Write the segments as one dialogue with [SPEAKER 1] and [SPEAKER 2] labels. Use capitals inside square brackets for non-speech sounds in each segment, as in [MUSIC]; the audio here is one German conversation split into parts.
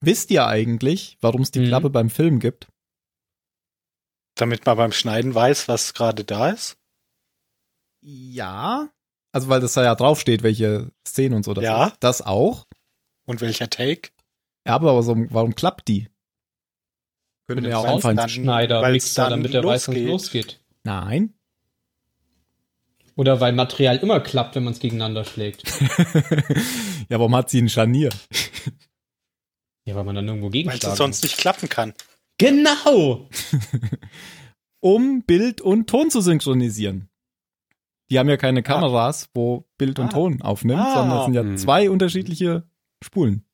[SPEAKER 1] Wisst ihr eigentlich, warum es die
[SPEAKER 2] Mhm.
[SPEAKER 1] Klappe beim Film gibt?
[SPEAKER 3] Damit man beim Schneiden weiß, was gerade da ist.
[SPEAKER 1] Ja. Also weil das da ja draufsteht, welche Szenen und so. Das
[SPEAKER 3] Ja.
[SPEAKER 1] Ist. Das auch.
[SPEAKER 3] Und welcher Take?
[SPEAKER 1] Ja, aber warum, warum klappt die? Können wir ja auch
[SPEAKER 3] Weil's
[SPEAKER 1] anfangen.
[SPEAKER 3] dann-
[SPEAKER 2] Schneider,
[SPEAKER 3] weil's
[SPEAKER 2] Mixer,
[SPEAKER 3] dann
[SPEAKER 2] damit er weiß, wann es
[SPEAKER 3] losgeht.
[SPEAKER 2] losgeht.
[SPEAKER 1] Nein. [LAUGHS]
[SPEAKER 2] Oder weil Material immer klappt, wenn man es gegeneinander schlägt.
[SPEAKER 1] ja, warum hat sie ein Scharnier?
[SPEAKER 2] Ja, weil man dann irgendwo
[SPEAKER 3] Weil
[SPEAKER 2] gegenschlagen
[SPEAKER 3] es sonst nicht klappen kann.
[SPEAKER 2] muss. Genau!
[SPEAKER 1] Um Bild und Ton zu synchronisieren. Die haben ja keine Kameras, wo Bild und
[SPEAKER 3] Ah.
[SPEAKER 1] Ton aufnimmt,
[SPEAKER 3] Ah.
[SPEAKER 1] sondern es sind ja
[SPEAKER 4] Hm.
[SPEAKER 1] zwei unterschiedliche Spulen.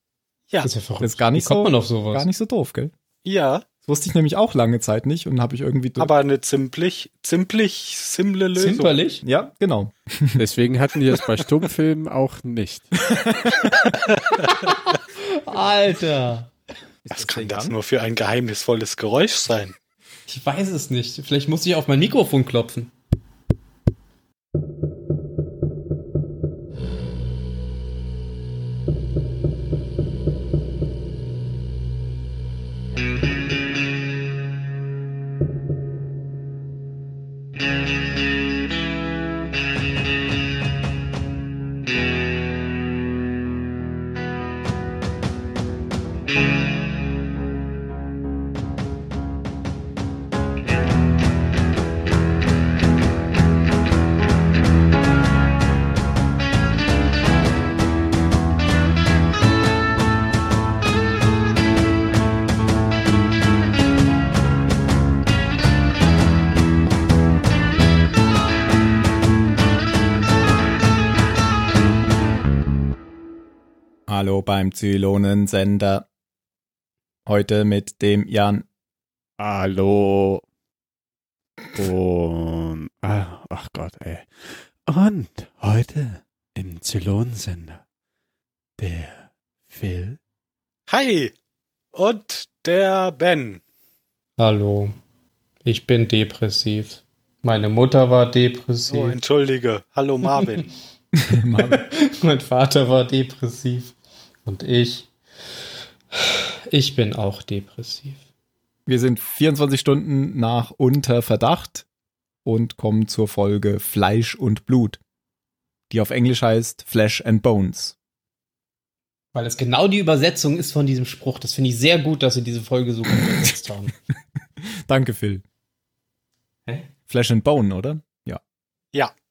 [SPEAKER 3] Ja,
[SPEAKER 2] Das ist ja verrückt.
[SPEAKER 1] Das ist gar
[SPEAKER 2] Wie
[SPEAKER 1] nicht
[SPEAKER 2] kommt
[SPEAKER 1] so,
[SPEAKER 2] man auf
[SPEAKER 1] gar
[SPEAKER 2] sowas?
[SPEAKER 1] nicht so doof, gell?
[SPEAKER 3] ja.
[SPEAKER 1] Das wusste ich nämlich auch lange Zeit nicht und habe ich irgendwie durch-
[SPEAKER 3] Aber eine ziemlich, ziemlich simple Lösung.
[SPEAKER 2] Zimperlich?
[SPEAKER 1] Ja, genau.
[SPEAKER 4] Deswegen hatten die das bei Stummfilmen auch nicht.
[SPEAKER 2] Alter!
[SPEAKER 3] Was kann das nur für ein geheimnisvolles Geräusch sein?
[SPEAKER 2] Ich weiß es nicht. Vielleicht muss ich auf mein Mikrofon klopfen.
[SPEAKER 1] Hallo beim Zylonensender. Heute mit dem Jan.
[SPEAKER 4] Hallo. Und, ah, ach Gott, ey. Und heute im Zylonsender der Phil
[SPEAKER 3] Hi! Und der Ben.
[SPEAKER 2] Hallo. Ich bin depressiv. Meine Mutter war depressiv.
[SPEAKER 3] Oh, entschuldige. Hallo Marvin.
[SPEAKER 1] Marvin.
[SPEAKER 2] [LAUGHS] mein Vater war depressiv. Und ich. Ich bin auch depressiv.
[SPEAKER 1] Wir sind 24 Stunden nach unter Verdacht und kommen zur Folge Fleisch und Blut, die auf Englisch heißt Flesh and Bones.
[SPEAKER 2] Weil es genau die Übersetzung ist von diesem Spruch. Das finde ich sehr gut, dass sie diese Folge so gut übersetzt haben.
[SPEAKER 1] Danke, Phil.
[SPEAKER 2] Hä?
[SPEAKER 1] Flesh and Bone, oder? Ja.
[SPEAKER 3] ja.
[SPEAKER 2] [LAUGHS]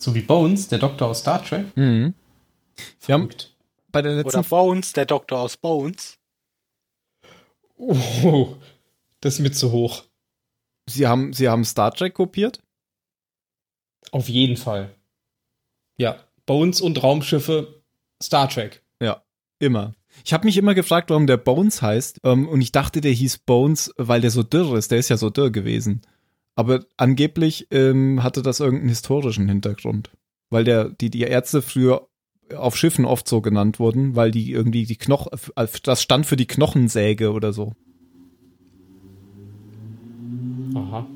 [SPEAKER 2] So wie Bones, der Doktor aus Star Trek.
[SPEAKER 1] Mhm. Wir haben
[SPEAKER 2] Verrückt.
[SPEAKER 1] bei der letzten
[SPEAKER 3] Oder Bones, der Doktor aus Bones.
[SPEAKER 2] Oh, das ist mir zu hoch.
[SPEAKER 1] Sie haben, Sie haben Star Trek kopiert?
[SPEAKER 2] Auf jeden Fall. Ja, Bones und Raumschiffe, Star Trek.
[SPEAKER 1] Immer. Ich habe mich immer gefragt, warum der Bones heißt. Ähm, und ich dachte, der hieß Bones, weil der so dürr ist. Der ist ja so dürr gewesen. Aber angeblich ähm, hatte das irgendeinen historischen Hintergrund. Weil der, die, die Ärzte früher auf Schiffen oft so genannt wurden, weil die irgendwie die Knochen, das stand für die Knochensäge oder so.
[SPEAKER 2] Aha.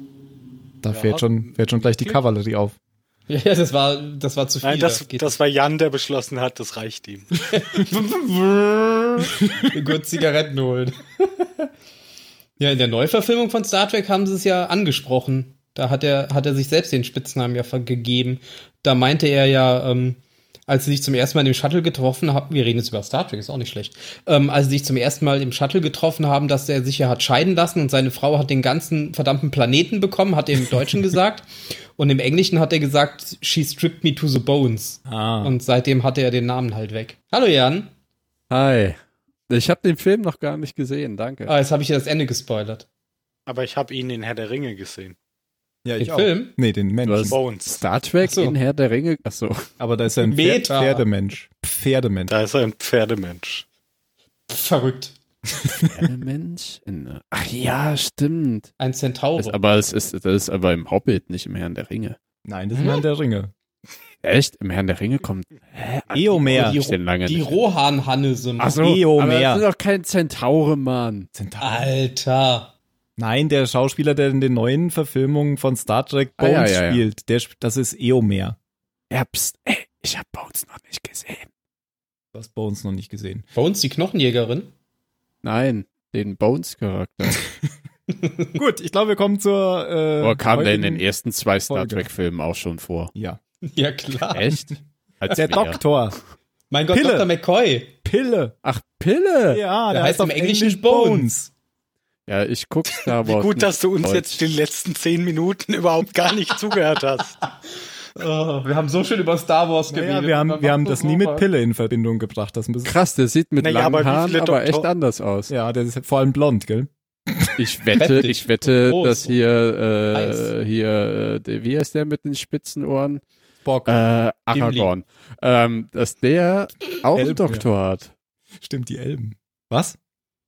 [SPEAKER 1] Da
[SPEAKER 3] Ja.
[SPEAKER 1] fährt, schon, fährt schon gleich die Kavallerie auf.
[SPEAKER 2] Ja, [LAUGHS] ja, das war, das war zu viel.
[SPEAKER 3] Nein, das,
[SPEAKER 2] geht
[SPEAKER 3] das war Jan, der beschlossen hat, das reicht ihm.
[SPEAKER 2] nicht. gut Zigaretten holen. ja, in der Neuverfilmung von Star Trek haben sie es ja angesprochen. Da hat er, hat er sich selbst den Spitznamen ja ver- gegeben. Da meinte er ja, ähm, als sie sich zum ersten Mal im Shuttle getroffen haben, wir reden jetzt über Star Trek, ist auch nicht schlecht, ähm, als sie sich zum ersten Mal im Shuttle getroffen haben, dass er sich ja hat scheiden lassen und seine Frau hat den ganzen verdammten Planeten bekommen, hat er im Deutschen gesagt. Und im Englischen hat er gesagt, she stripped me to the bones.
[SPEAKER 1] Ah.
[SPEAKER 2] Und seitdem hatte er den Namen halt weg. Hallo Jan.
[SPEAKER 4] Hi. Ich habe den Film noch gar nicht gesehen, danke.
[SPEAKER 2] Ah, jetzt habe ich dir das Ende gespoilert.
[SPEAKER 3] Aber ich habe ihn in Herr der Ringe gesehen.
[SPEAKER 1] ja,
[SPEAKER 2] Den Film?
[SPEAKER 1] Nee, den Menschen.
[SPEAKER 4] Was?
[SPEAKER 3] Bones.
[SPEAKER 4] Star Trek
[SPEAKER 2] Ach so.
[SPEAKER 4] in Herr der Ringe. Achso.
[SPEAKER 1] Aber da ist ja ein Pferd,
[SPEAKER 2] Meta.
[SPEAKER 1] Pferdemensch. Pferdemensch.
[SPEAKER 3] Da ist er ein Pferdemensch.
[SPEAKER 2] Verrückt.
[SPEAKER 4] Menschen. Ach ja, stimmt.
[SPEAKER 2] Ein
[SPEAKER 4] Das,
[SPEAKER 2] Zentaure.
[SPEAKER 4] aber es ist, das ist aber im Hobbit, nicht im Herrn der Ringe.
[SPEAKER 1] Nein, das ist Herr der Ringe.
[SPEAKER 4] Echt? Im Herrn der Ringe kommt. Hä?
[SPEAKER 2] Ah,
[SPEAKER 1] Eomer.
[SPEAKER 4] Hab ich den lange
[SPEAKER 2] Die
[SPEAKER 4] nicht.
[SPEAKER 2] Rohan-Hannese. Mann.
[SPEAKER 4] Ach so,
[SPEAKER 1] Eomer.
[SPEAKER 4] aber das ist doch kein Zentaure, Mann.
[SPEAKER 2] Alter.
[SPEAKER 1] Nein, der Schauspieler, der in den neuen Verfilmungen von Star Trek
[SPEAKER 4] Ah, ja,
[SPEAKER 1] Bones
[SPEAKER 4] ja, ja.
[SPEAKER 1] spielt, Der, sp- das ist Eomer.
[SPEAKER 4] äh, Ja, pst, ey, ich hab Bones noch nicht gesehen.
[SPEAKER 1] Du hast Bones noch nicht gesehen.
[SPEAKER 2] Bones, die Knochenjägerin. [LAUGHS]
[SPEAKER 4] Nein, den [LAUGHS] Bones-Charakter.
[SPEAKER 1] Gut, ich glaube, wir kommen zur. Äh,
[SPEAKER 4] Oder kam der in
[SPEAKER 1] heutigen-
[SPEAKER 4] den ersten zwei Star
[SPEAKER 1] Folge.
[SPEAKER 4] Trek-Filmen auch schon vor?
[SPEAKER 1] Ja.
[SPEAKER 2] Ja, klar.
[SPEAKER 4] Echt? Als
[SPEAKER 1] Der
[SPEAKER 4] Doktor.
[SPEAKER 1] Doktor.
[SPEAKER 2] Mein Gott,
[SPEAKER 1] Pille.
[SPEAKER 2] Dr. McCoy.
[SPEAKER 1] Pille.
[SPEAKER 4] Ach, Pille! Ja,
[SPEAKER 1] Ja, der,
[SPEAKER 2] heißt im Englischen Bones.
[SPEAKER 4] ich guck Star Wars.
[SPEAKER 3] Gut, dass du uns
[SPEAKER 4] nicht.
[SPEAKER 3] jetzt die letzten zehn Minuten überhaupt gar
[SPEAKER 4] [LAUGHS]
[SPEAKER 3] nicht zugehört hast.
[SPEAKER 2] Oh, wir haben so schön über Star Wars
[SPEAKER 1] Naja, wir haben, wir haben das nie mit Pille in Verbindung gebracht. Das müssen,
[SPEAKER 4] Krass, der sieht mit
[SPEAKER 3] Naja,
[SPEAKER 4] langen
[SPEAKER 3] aber wie
[SPEAKER 4] Haaren
[SPEAKER 3] viele
[SPEAKER 4] aber echt
[SPEAKER 3] Doktor-
[SPEAKER 4] anders aus.
[SPEAKER 1] ja, der ist vor allem blond, gell?
[SPEAKER 4] Ich wette,
[SPEAKER 2] Fettig.
[SPEAKER 4] ich wette,
[SPEAKER 2] Groß.
[SPEAKER 4] dass hier, äh,
[SPEAKER 2] Heiß.
[SPEAKER 4] hier, äh, der- wie heißt der mit den spitzen Ohren?
[SPEAKER 1] Spock.
[SPEAKER 4] Äh, Aragorn. Ähm, dass der auch einen
[SPEAKER 1] Elb,
[SPEAKER 4] Doktor hat.
[SPEAKER 1] Stimmt, die Elben. Was?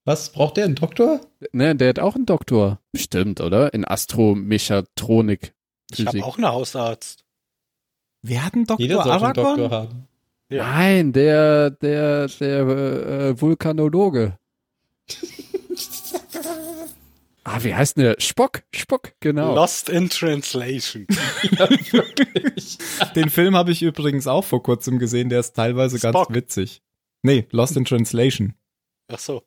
[SPEAKER 2] Was braucht der, ein Doktor?
[SPEAKER 4] Ne, der hat auch einen Doktor. Bestimmt, oder? In Astromechatronik.
[SPEAKER 3] Ich habe
[SPEAKER 4] Physik.
[SPEAKER 3] auch einen Hausarzt.
[SPEAKER 1] Wer hat einen Doktor
[SPEAKER 2] Jeder sollte einen
[SPEAKER 1] Aragorn?
[SPEAKER 2] Doktor haben.
[SPEAKER 3] Ja.
[SPEAKER 4] Nein, der, der, der äh, äh, Vulkanologe. ah, wie heißt denn der? Spock, Spock, genau.
[SPEAKER 3] Lost in Translation.
[SPEAKER 1] Den Film habe ich übrigens auch vor kurzem gesehen, der ist teilweise
[SPEAKER 3] Spock.
[SPEAKER 1] ganz witzig. Nee, Lost in Translation.
[SPEAKER 3] Ach so.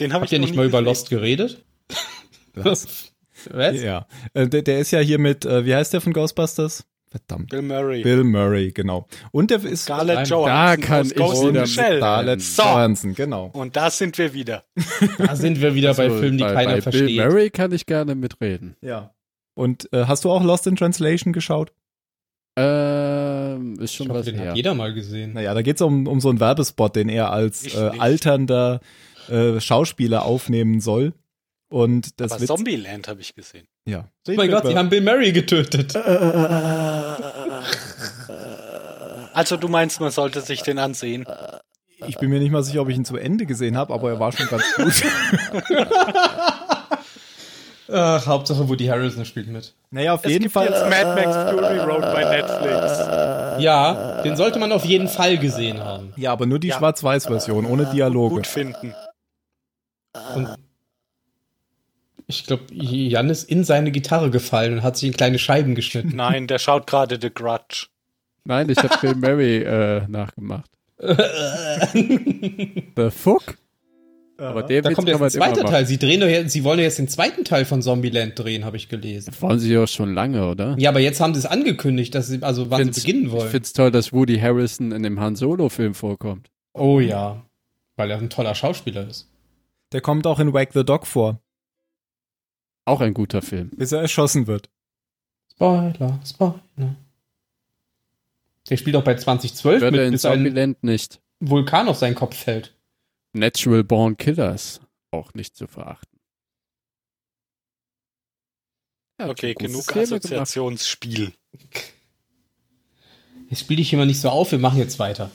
[SPEAKER 3] Den habe
[SPEAKER 2] Habt
[SPEAKER 3] ich
[SPEAKER 2] ihr
[SPEAKER 3] noch
[SPEAKER 2] nicht
[SPEAKER 3] nie
[SPEAKER 2] mal über
[SPEAKER 3] gesehen.
[SPEAKER 2] Lost geredet? Was?
[SPEAKER 1] Ja. Äh, der, der ist ja hier mit, äh, wie heißt der von Ghostbusters? Verdammt.
[SPEAKER 3] Bill Murray.
[SPEAKER 1] Bill Murray, genau. Und der ist
[SPEAKER 3] Scarlett
[SPEAKER 2] Nein,
[SPEAKER 3] Johansson.
[SPEAKER 4] da kann
[SPEAKER 3] aus
[SPEAKER 4] ich
[SPEAKER 3] Ghost in
[SPEAKER 4] wieder
[SPEAKER 3] the
[SPEAKER 4] mit
[SPEAKER 3] Shell.
[SPEAKER 1] Scarlett
[SPEAKER 4] So.
[SPEAKER 1] Johansson, genau.
[SPEAKER 3] Und da sind wir wieder.
[SPEAKER 2] Da sind wir wieder bei
[SPEAKER 4] Also,
[SPEAKER 2] Filmen, die
[SPEAKER 4] bei,
[SPEAKER 2] keiner
[SPEAKER 4] bei
[SPEAKER 2] versteht.
[SPEAKER 4] Bill Murray kann ich gerne mitreden.
[SPEAKER 1] Ja. Und äh, hast du auch Lost in Translation geschaut?
[SPEAKER 4] Ähm, ist
[SPEAKER 2] Ich
[SPEAKER 4] schon
[SPEAKER 2] hoffe,
[SPEAKER 4] was
[SPEAKER 2] den
[SPEAKER 4] her.
[SPEAKER 2] hat jeder mal gesehen.
[SPEAKER 1] Naja, da geht es um, um so einen Werbespot, den er als
[SPEAKER 3] Ich
[SPEAKER 1] äh,
[SPEAKER 3] nicht.
[SPEAKER 1] alternder äh, Schauspieler aufnehmen soll. Und das
[SPEAKER 3] Aber
[SPEAKER 1] wird.
[SPEAKER 3] Zombieland habe ich gesehen.
[SPEAKER 1] Ja.
[SPEAKER 2] Oh mein Gott, die haben Bill Murray getötet.
[SPEAKER 1] Äh.
[SPEAKER 3] Also du meinst, man sollte sich den ansehen.
[SPEAKER 1] ich bin mir nicht mal sicher, ob ich ihn zu Ende gesehen habe, aber er war schon ganz gut.
[SPEAKER 2] Ach, Hauptsache Woody Harrelson spielt mit.
[SPEAKER 1] naja, auf jeden Fall.
[SPEAKER 3] Mad Max Fury Road bei Netflix.
[SPEAKER 2] Ja, den sollte man auf jeden Fall gesehen haben.
[SPEAKER 1] Ja, aber nur die
[SPEAKER 3] Ja.
[SPEAKER 1] Schwarz-Weiß-Version, ohne Dialoge.
[SPEAKER 3] Gut finden.
[SPEAKER 2] Und ich glaube, Jan ist in seine Gitarre gefallen und hat sich in kleine Scheiben
[SPEAKER 4] [LAUGHS]
[SPEAKER 2] geschnitten.
[SPEAKER 3] Nein, der schaut gerade The Grudge.
[SPEAKER 4] Nein, ich habe Bill Murray äh, nachgemacht. The fuck? Aber der
[SPEAKER 2] Da
[SPEAKER 4] Witz
[SPEAKER 2] kommt jetzt
[SPEAKER 4] kann man
[SPEAKER 2] ein zweiter
[SPEAKER 4] immer
[SPEAKER 2] Teil. Sie, drehen doch jetzt, sie wollen ja jetzt den zweiten Teil von Zombieland drehen, habe ich gelesen.
[SPEAKER 4] machen. Wollen sie ja schon lange, oder?
[SPEAKER 2] Ja, aber jetzt haben sie es angekündigt, dass sie, also wann sie beginnen
[SPEAKER 4] Ich
[SPEAKER 2] wollen.
[SPEAKER 4] find's toll, dass Woody Harrison in dem Han Solo-Film vorkommt.
[SPEAKER 2] Oh ja, weil er ein toller Schauspieler ist.
[SPEAKER 1] Der kommt auch in Wag the Dog vor,
[SPEAKER 4] Auch ein guter Film.
[SPEAKER 1] bis er erschossen wird.
[SPEAKER 2] Spoiler, Spoiler. Der spielt auch bei 2012
[SPEAKER 4] Wird er
[SPEAKER 2] mit,
[SPEAKER 4] in
[SPEAKER 2] bis ein
[SPEAKER 4] Zombieland nicht.
[SPEAKER 2] Vulkan auf seinen Kopf fällt.
[SPEAKER 4] Natural Born Killers. Auch nicht zu verachten. Ja,
[SPEAKER 3] Okay,
[SPEAKER 4] gute
[SPEAKER 3] genug
[SPEAKER 4] Filme gemacht.
[SPEAKER 3] Assoziationsspiel.
[SPEAKER 2] Jetzt spiele ich immer nicht so auf, wir machen jetzt weiter.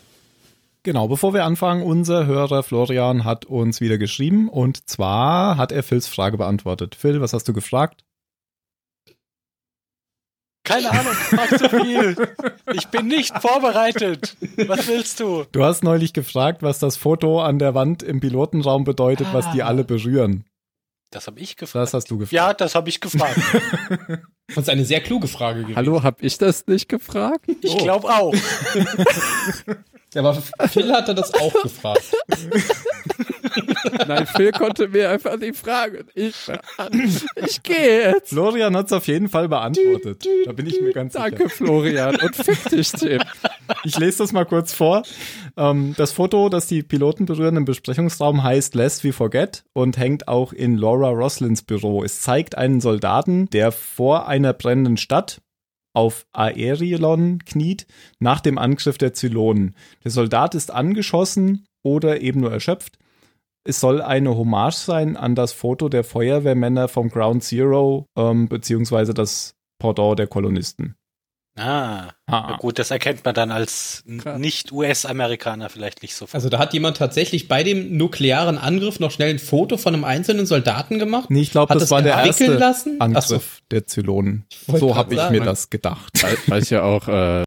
[SPEAKER 1] Genau, bevor wir anfangen, unser Hörer Florian hat uns wieder geschrieben und zwar hat er Phils Frage beantwortet. Phil, was hast du gefragt?
[SPEAKER 3] Keine Ahnung, mach zu viel. Ich bin nicht vorbereitet. Was willst du?
[SPEAKER 1] Du hast neulich gefragt, was das Foto an der Wand im Pilotenraum bedeutet, was die alle berühren.
[SPEAKER 3] Das habe ich gefragt.
[SPEAKER 1] Das hast du gefragt.
[SPEAKER 3] Ja, das habe ich gefragt.
[SPEAKER 2] Das ist eine sehr kluge Frage gewesen.
[SPEAKER 4] Hallo, hab ich das nicht gefragt?
[SPEAKER 3] Ich glaube auch.
[SPEAKER 2] Aber Phil hatte
[SPEAKER 1] [LAUGHS]
[SPEAKER 2] das auch gefragt.
[SPEAKER 4] Nein, Phil konnte mir einfach die Frage. Ich, ich gehe jetzt.
[SPEAKER 1] Florian hat es auf jeden Fall beantwortet. Da bin ich mir ganz sicher.
[SPEAKER 4] Danke, Florian. Und fick dich, Tim.
[SPEAKER 1] Ich lese das mal kurz vor. Ähm, das Foto, das die Piloten berühren im Besprechungsraum, heißt Lest We Forget und hängt auch in Laura Roslins Büro. Es zeigt einen Soldaten, der vor einer brennenden Stadt auf Aerion kniet, nach dem Angriff der Zylonen. Der Soldat ist angeschossen oder eben nur erschöpft. Es soll eine Hommage sein an das Foto der Feuerwehrmänner vom Ground Zero, ähm, beziehungsweise das Pendant der Kolonisten.
[SPEAKER 3] Ah,
[SPEAKER 1] Ha.
[SPEAKER 3] na gut, das erkennt man dann als n-
[SPEAKER 4] Krass.
[SPEAKER 3] Nicht-US-Amerikaner vielleicht nicht sofort.
[SPEAKER 2] Also da hat jemand tatsächlich bei dem nuklearen Angriff noch schnell ein Foto von einem einzelnen Soldaten gemacht.
[SPEAKER 1] Nee, ich glaube,
[SPEAKER 2] Hat
[SPEAKER 1] das,
[SPEAKER 2] das
[SPEAKER 1] war der
[SPEAKER 2] entwickeln
[SPEAKER 1] erste
[SPEAKER 2] lassen?
[SPEAKER 1] Angriff
[SPEAKER 2] Ach
[SPEAKER 1] der Zylonen.
[SPEAKER 2] wollte
[SPEAKER 1] So
[SPEAKER 2] grad
[SPEAKER 1] habe ich
[SPEAKER 2] sagen.
[SPEAKER 1] mir das gedacht.
[SPEAKER 4] Weil, weil es ja auch äh,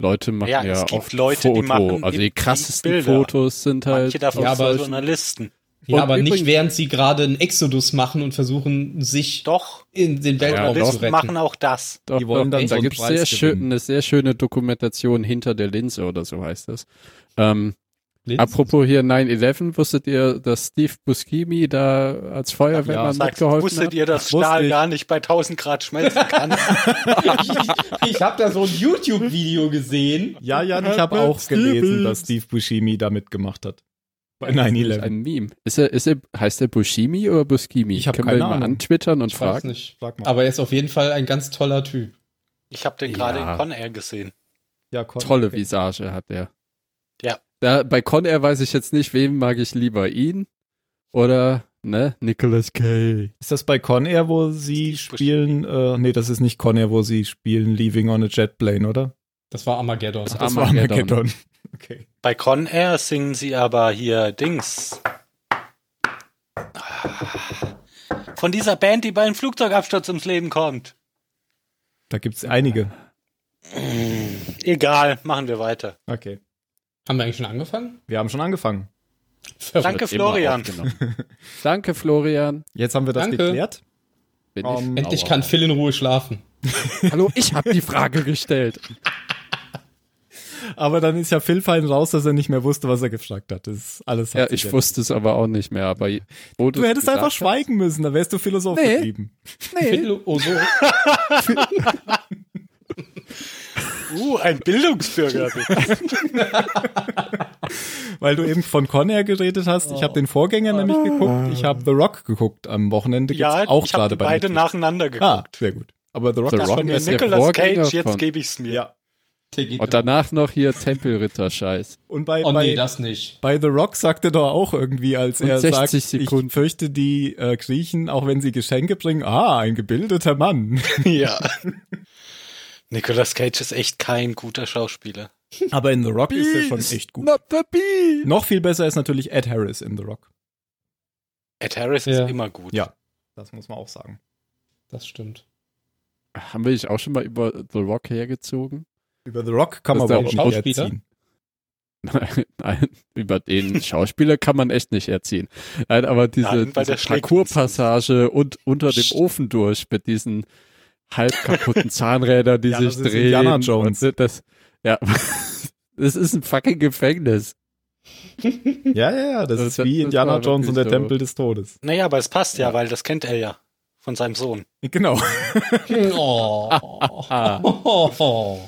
[SPEAKER 4] Leute machen
[SPEAKER 3] Ja,
[SPEAKER 4] ja,
[SPEAKER 3] es gibt
[SPEAKER 4] oft
[SPEAKER 3] Leute, die
[SPEAKER 4] Foto.
[SPEAKER 3] machen
[SPEAKER 4] also die
[SPEAKER 3] eben die
[SPEAKER 4] krassesten
[SPEAKER 3] Bilder.
[SPEAKER 4] Fotos sind halt.
[SPEAKER 3] Manche davon
[SPEAKER 2] Ja, aber
[SPEAKER 3] sind
[SPEAKER 2] es-
[SPEAKER 3] Journalisten.
[SPEAKER 2] Ja,
[SPEAKER 4] Und
[SPEAKER 2] aber nicht
[SPEAKER 4] übrigens-
[SPEAKER 2] während sie gerade einen Exodus machen und versuchen, sich
[SPEAKER 3] Doch,
[SPEAKER 2] in den Weltraum
[SPEAKER 4] doch.
[SPEAKER 2] zu
[SPEAKER 3] Journalisten
[SPEAKER 2] retten.
[SPEAKER 3] machen auch das.
[SPEAKER 4] Doch,
[SPEAKER 1] Die wollen
[SPEAKER 4] doch,
[SPEAKER 1] dann
[SPEAKER 4] echt?
[SPEAKER 1] so
[SPEAKER 4] da
[SPEAKER 1] einen
[SPEAKER 4] gibt's
[SPEAKER 1] Preis
[SPEAKER 4] sehr schön,
[SPEAKER 1] gewinnen.
[SPEAKER 4] eine sehr schöne Dokumentation hinter der Linse oder so heißt das. Ähm,
[SPEAKER 2] Linz?
[SPEAKER 4] apropos hier 9-11, wusstet ihr, dass Steve Buscemi da als Feuerwehrmann
[SPEAKER 3] Sagst, du,
[SPEAKER 4] mitgeholfen
[SPEAKER 3] wusstet
[SPEAKER 4] hat?
[SPEAKER 3] ihr, dass
[SPEAKER 1] Wusste
[SPEAKER 3] Stahl
[SPEAKER 1] ich.
[SPEAKER 3] gar nicht bei 1000 Grad schmelzen kann?
[SPEAKER 2] ich [LAUGHS] ich, ich habe da so ein YouTube-Video gesehen.
[SPEAKER 1] Ja, ja, ich habe auch gelesen, dass Steve Buscemi da mitgemacht hat. Bei 9-11.
[SPEAKER 4] Ein Meme. Ist er, ist er, heißt er Bushimi oder Buscemi?
[SPEAKER 1] Ich hab
[SPEAKER 4] Können
[SPEAKER 1] keine
[SPEAKER 4] wir ihn mal
[SPEAKER 1] Ahnung.
[SPEAKER 4] antwittern und
[SPEAKER 2] Ich weiß
[SPEAKER 4] fragen?
[SPEAKER 2] nicht.
[SPEAKER 1] Frag mal.
[SPEAKER 2] Aber er ist auf jeden Fall ein ganz toller Typ.
[SPEAKER 3] Ich habe den gerade
[SPEAKER 4] Ja.
[SPEAKER 3] in Con Air gesehen.
[SPEAKER 1] Ja, komm.
[SPEAKER 4] Tolle Visage hat er.
[SPEAKER 3] Ja.
[SPEAKER 4] Da, bei Conair weiß ich jetzt nicht, wem mag ich lieber ihn oder, ne, Nicolas Cage.
[SPEAKER 1] Ist das bei Con Air, wo sie
[SPEAKER 3] Steve
[SPEAKER 1] spielen? Äh, nee, das ist nicht Con Air, wo sie spielen Leaving on a Jet Plane, oder?
[SPEAKER 2] Das war Armageddon.
[SPEAKER 4] Das-
[SPEAKER 1] war
[SPEAKER 4] Armageddon.
[SPEAKER 1] Okay.
[SPEAKER 3] Bei Con Air singen sie aber hier Dings. Von dieser Band, die bei einem Flugzeugabsturz ums Leben kommt.
[SPEAKER 1] Da gibt es einige.
[SPEAKER 3] Egal, machen wir weiter.
[SPEAKER 1] Okay.
[SPEAKER 2] Haben wir eigentlich schon angefangen?
[SPEAKER 1] Wir haben schon angefangen.
[SPEAKER 2] Verrückt.
[SPEAKER 3] Danke,
[SPEAKER 4] Wird immer
[SPEAKER 3] Florian.
[SPEAKER 4] aufgenommen. Danke, Florian.
[SPEAKER 1] Jetzt haben wir das
[SPEAKER 2] Danke.
[SPEAKER 1] geklärt.
[SPEAKER 4] Bin
[SPEAKER 1] Ähm,
[SPEAKER 2] Endlich
[SPEAKER 4] Aua.
[SPEAKER 2] kann Phil in Ruhe schlafen.
[SPEAKER 4] Hallo, ich habe die Frage gestellt.
[SPEAKER 1] Aber dann ist ja Phil fein raus, dass er nicht mehr wusste, was er gefragt hat. Das ist alles. hat
[SPEAKER 4] [LAUGHS] Ja,
[SPEAKER 1] sich
[SPEAKER 4] ich
[SPEAKER 1] jetzt-
[SPEAKER 4] wusste es aber auch nicht mehr. Aber wo
[SPEAKER 1] Du hättest einfach
[SPEAKER 4] gesagt
[SPEAKER 1] schweigen müssen, da wärst du Philosoph
[SPEAKER 4] Nee.
[SPEAKER 1] geblieben.
[SPEAKER 4] hast- Nee,
[SPEAKER 2] Phil oh
[SPEAKER 1] [LAUGHS]
[SPEAKER 2] Oso.
[SPEAKER 3] Uh, ein Bildungsbürger.
[SPEAKER 1] Weil du eben von Con Air geredet hast. Ich habe
[SPEAKER 3] Oh.
[SPEAKER 1] den Vorgänger nämlich geguckt. Ich habe The Rock geguckt am Wochenende.
[SPEAKER 3] ja,
[SPEAKER 1] Gibt's auch
[SPEAKER 3] ich habe die
[SPEAKER 1] gerade bei
[SPEAKER 3] beide
[SPEAKER 1] Netflix.
[SPEAKER 3] nacheinander geguckt.
[SPEAKER 1] Ah, sehr gut. Aber The Rock
[SPEAKER 4] The
[SPEAKER 1] ist
[SPEAKER 4] Rock
[SPEAKER 1] schon
[SPEAKER 4] ist
[SPEAKER 1] besser.
[SPEAKER 4] der
[SPEAKER 3] Nicolas
[SPEAKER 4] Vorgänger
[SPEAKER 3] Cage, jetzt
[SPEAKER 4] von-
[SPEAKER 3] gebe ich's mir.
[SPEAKER 1] Ja.
[SPEAKER 4] und danach noch hier Tempelritter-Scheiß.
[SPEAKER 1] Und bei,
[SPEAKER 2] Oh
[SPEAKER 1] bei,
[SPEAKER 2] nee, das nicht.
[SPEAKER 1] bei The Rock sagte doch auch irgendwie, als
[SPEAKER 4] Und
[SPEAKER 1] er
[SPEAKER 4] 60
[SPEAKER 1] sagt,
[SPEAKER 4] Sekunden.
[SPEAKER 1] ich fürchte die äh, Griechen, auch wenn sie Geschenke bringen, ah, ein gebildeter Mann.
[SPEAKER 3] Ja. [LAUGHS] Nicolas Cage ist echt kein guter Schauspieler.
[SPEAKER 1] Aber in The Rock [LAUGHS] ist er schon echt gut.
[SPEAKER 4] Not the bee.
[SPEAKER 1] Noch viel besser ist natürlich Ed Harris in The Rock.
[SPEAKER 3] Ed Harris
[SPEAKER 2] Ja.
[SPEAKER 3] ist immer gut.
[SPEAKER 1] Ja. Das muss man auch sagen.
[SPEAKER 2] Das stimmt.
[SPEAKER 4] Haben wir dich auch schon mal über The Rock hergezogen? [LAUGHS]
[SPEAKER 1] Über The Rock kann
[SPEAKER 4] Ist
[SPEAKER 1] man
[SPEAKER 4] der
[SPEAKER 1] aber auch
[SPEAKER 4] auch
[SPEAKER 1] nicht
[SPEAKER 2] Schauspieler?
[SPEAKER 1] erziehen.
[SPEAKER 4] Nein, nein, über den Schauspieler kann man echt nicht erziehen. Nein, aber diese,
[SPEAKER 3] Nein, weil
[SPEAKER 4] diese
[SPEAKER 3] der schlägt
[SPEAKER 4] Parcours-Passage und unter dem
[SPEAKER 3] Psst.
[SPEAKER 4] Ofen durch mit diesen halb
[SPEAKER 1] [LAUGHS]
[SPEAKER 4] kaputten Zahnrädern, die
[SPEAKER 1] Ja,
[SPEAKER 4] sich
[SPEAKER 1] das ist
[SPEAKER 4] drehen.
[SPEAKER 1] Indiana Jones.
[SPEAKER 4] Und das, ja, [LAUGHS] das ist ein fucking Gefängnis.
[SPEAKER 1] Ja, ja, ja, das,
[SPEAKER 4] Das-
[SPEAKER 1] ist wie
[SPEAKER 4] das
[SPEAKER 1] Indiana
[SPEAKER 4] war
[SPEAKER 1] Jones und der
[SPEAKER 4] wirklich so.
[SPEAKER 1] Tempel des Todes.
[SPEAKER 3] Naja, aber es passt ja, weil das kennt er ja von seinem Sohn.
[SPEAKER 1] Genau.
[SPEAKER 2] [LAUGHS] Oh.
[SPEAKER 1] Ah.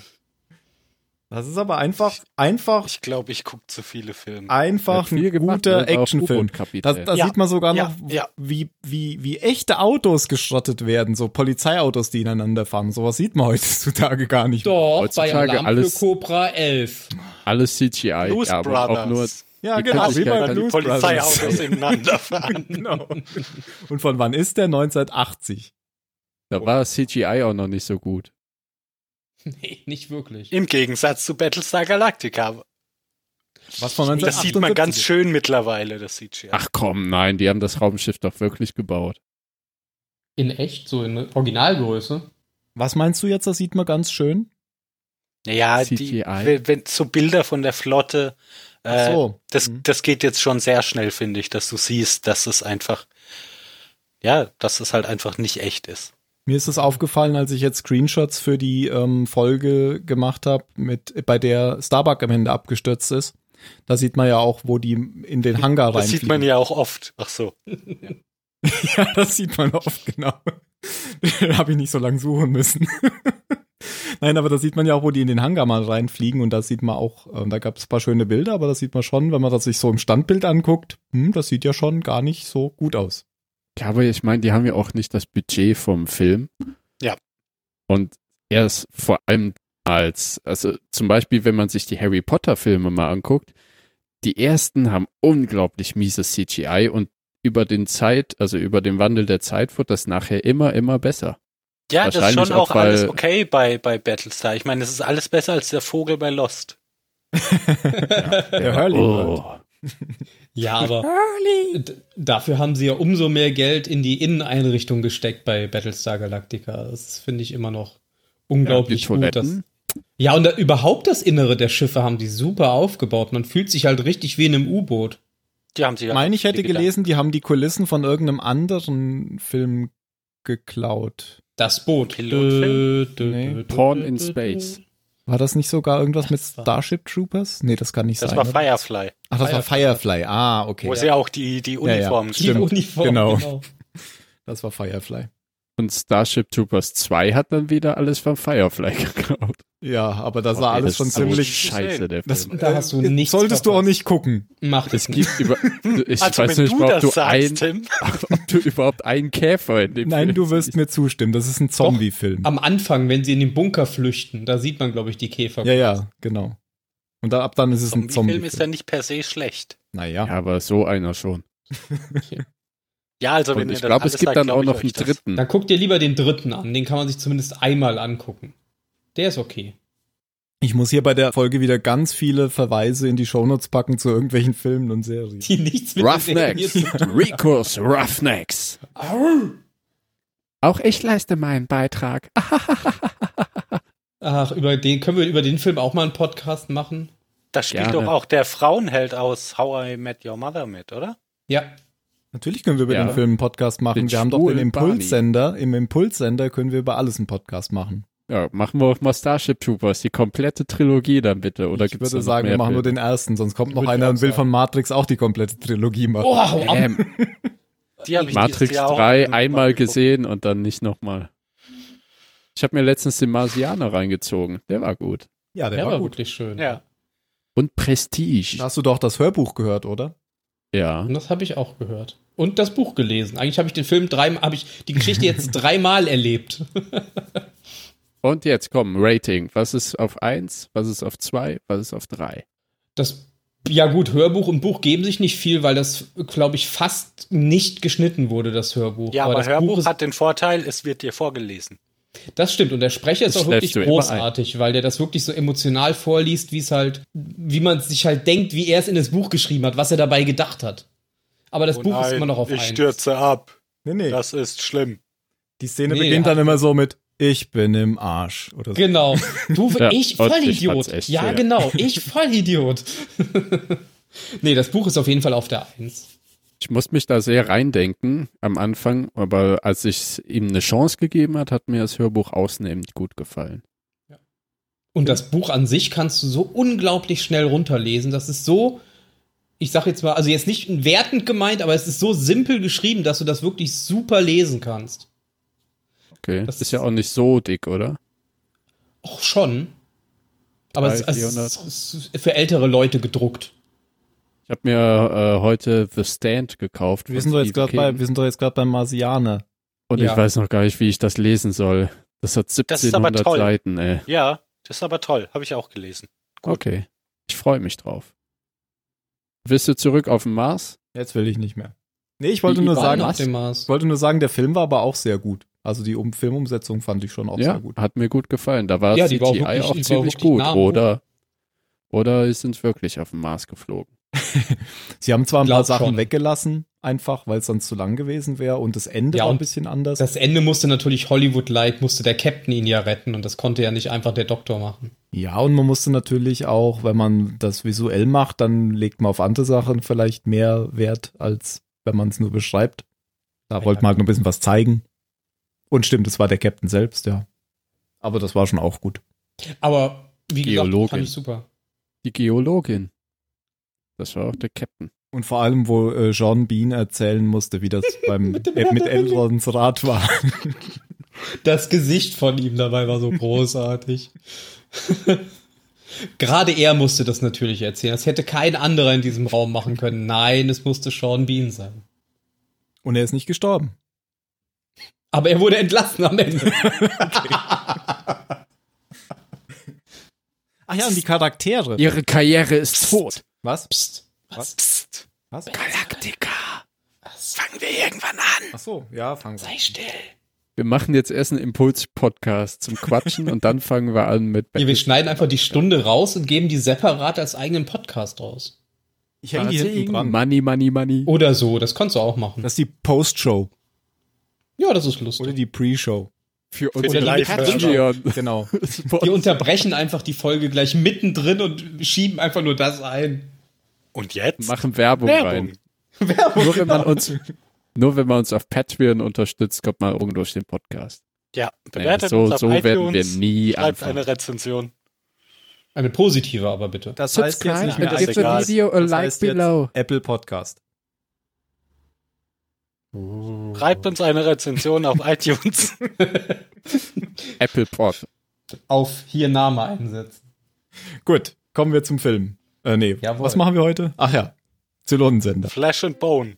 [SPEAKER 1] Das ist aber einfach, einfach,
[SPEAKER 3] Ich glaube, ich gucke zu viele Filme.
[SPEAKER 1] einfach
[SPEAKER 4] Hat viel
[SPEAKER 1] ein
[SPEAKER 4] gemacht,
[SPEAKER 1] guter
[SPEAKER 4] ne? War auf
[SPEAKER 1] Actionfilm. Da,
[SPEAKER 4] U-Boot-Kapitän.
[SPEAKER 1] da
[SPEAKER 3] Ja.
[SPEAKER 1] sieht man sogar
[SPEAKER 3] Ja,
[SPEAKER 1] noch,
[SPEAKER 3] ja.
[SPEAKER 1] Wie, wie, wie echte Autos geschrottet werden, so Polizeiautos, die ineinander fahren. Sowas sieht man heutzutage gar nicht.
[SPEAKER 2] Doch, bei
[SPEAKER 4] Heutzutage
[SPEAKER 2] Alarm
[SPEAKER 4] alles-
[SPEAKER 2] für Cobra 11.
[SPEAKER 4] Alles CGI,
[SPEAKER 3] Blues
[SPEAKER 4] ja, aber auch nur
[SPEAKER 3] Brothers.
[SPEAKER 1] Ja,
[SPEAKER 4] Die
[SPEAKER 1] genau, wie
[SPEAKER 4] Plötzlichkeit
[SPEAKER 1] bei
[SPEAKER 4] an
[SPEAKER 1] Blues
[SPEAKER 3] Die Polizeiautos
[SPEAKER 1] Brothers.
[SPEAKER 3] ineinander fahren.
[SPEAKER 1] [LAUGHS] genau. Und von wann ist der? 1980.
[SPEAKER 4] Da war CGI auch noch nicht so gut.
[SPEAKER 2] [LAUGHS] Nee, nicht wirklich.
[SPEAKER 3] [LAUGHS] Im Gegensatz zu Battlestar Galactica.
[SPEAKER 1] Was von
[SPEAKER 3] Das sieht man
[SPEAKER 1] 1978
[SPEAKER 3] ganz
[SPEAKER 1] ist.
[SPEAKER 3] schön mittlerweile, das CGI.
[SPEAKER 4] Ach komm, nein, die haben das Raumschiff doch wirklich gebaut.
[SPEAKER 2] In echt, so in Originalgröße.
[SPEAKER 1] Was meinst du jetzt, das sieht man ganz schön?
[SPEAKER 3] Ja, die,
[SPEAKER 4] CGI.
[SPEAKER 3] wenn, wenn so Bilder von der Flotte. Äh,
[SPEAKER 1] Ach so.
[SPEAKER 3] das,
[SPEAKER 1] Mhm.
[SPEAKER 3] das geht jetzt schon sehr schnell, finde ich, dass du siehst, dass es einfach, ja, dass es halt einfach nicht echt ist.
[SPEAKER 1] Mir ist es aufgefallen, als ich jetzt Screenshots für die ähm, Folge gemacht habe, mit bei der Starbuck am Ende abgestürzt ist. Da sieht man ja auch, wo die in den Hangar rein.
[SPEAKER 3] Das sieht man ja auch oft. Ach so.
[SPEAKER 1] [LAUGHS] Ja, das sieht man oft, genau. [LAUGHS] Habe ich nicht so lange suchen müssen. [LAUGHS] Nein, aber da sieht man ja auch, wo die in den Hangar mal reinfliegen und da sieht man auch, ähm, da gab es ein paar schöne Bilder, aber das sieht man schon, wenn man das sich so im Standbild anguckt, hm, das sieht ja schon gar nicht so gut aus.
[SPEAKER 4] Ja, aber ich meine, die haben ja auch nicht das Budget vom Film.
[SPEAKER 3] Ja.
[SPEAKER 4] Und erst vor allem als, also zum Beispiel, wenn man sich die Harry Potter Filme mal anguckt, die ersten haben unglaublich mieses CGI und über den Zeit, also über den Wandel der Zeit wird das nachher immer, immer besser.
[SPEAKER 3] Ja, das ist
[SPEAKER 4] Wahrscheinlich
[SPEAKER 3] schon auch
[SPEAKER 4] auch, weil-
[SPEAKER 3] alles okay bei, bei Battlestar. Ich meine, es ist alles besser als der Vogel bei Lost.
[SPEAKER 1] Der Hurley.
[SPEAKER 4] oh.
[SPEAKER 1] Bird.
[SPEAKER 2] [LAUGHS] Ja, aber d- dafür haben sie ja umso mehr Geld in die Inneneinrichtung gesteckt bei Battlestar Galactica. Das finde ich immer noch unglaublich
[SPEAKER 4] Ja, die
[SPEAKER 2] gut. Dass,
[SPEAKER 4] Toiletten.
[SPEAKER 2] ja, und da, überhaupt das Innere der Schiffe haben die super aufgebaut. Man fühlt sich halt richtig wie in einem U-Boot.
[SPEAKER 3] Die haben sich ja
[SPEAKER 1] meine, ich
[SPEAKER 3] viel
[SPEAKER 1] hätte
[SPEAKER 3] Gedanken.
[SPEAKER 1] gelesen, die haben die Kulissen von irgendeinem anderen Film geklaut.
[SPEAKER 2] Das Boot.
[SPEAKER 3] Pilotfilm?
[SPEAKER 2] Dö, dö,
[SPEAKER 1] Nee.
[SPEAKER 2] dö, dö,
[SPEAKER 4] Porn
[SPEAKER 2] dö,
[SPEAKER 4] in
[SPEAKER 2] dö, dö.
[SPEAKER 4] Space.
[SPEAKER 1] War das nicht sogar irgendwas mit
[SPEAKER 2] Das war-
[SPEAKER 1] Starship Troopers? Nee, das kann nicht
[SPEAKER 3] Das
[SPEAKER 1] sein.
[SPEAKER 3] war
[SPEAKER 1] oder?
[SPEAKER 3] Firefly,
[SPEAKER 1] Ach, das war Firefly. Ah, okay.
[SPEAKER 3] wo sie auch die, die
[SPEAKER 1] ja.
[SPEAKER 3] Uniformen
[SPEAKER 2] Die
[SPEAKER 1] Stimmt,
[SPEAKER 2] Uniform.
[SPEAKER 1] genau. Das war Firefly.
[SPEAKER 4] Und Starship Troopers 2 hat dann wieder alles von Firefly [LAUGHS] geklaut.
[SPEAKER 1] Ja, aber
[SPEAKER 3] Also
[SPEAKER 1] das war
[SPEAKER 4] Ey,
[SPEAKER 1] alles
[SPEAKER 4] das
[SPEAKER 1] schon
[SPEAKER 4] ist so
[SPEAKER 1] ziemlich.
[SPEAKER 4] scheiße, der Film.
[SPEAKER 1] Das,
[SPEAKER 2] Da hast du
[SPEAKER 1] äh,
[SPEAKER 2] nichts
[SPEAKER 1] Solltest du auch
[SPEAKER 2] verpasst.
[SPEAKER 1] nicht gucken.
[SPEAKER 2] Macht
[SPEAKER 4] es
[SPEAKER 2] es
[SPEAKER 4] gibt über, ich
[SPEAKER 3] Also
[SPEAKER 4] weiß
[SPEAKER 3] wenn
[SPEAKER 4] nicht,
[SPEAKER 3] du
[SPEAKER 4] mal, ob
[SPEAKER 3] das
[SPEAKER 4] du,
[SPEAKER 3] sagst,
[SPEAKER 4] ein,
[SPEAKER 3] Tim,
[SPEAKER 4] [LAUGHS] ob du überhaupt einen Käfer in dem
[SPEAKER 1] Nein,
[SPEAKER 4] Film
[SPEAKER 1] du wirst
[SPEAKER 4] siehst.
[SPEAKER 1] mir zustimmen. Das ist ein Zombie-Film.
[SPEAKER 2] Am Anfang, wenn sie in den Bunker flüchten, da sieht man, glaube ich, die Käfer.
[SPEAKER 1] Ja, ja, genau. Und da, ab dann ist es ein
[SPEAKER 3] Zombie-Film ist ja
[SPEAKER 1] Zombie-Film.
[SPEAKER 3] nicht per se schlecht.
[SPEAKER 1] Naja.
[SPEAKER 4] Ja, aber so einer schon.
[SPEAKER 3] Ja, also wenn
[SPEAKER 4] Und
[SPEAKER 3] ihr
[SPEAKER 4] ich
[SPEAKER 3] das
[SPEAKER 4] glaube,
[SPEAKER 3] alles
[SPEAKER 4] es gibt
[SPEAKER 3] sagt,
[SPEAKER 4] dann
[SPEAKER 3] glaub
[SPEAKER 4] auch
[SPEAKER 3] ich
[SPEAKER 4] noch
[SPEAKER 3] euch
[SPEAKER 4] einen
[SPEAKER 3] das.
[SPEAKER 4] dritten.
[SPEAKER 2] Dann guck dir lieber den dritten an. Den kann man sich zumindest einmal angucken. Der ist okay. [LAUGHS]
[SPEAKER 1] Ich muss hier bei der Folge wieder ganz viele Verweise in die Shownotes packen zu irgendwelchen Filmen und Serien.
[SPEAKER 2] Die nichts mit der Serie
[SPEAKER 4] Roughnecks.
[SPEAKER 2] zu-
[SPEAKER 4] [LAUGHS] Rico's Roughnecks. Auch ich leiste meinen Beitrag. Ah.
[SPEAKER 2] Ach, über den können wir über den Film auch mal einen Podcast machen.
[SPEAKER 3] Das spielt
[SPEAKER 4] Gerne.
[SPEAKER 3] doch auch der Frauenheld aus How I Met Your Mother mit, oder?
[SPEAKER 2] Ja,
[SPEAKER 1] Natürlich können wir über
[SPEAKER 4] Ja.
[SPEAKER 1] den Film einen Podcast machen.
[SPEAKER 4] Den
[SPEAKER 1] wir haben doch den
[SPEAKER 4] schwulen
[SPEAKER 1] Impulssender. Im Impulssender können wir über alles einen Podcast machen.
[SPEAKER 4] Ja, machen wir auch mal Starship Troopers, die komplette Trilogie dann bitte. Oder
[SPEAKER 1] ich würde sagen, wir machen nur den ersten, sonst kommt noch
[SPEAKER 4] Würde ich
[SPEAKER 1] einer
[SPEAKER 4] auch
[SPEAKER 1] und will
[SPEAKER 4] sagen.
[SPEAKER 1] von Matrix auch die komplette Trilogie machen.
[SPEAKER 2] Oh, hau ab.
[SPEAKER 4] Ähm,
[SPEAKER 3] Die habe ich
[SPEAKER 4] Matrix
[SPEAKER 3] dieses Jahr auch
[SPEAKER 4] 3
[SPEAKER 3] im
[SPEAKER 4] einmal
[SPEAKER 3] Kopf geguckt.
[SPEAKER 4] gesehen und dann nicht nochmal. Ich habe mir letztens den Marsianer reingezogen. Der war gut.
[SPEAKER 1] Ja,
[SPEAKER 2] Der war wirklich schön.
[SPEAKER 3] Ja.
[SPEAKER 4] Und Prestige.
[SPEAKER 1] Da Hast du doch das Hörbuch gehört, oder?
[SPEAKER 4] Ja.
[SPEAKER 2] Und das habe ich auch gehört. Und das Buch gelesen. Eigentlich habe ich den Film dreimal, habe ich die
[SPEAKER 1] [LAUGHS]
[SPEAKER 2] Geschichte jetzt dreimal erlebt.
[SPEAKER 4] Und jetzt komm, Rating. Was ist auf 1? Was ist auf 2? Was ist auf 3?
[SPEAKER 2] Das, ja gut, Hörbuch und Buch geben sich nicht viel, weil das, glaube ich, fast nicht geschnitten wurde, das Hörbuch.
[SPEAKER 3] Ja, aber
[SPEAKER 2] das Buch
[SPEAKER 3] Hörbuch
[SPEAKER 2] ist,
[SPEAKER 3] hat den Vorteil, es wird dir vorgelesen.
[SPEAKER 2] Das stimmt. Und der Sprecher ist
[SPEAKER 4] Das
[SPEAKER 2] auch wirklich
[SPEAKER 4] schläfst du immer
[SPEAKER 2] großartig, weil der das wirklich so emotional vorliest, wie es halt, wie man es sich halt denkt, wie er es in das Buch geschrieben hat, was er dabei gedacht hat. Aber das Buch ist immer noch auf
[SPEAKER 3] Oh ich
[SPEAKER 2] eins.
[SPEAKER 3] stürze ab.
[SPEAKER 1] Nee, nee.
[SPEAKER 3] Das ist schlimm.
[SPEAKER 1] die Szene
[SPEAKER 2] Nee,
[SPEAKER 1] beginnt
[SPEAKER 2] ja.
[SPEAKER 1] dann immer so mit Ich bin im Arsch oder so.
[SPEAKER 2] Genau. Du,
[SPEAKER 4] [LAUGHS] Ja,
[SPEAKER 2] ich
[SPEAKER 4] und ich
[SPEAKER 2] Vollidiot.
[SPEAKER 4] fand's echt
[SPEAKER 2] ja,
[SPEAKER 4] schön.
[SPEAKER 2] genau. Ich Vollidiot. [LAUGHS] nee, das Buch ist auf jeden Fall auf der Eins.
[SPEAKER 4] Ich muss mich da sehr reindenken am Anfang, aber als ich ihm eine Chance gegeben hat, hat mir das Hörbuch ausnehmend gut gefallen.
[SPEAKER 2] Und das Buch an sich kannst du so unglaublich schnell runterlesen. Das ist so, ich sag jetzt mal, also jetzt nicht wertend gemeint, aber es ist so simpel geschrieben, dass du das wirklich super lesen kannst.
[SPEAKER 4] Okay.
[SPEAKER 2] Das
[SPEAKER 4] Das ist ja auch nicht so dick, oder?
[SPEAKER 2] Auch schon. Aber es, also
[SPEAKER 4] Drei,
[SPEAKER 2] es,
[SPEAKER 4] vierhundert.
[SPEAKER 2] es ist für ältere Leute gedruckt.
[SPEAKER 4] Ich habe mir äh, heute The Stand gekauft.
[SPEAKER 1] Wir
[SPEAKER 4] von
[SPEAKER 1] sind doch jetzt
[SPEAKER 4] Stephen
[SPEAKER 1] gerade bei,
[SPEAKER 4] King.
[SPEAKER 1] wir sind doch jetzt gerade beim Marsianer.
[SPEAKER 4] Und
[SPEAKER 2] Ja.
[SPEAKER 4] ich weiß noch gar nicht, wie ich das lesen soll. Das hat
[SPEAKER 3] Das ist aber
[SPEAKER 4] 1700
[SPEAKER 3] toll.
[SPEAKER 4] Seiten, ey.
[SPEAKER 3] Ja, das ist aber toll. Habe ich auch gelesen.
[SPEAKER 4] Okay. Ich freue mich drauf. Bist du zurück auf den Mars?
[SPEAKER 1] Jetzt will ich nicht mehr. Nee, ich wollte
[SPEAKER 4] Die
[SPEAKER 1] nur
[SPEAKER 4] waren
[SPEAKER 1] sagen,
[SPEAKER 4] noch-
[SPEAKER 2] auf dem Mars.
[SPEAKER 1] ich wollte nur sagen, der Film war aber auch sehr gut. Also die um Filmumsetzung fand ich schon auch
[SPEAKER 4] ja,
[SPEAKER 1] sehr gut.
[SPEAKER 4] hat mir gut gefallen. Da war
[SPEAKER 2] Ja, die
[SPEAKER 4] CGI
[SPEAKER 2] war auch wirklich-
[SPEAKER 4] auch
[SPEAKER 2] die war
[SPEAKER 4] ziemlich
[SPEAKER 2] wirklich
[SPEAKER 4] gut,
[SPEAKER 2] nah am
[SPEAKER 4] oder? Oder sind wirklich auf den Mars geflogen?
[SPEAKER 1] Sie haben zwar ein
[SPEAKER 2] Glaub
[SPEAKER 1] paar Sachen
[SPEAKER 2] schon.
[SPEAKER 1] weggelassen, einfach weil es sonst zu lang gewesen wäre und das Ende
[SPEAKER 2] Ja,
[SPEAKER 1] war ein
[SPEAKER 2] und
[SPEAKER 1] bisschen anders.
[SPEAKER 2] Das Ende musste natürlich Hollywood Light, musste der Captain ihn ja retten und das konnte ja nicht einfach der Doktor machen.
[SPEAKER 1] Ja, und man musste natürlich auch, wenn man das visuell macht, dann legt man auf andere Sachen vielleicht mehr Wert, als wenn man es nur beschreibt. Da
[SPEAKER 2] Ja,
[SPEAKER 1] wollte
[SPEAKER 2] ja.
[SPEAKER 1] man halt noch ein bisschen was zeigen. Und stimmt, es war der Captain selbst, ja. Aber das war schon auch gut.
[SPEAKER 2] Aber wie gesagt,
[SPEAKER 4] Geologin.
[SPEAKER 2] fand ich super.
[SPEAKER 4] Die Geologin. Das war auch der Captain.
[SPEAKER 1] Und vor allem, wo äh, Sean Bean erzählen musste, wie das beim äh, [LAUGHS] mit Elrons Rad war.
[SPEAKER 2] Das Gesicht von ihm dabei [LAUGHS] war so großartig. Gerade er musste das natürlich erzählen. Das hätte kein anderer in diesem Raum machen können. Nein, es musste Sean Bean sein.
[SPEAKER 1] Und er ist nicht gestorben.
[SPEAKER 2] Aber er wurde entlassen am Ende.
[SPEAKER 1] Ach ja, und die Charaktere.
[SPEAKER 4] Ihre Karriere ist tot.
[SPEAKER 1] Was?
[SPEAKER 2] [LAUGHS] Psst. Was?
[SPEAKER 3] Psst.
[SPEAKER 1] Was?
[SPEAKER 4] Galactica.
[SPEAKER 2] Was?
[SPEAKER 3] Fangen wir irgendwann an.
[SPEAKER 1] Ach so, ja, fangen wir.
[SPEAKER 2] Sei still.
[SPEAKER 4] Wir machen jetzt erst einen Impuls-Podcast zum Quatschen und dann fangen wir an mit
[SPEAKER 2] Ja, wir schneiden einfach die Stunde raus und geben die separat als eigenen Podcast raus.
[SPEAKER 1] Ich hänge die hinten dran.
[SPEAKER 4] Money, money, money.
[SPEAKER 2] Oder so, das kannst du auch machen.
[SPEAKER 1] Das ist die Post-Show
[SPEAKER 2] Ja, das ist
[SPEAKER 1] oder
[SPEAKER 2] lustig.
[SPEAKER 1] die Pre-Show.
[SPEAKER 4] für
[SPEAKER 3] die
[SPEAKER 4] unsere
[SPEAKER 3] Live-Hörer.
[SPEAKER 4] Patreon.
[SPEAKER 1] Genau.
[SPEAKER 4] [LAUGHS]
[SPEAKER 2] Die unterbrechen einfach die Folge gleich mittendrin und schieben einfach nur das ein.
[SPEAKER 3] Und jetzt?
[SPEAKER 4] Machen Werbung, rein.
[SPEAKER 2] Werbung,
[SPEAKER 4] Nur wenn man
[SPEAKER 2] genau.
[SPEAKER 4] uns, nur wenn man uns auf Patreon unterstützt, kommt man irgendwo durch den Podcast.
[SPEAKER 3] Ja,
[SPEAKER 4] Naja,
[SPEAKER 3] bewertet
[SPEAKER 4] so
[SPEAKER 3] uns auf
[SPEAKER 4] so werden wir
[SPEAKER 3] iTunes,
[SPEAKER 4] nie
[SPEAKER 3] schreibt
[SPEAKER 4] anfangen.
[SPEAKER 3] eine Rezension.
[SPEAKER 2] Eine positive aber bitte.
[SPEAKER 1] Das heißt jetzt nicht mehr
[SPEAKER 3] and give
[SPEAKER 1] iTunes.
[SPEAKER 3] the egal.
[SPEAKER 4] video a
[SPEAKER 1] Das heißt jetzt Apple Podcast.
[SPEAKER 3] Schreibt uns eine Rezension
[SPEAKER 4] [LAUGHS]
[SPEAKER 3] auf iTunes.
[SPEAKER 4] Apple Pod.
[SPEAKER 2] Auf hier Name einsetzen.
[SPEAKER 1] Gut, kommen wir zum Film. Äh, nee,
[SPEAKER 2] Jawohl.
[SPEAKER 1] was machen wir heute? Ach ja, Zylonensender.
[SPEAKER 3] Flash and Bone.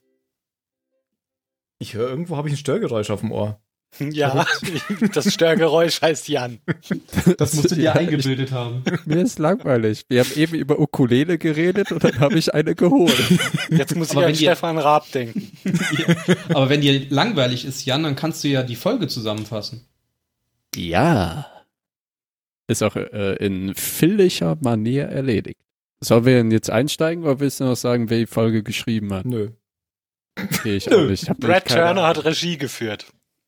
[SPEAKER 1] Ich höre, irgendwo habe ich ein Störgeräusch auf dem Ohr.
[SPEAKER 3] Ja, das Störgeräusch heißt Jan.
[SPEAKER 2] Das musst du [LAUGHS] dir
[SPEAKER 4] Ja,
[SPEAKER 2] eingebildet haben.
[SPEAKER 4] Mir ist langweilig. Wir haben eben über Ukulele geredet und dann habe ich eine geholt.
[SPEAKER 3] Jetzt muss ich
[SPEAKER 2] Aber
[SPEAKER 3] an
[SPEAKER 2] wenn ihr-
[SPEAKER 3] Stefan Raab denken.
[SPEAKER 2] Aber wenn dir langweilig ist, Jan, dann kannst du ja die Folge zusammenfassen.
[SPEAKER 4] Ja. Ist auch äh, in fillischer Manier erledigt. Sollen wir denn jetzt einsteigen oder willst du noch sagen, wer die Folge geschrieben hat?
[SPEAKER 1] Nö.
[SPEAKER 4] Okay, ich auch nicht. Ich hab
[SPEAKER 3] Brad
[SPEAKER 4] nämlich keine
[SPEAKER 3] Turner
[SPEAKER 4] Ahnung.
[SPEAKER 3] hat Regie geführt.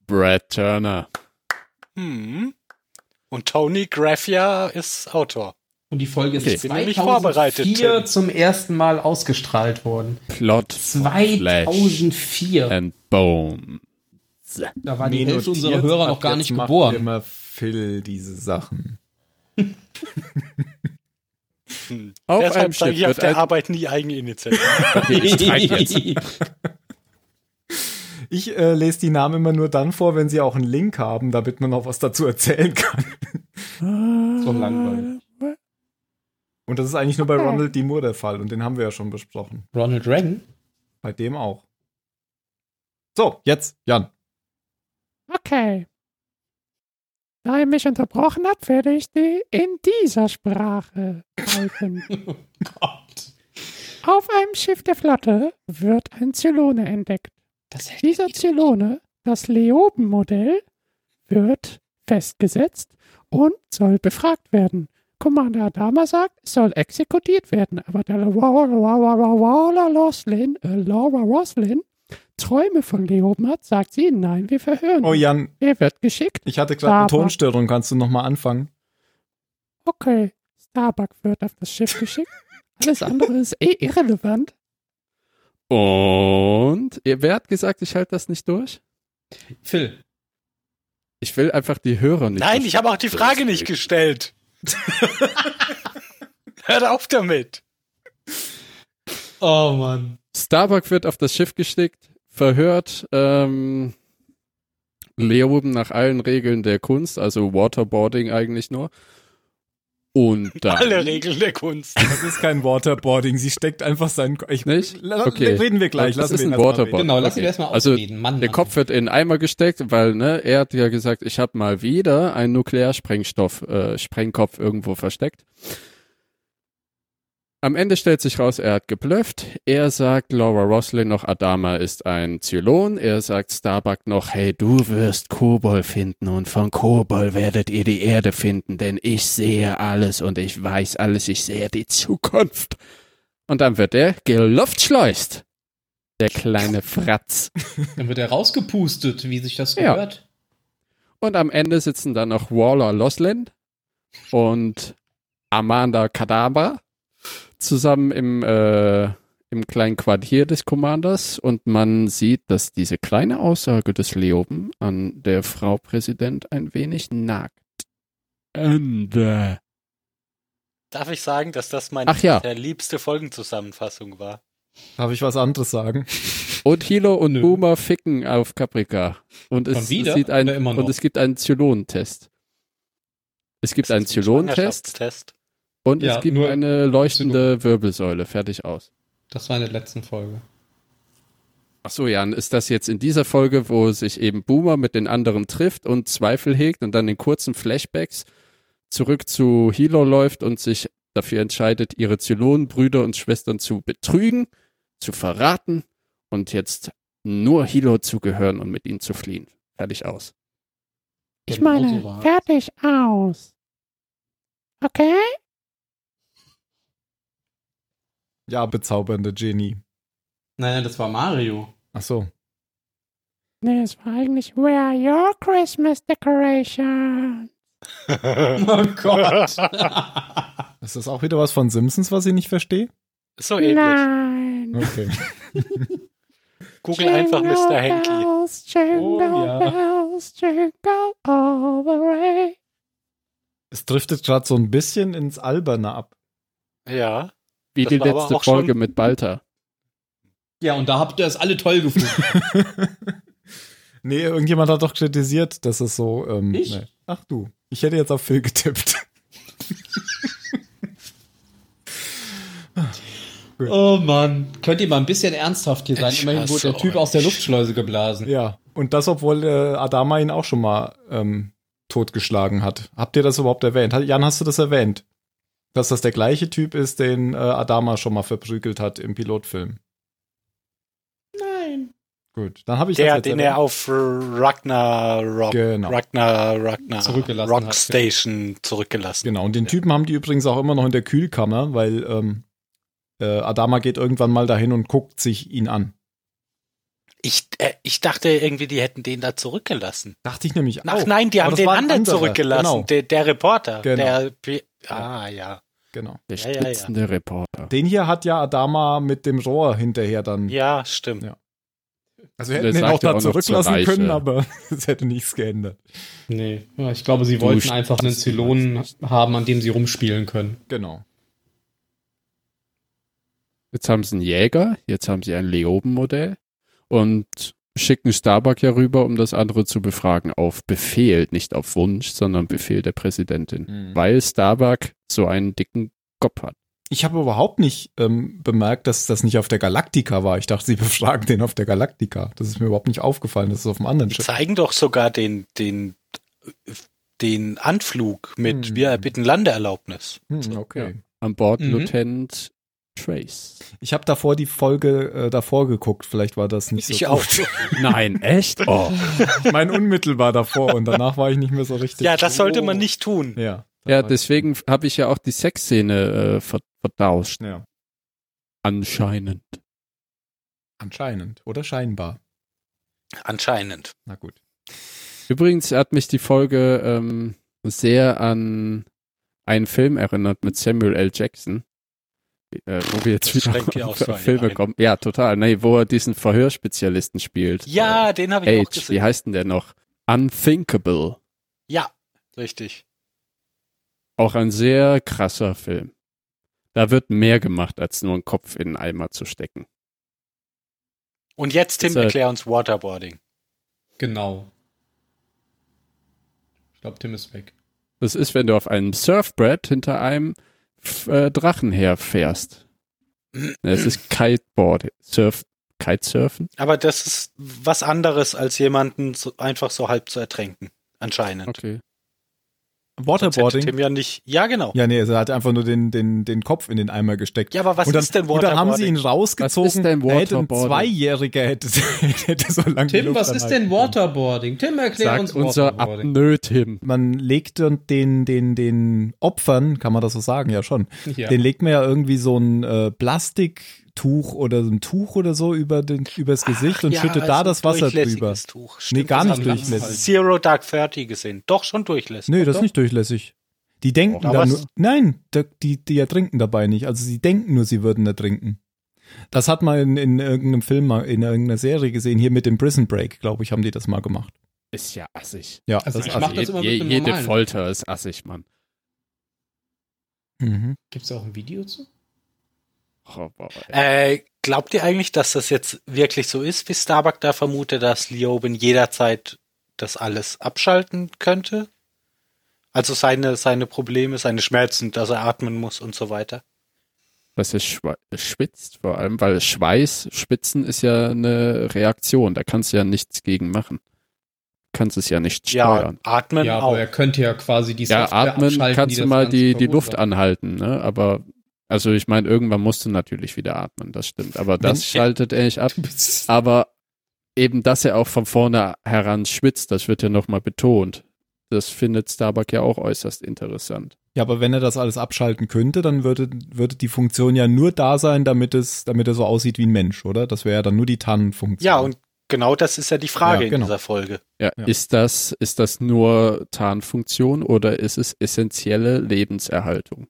[SPEAKER 4] Brad Turner.
[SPEAKER 3] Hm. Und Tony Graffia ist Autor.
[SPEAKER 2] Und die Folge ist
[SPEAKER 4] Okay.
[SPEAKER 3] Ich bin nämlich vorbereitet,
[SPEAKER 2] 2004
[SPEAKER 3] Tim.
[SPEAKER 2] zum ersten Mal ausgestrahlt worden.
[SPEAKER 4] Plot. Flash
[SPEAKER 2] 2004.
[SPEAKER 4] and Bone.
[SPEAKER 2] Da war die Hälfte unserer Hörer noch gar nicht geboren.
[SPEAKER 1] immer Phil diese Sachen.
[SPEAKER 3] Hm.
[SPEAKER 4] Auf einem
[SPEAKER 3] Deshalb
[SPEAKER 4] Schiff
[SPEAKER 3] zeige ich auf
[SPEAKER 4] wird
[SPEAKER 3] der
[SPEAKER 4] ein...
[SPEAKER 3] Arbeit nie
[SPEAKER 4] [LAUGHS]
[SPEAKER 3] Eigeninitiative.
[SPEAKER 4] Okay, ich
[SPEAKER 2] [LAUGHS]
[SPEAKER 4] zeig jetzt.
[SPEAKER 1] Ich äh, lese die Namen immer nur dann vor, wenn sie auch einen Link haben, damit man auch was dazu erzählen kann.
[SPEAKER 4] So
[SPEAKER 2] langweilig.
[SPEAKER 1] Und das ist eigentlich nur bei
[SPEAKER 2] Hm.
[SPEAKER 1] Ronald D. Moore der Fall und den haben wir ja schon besprochen.
[SPEAKER 2] Ronald Reagan?
[SPEAKER 1] Bei dem auch. So, jetzt, Jan.
[SPEAKER 5] Okay. Da ihr mich unterbrochen habt, werde ich die in dieser Sprache halten.
[SPEAKER 2] Oh Gott.
[SPEAKER 5] Auf einem Schiff der Flotte wird ein Zylone entdeckt.
[SPEAKER 2] Das hätte
[SPEAKER 5] Dieser Zylone, das Leoben-Modell, wird festgesetzt und soll befragt werden. Commander Adama sagt, es soll exekutiert werden, aber der Laura Roslin, äh, Laura Roslin Träume von Leoben hat, sagt sie, nein, wir verhören.
[SPEAKER 1] Oh,
[SPEAKER 5] ihn.
[SPEAKER 1] Jan,
[SPEAKER 5] Er wird geschickt.
[SPEAKER 1] ich hatte gerade eine
[SPEAKER 5] Aber-
[SPEAKER 1] Tonstörung. Kannst du nochmal anfangen?
[SPEAKER 5] Okay, Starbuck wird auf das Schiff geschickt. Alles andere ist eh irrelevant.
[SPEAKER 4] Und ihr- wer hat gesagt, ich halte das nicht durch?
[SPEAKER 2] Phil.
[SPEAKER 4] Ich will einfach die Hörer nicht.
[SPEAKER 3] Nein, ich habe auch die Frage nicht
[SPEAKER 4] [LAUGHS]
[SPEAKER 3] gestellt. Hört auf damit.
[SPEAKER 2] Oh Mann.
[SPEAKER 4] Starbuck wird auf das Schiff gestickt, verhört. Ähm, Leoben nach allen Regeln der Kunst, also Waterboarding eigentlich nur. Und dann.
[SPEAKER 3] Alle Regeln der Kunst.
[SPEAKER 1] Das ist kein Waterboarding. Sie steckt einfach seinen. Ko- Ich,
[SPEAKER 4] Nicht?
[SPEAKER 1] La-
[SPEAKER 4] Okay.
[SPEAKER 1] Reden wir gleich.
[SPEAKER 4] Das
[SPEAKER 1] lassen
[SPEAKER 4] ist
[SPEAKER 1] wir ihn
[SPEAKER 4] ein
[SPEAKER 1] erst mal
[SPEAKER 4] Waterboard.
[SPEAKER 1] reden.
[SPEAKER 2] Genau, lass
[SPEAKER 4] Okay.
[SPEAKER 2] ihn erstmal
[SPEAKER 4] Also,
[SPEAKER 2] ausreden. Mann,
[SPEAKER 4] Der
[SPEAKER 2] Mann.
[SPEAKER 4] Kopf wird in einen Eimer gesteckt, weil ne, er hat ja gesagt, ich habe mal wieder einen Nuklearsprengstoff, äh, Sprengkopf irgendwo versteckt. Am Ende stellt sich raus, er hat geblufft. Er sagt Laura Roslin noch, Adama ist ein Zylon. Er sagt Starbuck noch, hey, du wirst Kobol finden und von Kobol werdet ihr die Erde finden, denn ich sehe alles und ich weiß alles, ich sehe die Zukunft. Und dann wird er geluftschleust. Der kleine Fratz.
[SPEAKER 2] Dann wird er rausgepustet, wie sich das
[SPEAKER 4] Ja.
[SPEAKER 2] gehört.
[SPEAKER 4] Und am Ende sitzen dann noch Waller Losland und Amanda Kadabra zusammen im, äh, im kleinen Quartier des Commanders und man sieht, dass diese kleine Aussage des Leoben an der Frau Präsident ein wenig nagt. Ende.
[SPEAKER 3] Darf ich sagen, dass das meine
[SPEAKER 4] Ach ja.
[SPEAKER 3] bisher liebste Folgenzusammenfassung war?
[SPEAKER 1] Genau. Darf ich was anderes sagen?
[SPEAKER 4] Und Hilo und
[SPEAKER 2] Nö.
[SPEAKER 4] Boomer ficken auf Caprica. Und es,
[SPEAKER 2] Schon wieder?
[SPEAKER 4] sieht ein,
[SPEAKER 2] Oder immer noch?
[SPEAKER 4] und es gibt einen Zylonentest. Es gibt
[SPEAKER 3] Das
[SPEAKER 4] einen
[SPEAKER 3] ist ein
[SPEAKER 4] Zylonentest.
[SPEAKER 3] Schwangerschaftstest. [LAUGHS]
[SPEAKER 4] Und
[SPEAKER 2] Ja,
[SPEAKER 4] es gibt
[SPEAKER 2] nur
[SPEAKER 4] eine leuchtende Wirbelsäule. Fertig aus.
[SPEAKER 2] Das war in der letzten Folge.
[SPEAKER 4] Ach so, Jan, ist das jetzt in dieser Folge, wo sich eben Boomer mit den anderen trifft und Zweifel hegt und dann in kurzen Flashbacks zurück zu Hilo läuft und sich dafür entscheidet, ihre Zylonenbrüder und Schwestern zu betrügen, zu verraten und jetzt nur Hilo zu gehören und mit ihm zu fliehen. Fertig aus.
[SPEAKER 5] Ich
[SPEAKER 2] Genau
[SPEAKER 5] meine,
[SPEAKER 2] so war's.
[SPEAKER 5] fertig aus. Okay?
[SPEAKER 1] Ja, bezaubernde Genie.
[SPEAKER 2] Nein, nein, das war Mario.
[SPEAKER 1] Ach so.
[SPEAKER 5] Nee, es war eigentlich Where are your Christmas decoration?
[SPEAKER 2] [LAUGHS] Oh Gott. [LAUGHS]
[SPEAKER 1] Ist das auch wieder was von Simpsons, was ich nicht verstehe?
[SPEAKER 3] Ist so ähnlich.
[SPEAKER 5] Nein.
[SPEAKER 1] Okay.
[SPEAKER 3] Google einfach Mr. Hanky.
[SPEAKER 5] Bells, jingle
[SPEAKER 2] Oh, ja.
[SPEAKER 5] bells, jingle all the way.
[SPEAKER 1] [LAUGHS] Es driftet gerade so ein bisschen ins Alberne ab.
[SPEAKER 3] Ja.
[SPEAKER 4] Wie
[SPEAKER 3] Das
[SPEAKER 4] die
[SPEAKER 3] war aber
[SPEAKER 4] letzte
[SPEAKER 3] auch schon-
[SPEAKER 4] Folge mit Balta.
[SPEAKER 2] Ja, und da habt ihr es alle toll gefunden.
[SPEAKER 1] nee, irgendjemand hat doch kritisiert, dass es so. Ähm,
[SPEAKER 2] Ich?
[SPEAKER 1] Nee. Ach du, ich hätte jetzt auf Phil getippt.
[SPEAKER 2] oh Mann. Könnt ihr mal ein bisschen ernsthaft hier sein?
[SPEAKER 3] Ich
[SPEAKER 2] Immerhin wurde der
[SPEAKER 3] hasse
[SPEAKER 2] Typ
[SPEAKER 3] euch.
[SPEAKER 2] aus der Luftschleuse geblasen.
[SPEAKER 1] ja, und das, obwohl äh, Adama ihn auch schon mal ähm, totgeschlagen hat. Habt ihr das überhaupt erwähnt? Hat- Jan, hast du das erwähnt? Dass das der gleiche Typ ist, den äh, Adama schon mal verprügelt hat im Pilotfilm.
[SPEAKER 2] Nein.
[SPEAKER 1] Gut, dann habe ich
[SPEAKER 3] Der,
[SPEAKER 1] das
[SPEAKER 3] den
[SPEAKER 1] jetzt
[SPEAKER 3] er
[SPEAKER 1] erwähnt.
[SPEAKER 3] auf Ragnarok,
[SPEAKER 1] Genau.
[SPEAKER 3] Ragnar, Ragnar,
[SPEAKER 2] Zurückgelassen
[SPEAKER 3] Rock
[SPEAKER 2] hat,
[SPEAKER 3] Station zurückgelassen.
[SPEAKER 1] Genau, und den Typen haben die übrigens auch immer noch in der Kühlkammer, weil ähm, äh, Adama geht irgendwann mal dahin und guckt sich ihn an.
[SPEAKER 3] Ich, äh, ich dachte irgendwie, die hätten den da zurückgelassen.
[SPEAKER 1] Dachte ich nämlich
[SPEAKER 3] Ach
[SPEAKER 1] auch.
[SPEAKER 3] nein, die
[SPEAKER 1] Oh, Aber
[SPEAKER 3] haben
[SPEAKER 1] das
[SPEAKER 3] den
[SPEAKER 1] war ein
[SPEAKER 3] anderen
[SPEAKER 1] anderer,
[SPEAKER 3] zurückgelassen.
[SPEAKER 1] genau.
[SPEAKER 3] Der, der Reporter.
[SPEAKER 1] Genau.
[SPEAKER 3] Der, P- ah, ja.
[SPEAKER 1] Genau.
[SPEAKER 4] Der
[SPEAKER 3] Ja, ja, ja.
[SPEAKER 4] schwitzende Reporter.
[SPEAKER 1] Den hier hat ja Adama mit dem Rohr hinterher dann.
[SPEAKER 3] Ja, stimmt.
[SPEAKER 1] Ja. Also wir
[SPEAKER 4] Der
[SPEAKER 1] hätten ihn
[SPEAKER 4] sagt
[SPEAKER 1] auch da
[SPEAKER 4] ja auch noch zur
[SPEAKER 1] zurücklassen
[SPEAKER 4] Leiche.
[SPEAKER 1] können, aber [LAUGHS] es hätte nichts geändert.
[SPEAKER 2] Nee. Ja, ich glaube, sie
[SPEAKER 4] Du
[SPEAKER 2] wollten
[SPEAKER 4] st-
[SPEAKER 2] einfach einen Zylonen haben, an dem sie rumspielen können.
[SPEAKER 1] Genau.
[SPEAKER 4] Jetzt haben sie einen Jäger, jetzt haben sie ein Leoben-Modell und schicken Starbuck ja rüber, um das andere zu befragen. Auf Befehl, nicht auf Wunsch, sondern Befehl der Präsidentin.
[SPEAKER 1] Mhm.
[SPEAKER 4] Weil Starbuck so einen dicken Kopf hat.
[SPEAKER 1] Ich habe überhaupt nicht ähm, bemerkt, dass das nicht auf der Galaktika war. Ich dachte, sie [LAUGHS] befragen den auf der Galaktika. Das ist mir überhaupt nicht aufgefallen, das ist auf dem anderen
[SPEAKER 3] Die
[SPEAKER 1] Schiff.
[SPEAKER 3] zeigen doch sogar den, den, den Anflug mit
[SPEAKER 1] Hm.
[SPEAKER 3] Wir erbitten Landeerlaubnis.
[SPEAKER 1] Hm, okay.
[SPEAKER 4] An Bord
[SPEAKER 2] Mhm.
[SPEAKER 4] Lieutenant Trace.
[SPEAKER 1] Ich habe davor die Folge äh, davor geguckt, vielleicht war das nicht so.
[SPEAKER 3] Ich
[SPEAKER 1] gut.
[SPEAKER 3] auch.
[SPEAKER 4] [LAUGHS] Nein, echt? Oh.
[SPEAKER 1] [LAUGHS] Ich meine unmittelbar davor und danach war ich nicht mehr so richtig.
[SPEAKER 3] Ja, das sollte
[SPEAKER 1] Oh.
[SPEAKER 3] man nicht tun.
[SPEAKER 1] Ja.
[SPEAKER 4] Ja, deswegen habe ich ja auch die Sexszene äh, ver- vertauscht.
[SPEAKER 1] Ja.
[SPEAKER 4] Anscheinend.
[SPEAKER 1] Anscheinend oder scheinbar.
[SPEAKER 3] Anscheinend.
[SPEAKER 1] Na gut.
[SPEAKER 4] Übrigens hat mich die Folge ähm, sehr an einen Film erinnert mit Samuel L. Jackson. Äh, wo wir jetzt
[SPEAKER 3] Das
[SPEAKER 4] wieder
[SPEAKER 3] schränkt ja
[SPEAKER 4] [LAUGHS]
[SPEAKER 3] auch
[SPEAKER 4] auf
[SPEAKER 3] so einen
[SPEAKER 4] Filme
[SPEAKER 3] ein.
[SPEAKER 4] kommen. Ja, total. Nee, wo er diesen Verhörspezialisten spielt.
[SPEAKER 3] Ja, den habe ich
[SPEAKER 4] Äh,
[SPEAKER 3] auch
[SPEAKER 4] Age, wie
[SPEAKER 3] gesehen.
[SPEAKER 4] heißt denn der noch? Unthinkable.
[SPEAKER 3] Ja, richtig.
[SPEAKER 4] Auch ein sehr krasser Film. Da wird mehr gemacht, als nur einen Kopf in einen Eimer zu stecken.
[SPEAKER 3] Und jetzt, Tim,
[SPEAKER 4] Ist halt-
[SPEAKER 3] erklär uns Waterboarding.
[SPEAKER 2] Genau. Ich glaube, Tim ist weg.
[SPEAKER 4] Das ist, wenn du auf einem Surfbrett hinter einem f- äh, Drachen herfährst. Es ist Kiteboard. Surf, Kitesurfen?
[SPEAKER 3] Aber das ist was anderes, als jemanden so, einfach so halb zu ertränken. Anscheinend.
[SPEAKER 4] Okay.
[SPEAKER 3] Sonst hätte
[SPEAKER 1] Waterboarding.
[SPEAKER 3] Tim ja nicht. Ja, genau. Ja,
[SPEAKER 1] Ja, nee, also er hat einfach nur den, den, den Kopf in den Eimer gesteckt.
[SPEAKER 3] aber was
[SPEAKER 1] und dann,
[SPEAKER 3] ist denn
[SPEAKER 1] und dann
[SPEAKER 3] Waterboarding?
[SPEAKER 1] haben sie ihn
[SPEAKER 4] Was ist
[SPEAKER 1] rausgezogen.
[SPEAKER 4] denn
[SPEAKER 1] Da hätte ein
[SPEAKER 4] Waterboarding?
[SPEAKER 1] Zweijähriger hätte, [LAUGHS] hätte so lange die
[SPEAKER 2] Tim,
[SPEAKER 1] Luft
[SPEAKER 2] was ist
[SPEAKER 1] anhalten
[SPEAKER 2] denn Waterboarding? Tim, erklär
[SPEAKER 4] Sagt
[SPEAKER 2] uns
[SPEAKER 4] unser
[SPEAKER 2] Waterboarding.
[SPEAKER 4] Abnötim.
[SPEAKER 1] können. Man legt dann den, den, den Opfern, kann man das so sagen, ja schon,
[SPEAKER 2] Ja.
[SPEAKER 1] den legt man ja irgendwie so ein äh, Plastiktuch oder so ein Tuch oder so über den, übers Gesicht und
[SPEAKER 3] Ja,
[SPEAKER 1] schüttet
[SPEAKER 3] also
[SPEAKER 1] da das Wasser
[SPEAKER 3] durchlässiges
[SPEAKER 1] drüber.
[SPEAKER 3] Tuch.
[SPEAKER 1] Nee, gar nicht
[SPEAKER 3] das haben wir
[SPEAKER 1] durchlässig.
[SPEAKER 3] Zero Dark Thirty gesehen. Doch, schon durchlässig.
[SPEAKER 1] Nö, das ist nicht durchlässig. Die denken
[SPEAKER 3] Doch.
[SPEAKER 1] da
[SPEAKER 3] Aber
[SPEAKER 1] nur.
[SPEAKER 3] es-
[SPEAKER 1] Nein, da, die, die ertrinken dabei nicht. Also sie denken nur, sie würden ertrinken. Das hat man in, in irgendeinem Film, mal- in irgendeiner Serie gesehen. Hier mit dem Prison Break, glaube ich, haben die das mal gemacht.
[SPEAKER 4] Ist ja assig.
[SPEAKER 1] Ja,
[SPEAKER 2] Also
[SPEAKER 1] das
[SPEAKER 2] ich
[SPEAKER 1] ist
[SPEAKER 2] mach
[SPEAKER 1] assi.
[SPEAKER 2] das immer mit
[SPEAKER 4] je,
[SPEAKER 2] dem
[SPEAKER 4] jede
[SPEAKER 2] normalen.
[SPEAKER 4] Folter ist assig, Mann.
[SPEAKER 1] mhm.
[SPEAKER 2] Gibt es auch ein Video zu?
[SPEAKER 4] Oh, wow, ey.
[SPEAKER 3] Äh, glaubt ihr eigentlich, dass das jetzt wirklich so ist, wie Starbuck da vermutet, dass Lioben jederzeit das alles abschalten könnte? Also seine, seine Probleme, seine Schmerzen, dass er atmen muss und so weiter.
[SPEAKER 4] Dass er schwe- schwitzt, vor allem, weil Schweiß, Schwitzen ist ja eine Reaktion. Da kannst du ja nichts gegen machen. Kannst es ja nicht
[SPEAKER 3] Ja,
[SPEAKER 4] steuern.
[SPEAKER 3] atmen
[SPEAKER 2] Ja,
[SPEAKER 3] auch.
[SPEAKER 2] aber er könnte ja quasi die
[SPEAKER 4] Ja,
[SPEAKER 2] Software
[SPEAKER 4] atmen
[SPEAKER 2] abschalten,
[SPEAKER 4] kannst du
[SPEAKER 2] das
[SPEAKER 4] mal
[SPEAKER 2] Ganze
[SPEAKER 4] die, die Luft
[SPEAKER 2] verursacht.
[SPEAKER 4] anhalten, ne? Aber, also ich meine, irgendwann musst du natürlich wieder atmen, das stimmt. Aber das
[SPEAKER 3] Wenn-
[SPEAKER 4] schaltet er nicht ab.
[SPEAKER 2] Du bist-
[SPEAKER 4] Aber eben, dass er auch von vorne heran schwitzt, das wird ja nochmal betont. Das findet Starbuck ja auch äußerst interessant.
[SPEAKER 1] ja, aber wenn er das alles abschalten könnte, dann würde, würde die Funktion ja nur da sein, damit es, damit er so aussieht wie ein Mensch, oder? Das wäre ja dann nur die Tannenfunktion.
[SPEAKER 3] Ja, und genau das ist ja die Frage
[SPEAKER 1] Ja, genau.
[SPEAKER 3] in dieser Folge.
[SPEAKER 4] Ja,
[SPEAKER 1] Ja.
[SPEAKER 4] Ist, das, ist das nur Tarnfunktion oder ist es essentielle Lebenserhaltung?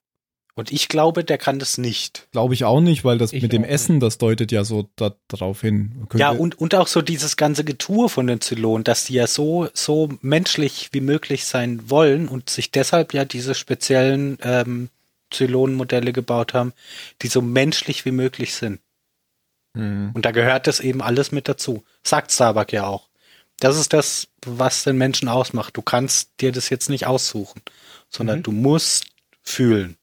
[SPEAKER 3] Und ich glaube, der kann das nicht.
[SPEAKER 1] Glaube ich auch nicht, weil das
[SPEAKER 2] Ich
[SPEAKER 1] mit dem
[SPEAKER 2] auch
[SPEAKER 1] Essen, das deutet ja so da drauf hin. Könnte-
[SPEAKER 3] Ja, und, und auch so dieses ganze Getue von den Zylonen, dass die ja so, so menschlich wie möglich sein wollen und sich deshalb ja diese speziellen ähm, Zylonen-Modelle gebaut haben, die so menschlich wie möglich sind.
[SPEAKER 1] Mhm.
[SPEAKER 3] Und da gehört das eben alles mit dazu. Sagt Starbuck ja auch. Das ist das, was den Menschen ausmacht. Du kannst dir das jetzt nicht aussuchen, sondern
[SPEAKER 2] Mhm.
[SPEAKER 3] du musst fühlen.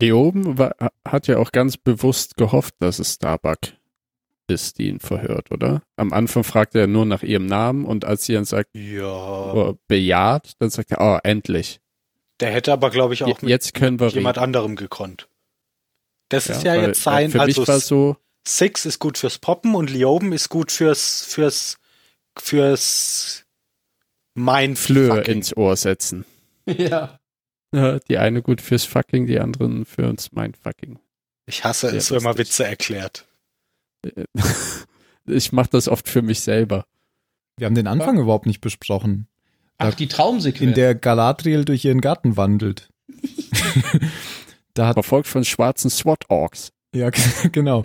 [SPEAKER 4] Leoben war, hat ja auch ganz bewusst gehofft, dass es Starbuck ist, die ihn verhört, oder? Am Anfang fragt er nur nach ihrem Namen und als sie dann sagt,
[SPEAKER 3] Ja.
[SPEAKER 4] oh, bejaht, dann sagt er, oh, endlich.
[SPEAKER 3] Der hätte aber, glaube ich,
[SPEAKER 4] Je-
[SPEAKER 3] auch mit
[SPEAKER 4] Jetzt können wir
[SPEAKER 3] jemand
[SPEAKER 4] reden.
[SPEAKER 3] anderem gekonnt. Das ist ja
[SPEAKER 4] weil
[SPEAKER 3] jetzt sein,
[SPEAKER 4] Für
[SPEAKER 3] also
[SPEAKER 4] mich war es so,
[SPEAKER 3] Six ist gut fürs Poppen und Lioben ist gut fürs, fürs, fürs mein
[SPEAKER 4] Flöhe ins Ohr setzen.
[SPEAKER 2] [LAUGHS] ja.
[SPEAKER 4] Ja, Die eine gut fürs Fucking, die anderen für uns Mindfucking.
[SPEAKER 3] Ich hasse
[SPEAKER 4] Sehr
[SPEAKER 3] es, wenn man
[SPEAKER 4] lustig.
[SPEAKER 3] Witze erklärt.
[SPEAKER 4] Äh, Ich mache das oft für mich selber.
[SPEAKER 1] Wir haben den Anfang überhaupt nicht besprochen.
[SPEAKER 2] Ach, die Traumsequenz.
[SPEAKER 1] In der Galadriel durch ihren Garten wandelt. da hat
[SPEAKER 4] Verfolgt von schwarzen SWAT-Orks.
[SPEAKER 1] Ja, [LAUGHS] g- genau.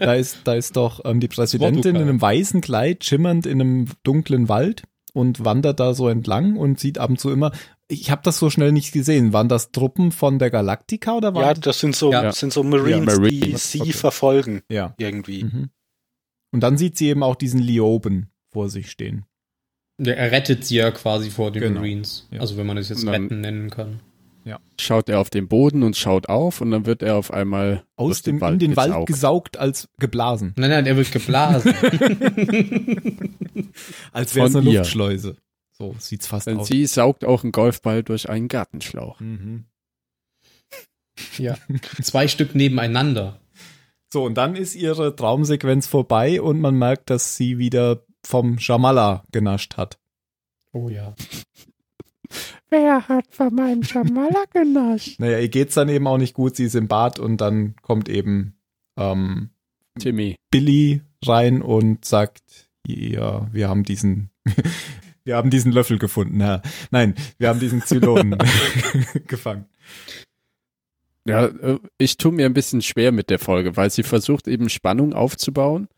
[SPEAKER 1] Da ist, da ist doch ähm, die Präsidentin in einem weißen Kleid, schimmernd in einem dunklen Wald und wandert da so entlang und sieht ab und zu immer. Ich habe das so schnell nicht gesehen. Waren das Truppen von der Galaktika oder
[SPEAKER 3] Ja,
[SPEAKER 1] waren
[SPEAKER 3] das sind so,
[SPEAKER 4] Ja.
[SPEAKER 3] sind so Marines, die
[SPEAKER 4] Marines,
[SPEAKER 3] sie
[SPEAKER 1] okay.
[SPEAKER 3] verfolgen
[SPEAKER 1] Ja.
[SPEAKER 3] irgendwie.
[SPEAKER 1] Mhm. Und dann sieht sie eben auch diesen Lioben vor sich stehen.
[SPEAKER 2] Der, er rettet sie ja quasi vor den
[SPEAKER 1] Genau.
[SPEAKER 2] Marines.
[SPEAKER 1] Ja.
[SPEAKER 2] Also wenn man das jetzt
[SPEAKER 4] Und dann-
[SPEAKER 2] retten nennen kann.
[SPEAKER 4] Schaut er auf den Boden und schaut auf und dann wird er auf einmal
[SPEAKER 1] Aus dem, in den Wald gesaugt als geblasen.
[SPEAKER 2] Nein, nein, er wird geblasen.
[SPEAKER 1] Als wäre es
[SPEAKER 4] Von
[SPEAKER 1] eine
[SPEAKER 4] ihr.
[SPEAKER 1] Luftschleuse. So sieht's fast
[SPEAKER 4] Denn
[SPEAKER 1] aus.
[SPEAKER 4] sie saugt auch einen Golfball durch einen Gartenschlauch.
[SPEAKER 1] Mhm.
[SPEAKER 2] ja. Zwei Stück nebeneinander.
[SPEAKER 1] So, und dann ist ihre Traumsequenz vorbei und man merkt, dass sie wieder vom Jamala genascht hat.
[SPEAKER 2] Oh ja.
[SPEAKER 5] Wer hat von meinem [LAUGHS] Schamala genascht?
[SPEAKER 1] Naja, ihr geht's dann eben auch nicht gut, sie ist im Bad und dann kommt eben ähm,
[SPEAKER 4] Timmy.
[SPEAKER 1] Billy rein und sagt, ja, wir haben diesen, [LAUGHS] wir haben diesen Löffel gefunden. Ja. Nein, wir haben diesen
[SPEAKER 3] [LAUGHS]
[SPEAKER 1] Zylonen [LAUGHS] gefangen.
[SPEAKER 4] Ja, äh, ich tue mir ein bisschen schwer mit der Folge, weil sie versucht eben Spannung aufzubauen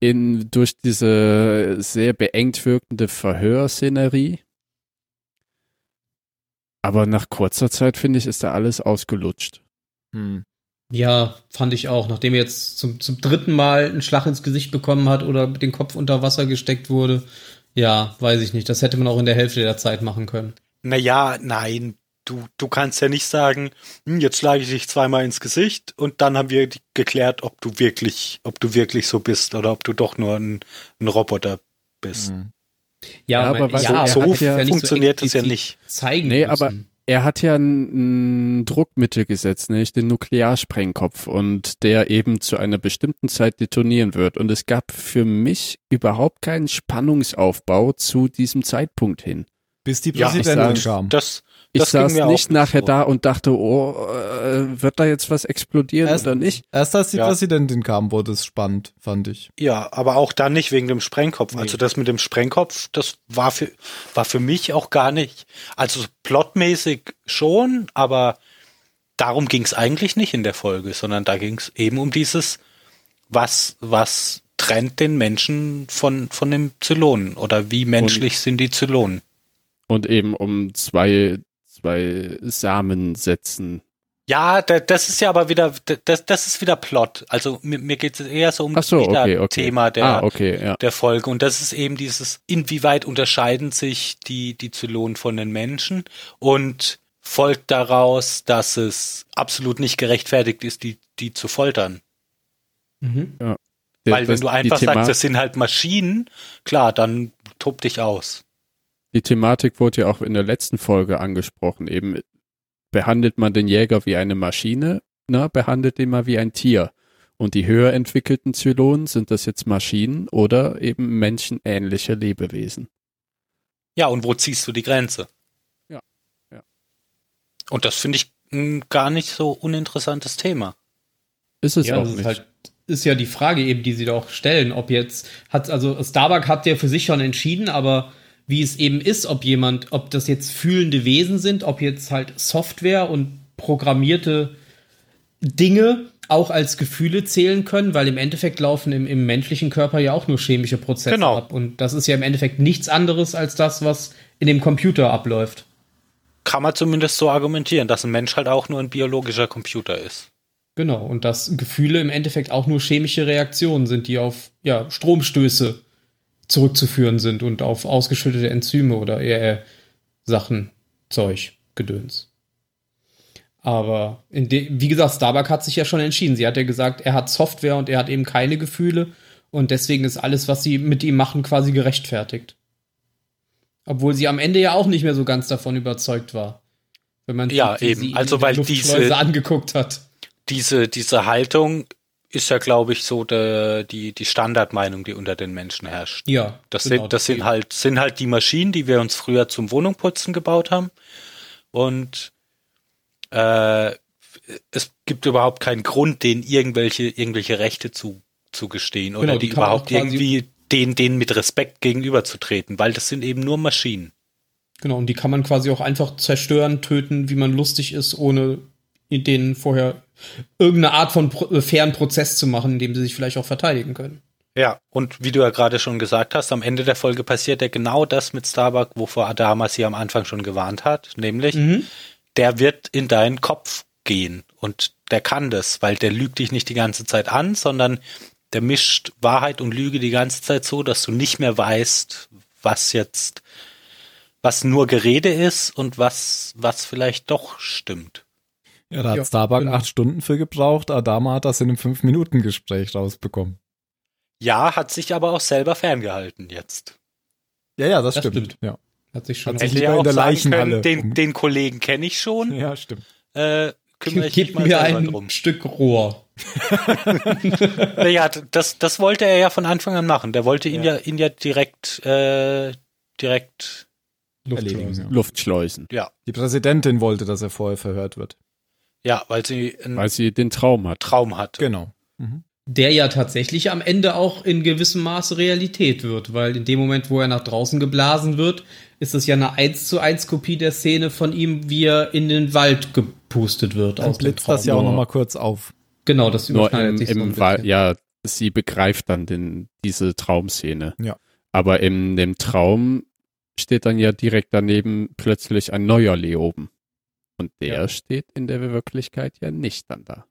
[SPEAKER 4] in, durch diese sehr beengt wirkende Verhörszenerie. Aber nach kurzer Zeit, finde ich, ist da alles ausgelutscht.
[SPEAKER 3] Hm,
[SPEAKER 2] Ja, fand ich auch. Nachdem er jetzt zum, zum dritten Mal einen Schlag ins Gesicht bekommen hat oder mit dem Kopf unter Wasser gesteckt wurde. Ja, weiß ich nicht. Das hätte man auch in der Hälfte der Zeit machen können.
[SPEAKER 3] Naja, nein, du, du kannst ja nicht sagen, hm, jetzt schlage ich dich zweimal ins Gesicht und dann haben wir die- geklärt, ob du wirklich, ob du wirklich so bist oder ob du doch nur ein, ein Roboter
[SPEAKER 4] Hm.
[SPEAKER 3] bist.
[SPEAKER 1] Mhm.
[SPEAKER 2] Ja,
[SPEAKER 4] Ja,
[SPEAKER 2] mein-
[SPEAKER 4] aber was-
[SPEAKER 2] ja,
[SPEAKER 4] er
[SPEAKER 3] so
[SPEAKER 2] hat
[SPEAKER 4] hat ja
[SPEAKER 2] nicht so
[SPEAKER 3] funktioniert es ja
[SPEAKER 2] explizit
[SPEAKER 3] nicht.
[SPEAKER 2] Zeigen
[SPEAKER 4] Nee,
[SPEAKER 2] müssen.
[SPEAKER 4] aber- Er hat ja ein, ein Druckmittel gesetzt, nämlich den Nuklearsprengkopf und der eben zu einer bestimmten Zeit detonieren wird. Und es gab für mich überhaupt keinen Spannungsaufbau zu diesem Zeitpunkt hin.
[SPEAKER 1] Bis die
[SPEAKER 3] Ja, ich
[SPEAKER 1] Präsidentin
[SPEAKER 4] sag-
[SPEAKER 1] kam.
[SPEAKER 3] Das,
[SPEAKER 4] Ich
[SPEAKER 3] das ging
[SPEAKER 4] saß
[SPEAKER 3] mir auch
[SPEAKER 4] nicht nachher
[SPEAKER 3] so.
[SPEAKER 4] da und dachte, oh, äh, wird da jetzt was explodieren
[SPEAKER 1] Erst-
[SPEAKER 4] oder nicht?
[SPEAKER 1] Erst als die
[SPEAKER 3] Ja.
[SPEAKER 1] Präsidentin kam, wurde es spannend, fand ich.
[SPEAKER 3] Ja, aber auch dann nicht wegen dem Sprengkopf. Also das mit dem Sprengkopf, das war für, war für mich auch gar nicht. Also plotmäßig schon, aber darum ging's eigentlich nicht in der Folge, sondern da ging's eben um dieses, was, was trennt den Menschen von, von dem Zylonen oder wie menschlich sind die Zylonen.
[SPEAKER 4] Und eben um zwei, zwei Samen setzen.
[SPEAKER 3] Ja, da, das ist ja aber wieder, da- das, das ist wieder Plot. Also mir, mir geht's eher so um
[SPEAKER 4] Ach so, okay, okay.
[SPEAKER 3] Thema der,
[SPEAKER 4] ah, okay, ja.
[SPEAKER 3] der Folge. Und das ist eben dieses, inwieweit unterscheiden sich die, die Zylonen von den Menschen und folgt daraus, dass es absolut nicht gerechtfertigt ist, die, die zu foltern.
[SPEAKER 2] Mhm.
[SPEAKER 4] Der-
[SPEAKER 3] Weil
[SPEAKER 4] das-
[SPEAKER 3] wenn du
[SPEAKER 4] die
[SPEAKER 3] einfach
[SPEAKER 4] Thema-
[SPEAKER 3] sagst, das sind halt Maschinen, klar, dann tob dich aus.
[SPEAKER 4] Die Thematik wurde ja auch in der letzten Folge angesprochen. Eben behandelt man den Jäger wie eine Maschine, ne? behandelt ihn mal wie ein Tier. Und die höher entwickelten Zylonen sind das jetzt Maschinen oder eben menschenähnliche Lebewesen.
[SPEAKER 3] Ja, und wo ziehst du die Grenze?
[SPEAKER 4] Ja, ja.
[SPEAKER 3] Und das finde ich ein gar nicht so uninteressantes Thema.
[SPEAKER 4] Ist es
[SPEAKER 2] ja,
[SPEAKER 4] auch
[SPEAKER 2] das ist
[SPEAKER 4] nicht.
[SPEAKER 2] halt ist ja die Frage eben, die sie da auch stellen, ob jetzt hat also Starbuck hat ja für sich schon entschieden, aber wie es eben ist, ob jemand, ob das jetzt fühlende Wesen sind, ob jetzt halt Software und programmierte Dinge auch als Gefühle zählen können, weil im Endeffekt laufen im, im menschlichen Körper ja auch nur chemische Prozesse
[SPEAKER 3] Genau.
[SPEAKER 2] ab. Und das ist ja im Endeffekt nichts anderes als das, was in dem Computer abläuft.
[SPEAKER 3] Kann man zumindest so argumentieren, dass ein Mensch halt auch nur ein biologischer Computer ist.
[SPEAKER 2] Genau, und dass Gefühle im Endeffekt auch nur chemische Reaktionen sind, die auf ja, Stromstöße zurückzuführen sind und auf ausgeschüttete Enzyme oder eher eher Sachen, Zeug, Gedöns. Aber in de wie gesagt, Starbuck hat sich ja schon entschieden. Sie hat ja gesagt, er hat Software und er hat eben keine Gefühle und deswegen ist alles, was sie mit ihm machen, quasi gerechtfertigt. Obwohl sie am Ende ja auch nicht mehr so ganz davon überzeugt war. Wenn man
[SPEAKER 3] Ja,
[SPEAKER 2] sieht, wie
[SPEAKER 3] eben.
[SPEAKER 2] sie ihn
[SPEAKER 3] Also,
[SPEAKER 2] in der
[SPEAKER 3] weil
[SPEAKER 2] Luftschleuse
[SPEAKER 3] diese-
[SPEAKER 2] angeguckt hat.
[SPEAKER 3] Diese, diese Haltung ist ja, glaube ich, so der, die, die Standardmeinung, die unter den Menschen herrscht.
[SPEAKER 2] Ja,
[SPEAKER 3] Das,
[SPEAKER 2] genau,
[SPEAKER 3] sind, das sind, halt, sind halt die Maschinen, die wir uns früher zum Wohnungputzen gebaut haben. Und äh, es gibt überhaupt keinen Grund, denen irgendwelche, irgendwelche Rechte zu, zu gestehen
[SPEAKER 2] Genau,
[SPEAKER 3] oder
[SPEAKER 2] die
[SPEAKER 3] die
[SPEAKER 2] kann man
[SPEAKER 3] überhaupt
[SPEAKER 2] auch quasi-
[SPEAKER 3] irgendwie denen, denen mit Respekt gegenüberzutreten, weil das sind eben nur Maschinen.
[SPEAKER 2] Genau, und die kann man quasi auch einfach zerstören, töten, wie man lustig ist, ohne denen vorher irgendeine Art von pro äh, fairen Prozess zu machen, indem sie sich vielleicht auch verteidigen können.
[SPEAKER 3] Ja. Und wie du ja gerade schon gesagt hast, am Ende der Folge passiert ja genau das mit Starbuck, wovor Adama sie am Anfang schon gewarnt hat, nämlich
[SPEAKER 1] Mhm.
[SPEAKER 3] der wird in deinen Kopf gehen und der kann das, weil der lügt dich nicht die ganze Zeit an, sondern der mischt Wahrheit und Lüge die ganze Zeit so, dass du nicht mehr weißt, was jetzt, was nur Gerede ist und was, was vielleicht doch stimmt.
[SPEAKER 1] Ja, da hat
[SPEAKER 2] Ja,
[SPEAKER 1] Starbuck
[SPEAKER 2] genau.
[SPEAKER 1] acht Stunden für gebraucht. Adama hat das in einem Fünf-Minuten-Gespräch rausbekommen.
[SPEAKER 3] Ja, hat sich aber auch selber ferngehalten jetzt.
[SPEAKER 1] Ja, ja, das,
[SPEAKER 2] Das
[SPEAKER 1] stimmt.
[SPEAKER 2] stimmt.
[SPEAKER 1] Ja.
[SPEAKER 2] Hat sich schon
[SPEAKER 1] Hat sich-
[SPEAKER 3] Hätte
[SPEAKER 1] lieber
[SPEAKER 3] ja
[SPEAKER 1] in
[SPEAKER 3] auch
[SPEAKER 1] der
[SPEAKER 3] sagen
[SPEAKER 1] Leichenhalle.
[SPEAKER 3] können, den, den Kollegen kenne ich
[SPEAKER 1] [LAUGHS]
[SPEAKER 3] schon,
[SPEAKER 1] ja, stimmt.
[SPEAKER 3] äh, kümmere ich mich
[SPEAKER 2] Gib
[SPEAKER 3] mal
[SPEAKER 2] mir
[SPEAKER 3] selber
[SPEAKER 2] ein
[SPEAKER 3] drum.
[SPEAKER 2] Stück Rohr.
[SPEAKER 3] Naja, das, das wollte er ja von Anfang an machen. Der wollte ihn ja, ihn ja direkt, äh, direkt,
[SPEAKER 1] Erledigen,
[SPEAKER 2] Luftschleuse.
[SPEAKER 1] ja.
[SPEAKER 4] Luftschleusen,
[SPEAKER 3] ja,
[SPEAKER 1] Die Präsidentin wollte, dass er vorher verhört wird.
[SPEAKER 3] ja, weil sie einen
[SPEAKER 4] weil sie den Traum hat.
[SPEAKER 3] Traum hatte.
[SPEAKER 1] Genau. Mhm.
[SPEAKER 2] Der ja tatsächlich am Ende auch in gewissem Maße Realität wird, weil in dem Moment, wo er nach draußen geblasen wird, ist es ja eine 1 zu 1 Kopie der Szene von ihm, wie er in den Wald gepustet wird.
[SPEAKER 1] Dann
[SPEAKER 2] aus dem
[SPEAKER 1] blitzt das
[SPEAKER 2] Traum.
[SPEAKER 1] ja auch
[SPEAKER 4] Nur-
[SPEAKER 1] nochmal kurz auf.
[SPEAKER 2] Genau, das
[SPEAKER 4] Nur
[SPEAKER 2] überschneidet
[SPEAKER 4] im,
[SPEAKER 2] sich so ein
[SPEAKER 4] im
[SPEAKER 2] bisschen.
[SPEAKER 4] Wa- ja, sie begreift dann den, diese Traumszene.
[SPEAKER 1] Ja.
[SPEAKER 4] Aber in dem Traum steht dann ja direkt daneben plötzlich ein neuer Leoben. Und der steht in der Wirklichkeit ja nicht dann da.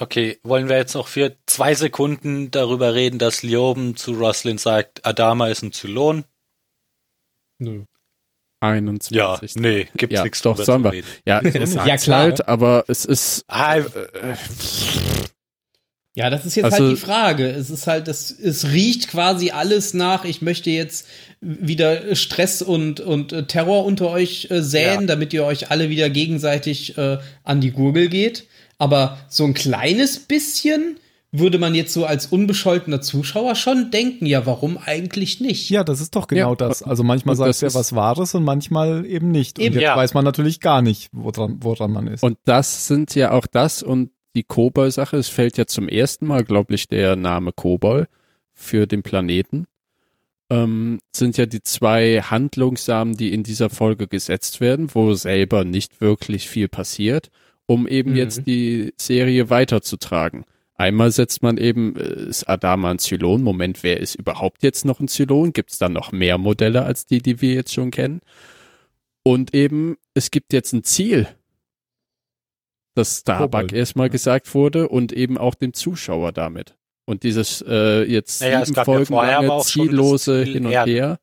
[SPEAKER 3] Okay, wollen wir jetzt noch für zwei Sekunden darüber reden, dass Lioben zu Roslin sagt, Adama ist ein Zylon?
[SPEAKER 2] Nö.
[SPEAKER 4] 21.
[SPEAKER 3] Ja, nee, gibt's
[SPEAKER 4] Ja,
[SPEAKER 3] nichts
[SPEAKER 4] doch,
[SPEAKER 3] drüber
[SPEAKER 4] sollen
[SPEAKER 3] zu
[SPEAKER 4] wir.
[SPEAKER 3] reden.
[SPEAKER 2] [LAUGHS]
[SPEAKER 4] Ja,
[SPEAKER 2] Ja,
[SPEAKER 4] es ja,
[SPEAKER 2] klar.
[SPEAKER 4] halt, aber es ist
[SPEAKER 3] Ah,
[SPEAKER 4] äh,
[SPEAKER 2] Ja, das ist jetzt
[SPEAKER 4] Also-
[SPEAKER 2] halt die Frage. Es ist halt, es, es riecht quasi alles nach, ich möchte jetzt wieder Stress und, und äh, Terror unter euch äh, säen,
[SPEAKER 3] Ja.
[SPEAKER 2] damit ihr euch alle wieder gegenseitig äh, an die Gurgel geht. Aber so ein kleines bisschen würde man jetzt so als unbescholtener Zuschauer schon denken, ja, warum eigentlich nicht?
[SPEAKER 1] Ja, das ist doch genau
[SPEAKER 4] Ja.
[SPEAKER 1] das. Also manchmal
[SPEAKER 4] Und
[SPEAKER 1] sagt
[SPEAKER 4] das
[SPEAKER 1] er
[SPEAKER 4] ist-
[SPEAKER 1] was Wahres und manchmal eben nicht.
[SPEAKER 2] Eben,
[SPEAKER 1] und jetzt
[SPEAKER 3] ja.
[SPEAKER 1] weiß man natürlich gar nicht, woran, woran man ist.
[SPEAKER 4] Und das sind ja auch das und die Kobol-Sache. Es fällt ja zum ersten Mal, glaube ich, der Name Kobol für den Planeten. Ähm, sind ja die zwei Handlungssamen, die in dieser Folge gesetzt werden, wo selber nicht wirklich viel passiert, um eben
[SPEAKER 2] Mhm.
[SPEAKER 4] jetzt die Serie weiterzutragen. Einmal setzt man eben, äh, ist Adama ein Zylon? Moment, wer ist überhaupt jetzt noch ein Zylon? Gibt es da noch mehr Modelle als die, die wir jetzt schon kennen? Und eben, es gibt jetzt ein Ziel, das Starbuck
[SPEAKER 1] Kobold.
[SPEAKER 4] erstmal gesagt wurde und eben auch dem Zuschauer damit. Und dieses äh, jetzt
[SPEAKER 3] Naja, es
[SPEAKER 4] sieben
[SPEAKER 3] gab ja
[SPEAKER 4] Folgen
[SPEAKER 3] vorher
[SPEAKER 4] lange
[SPEAKER 3] aber auch schon das
[SPEAKER 4] ziellose
[SPEAKER 3] Ziel
[SPEAKER 4] Hin und
[SPEAKER 3] Erde.
[SPEAKER 4] Her.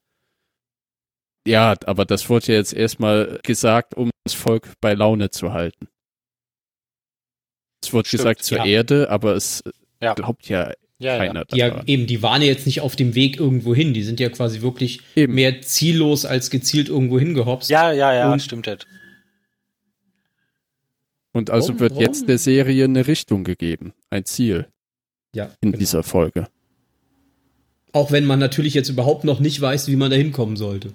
[SPEAKER 4] Ja, aber das wurde ja jetzt erstmal gesagt, um das Volk bei Laune zu halten. Es wurde
[SPEAKER 3] Stimmt,
[SPEAKER 4] gesagt zur
[SPEAKER 3] ja.
[SPEAKER 4] Erde, aber es äh,
[SPEAKER 3] Ja.
[SPEAKER 4] glaubt ja
[SPEAKER 3] ja, ja.
[SPEAKER 4] keiner
[SPEAKER 2] Ja,
[SPEAKER 4] daran.
[SPEAKER 2] eben, die waren ja jetzt nicht auf dem Weg irgendwo hin. Die sind ja quasi wirklich
[SPEAKER 4] Eben.
[SPEAKER 2] mehr ziellos als gezielt irgendwo hingehopst.
[SPEAKER 3] ja, ja, ja
[SPEAKER 2] Und-
[SPEAKER 3] stimmt. das.
[SPEAKER 4] Und also
[SPEAKER 2] Warum-
[SPEAKER 4] wird
[SPEAKER 2] warum?
[SPEAKER 4] jetzt der Serie eine Richtung gegeben, ein Ziel
[SPEAKER 2] ja
[SPEAKER 4] in
[SPEAKER 2] genau.
[SPEAKER 4] dieser Folge.
[SPEAKER 2] Auch wenn man natürlich jetzt überhaupt noch nicht weiß, wie man da hinkommen sollte.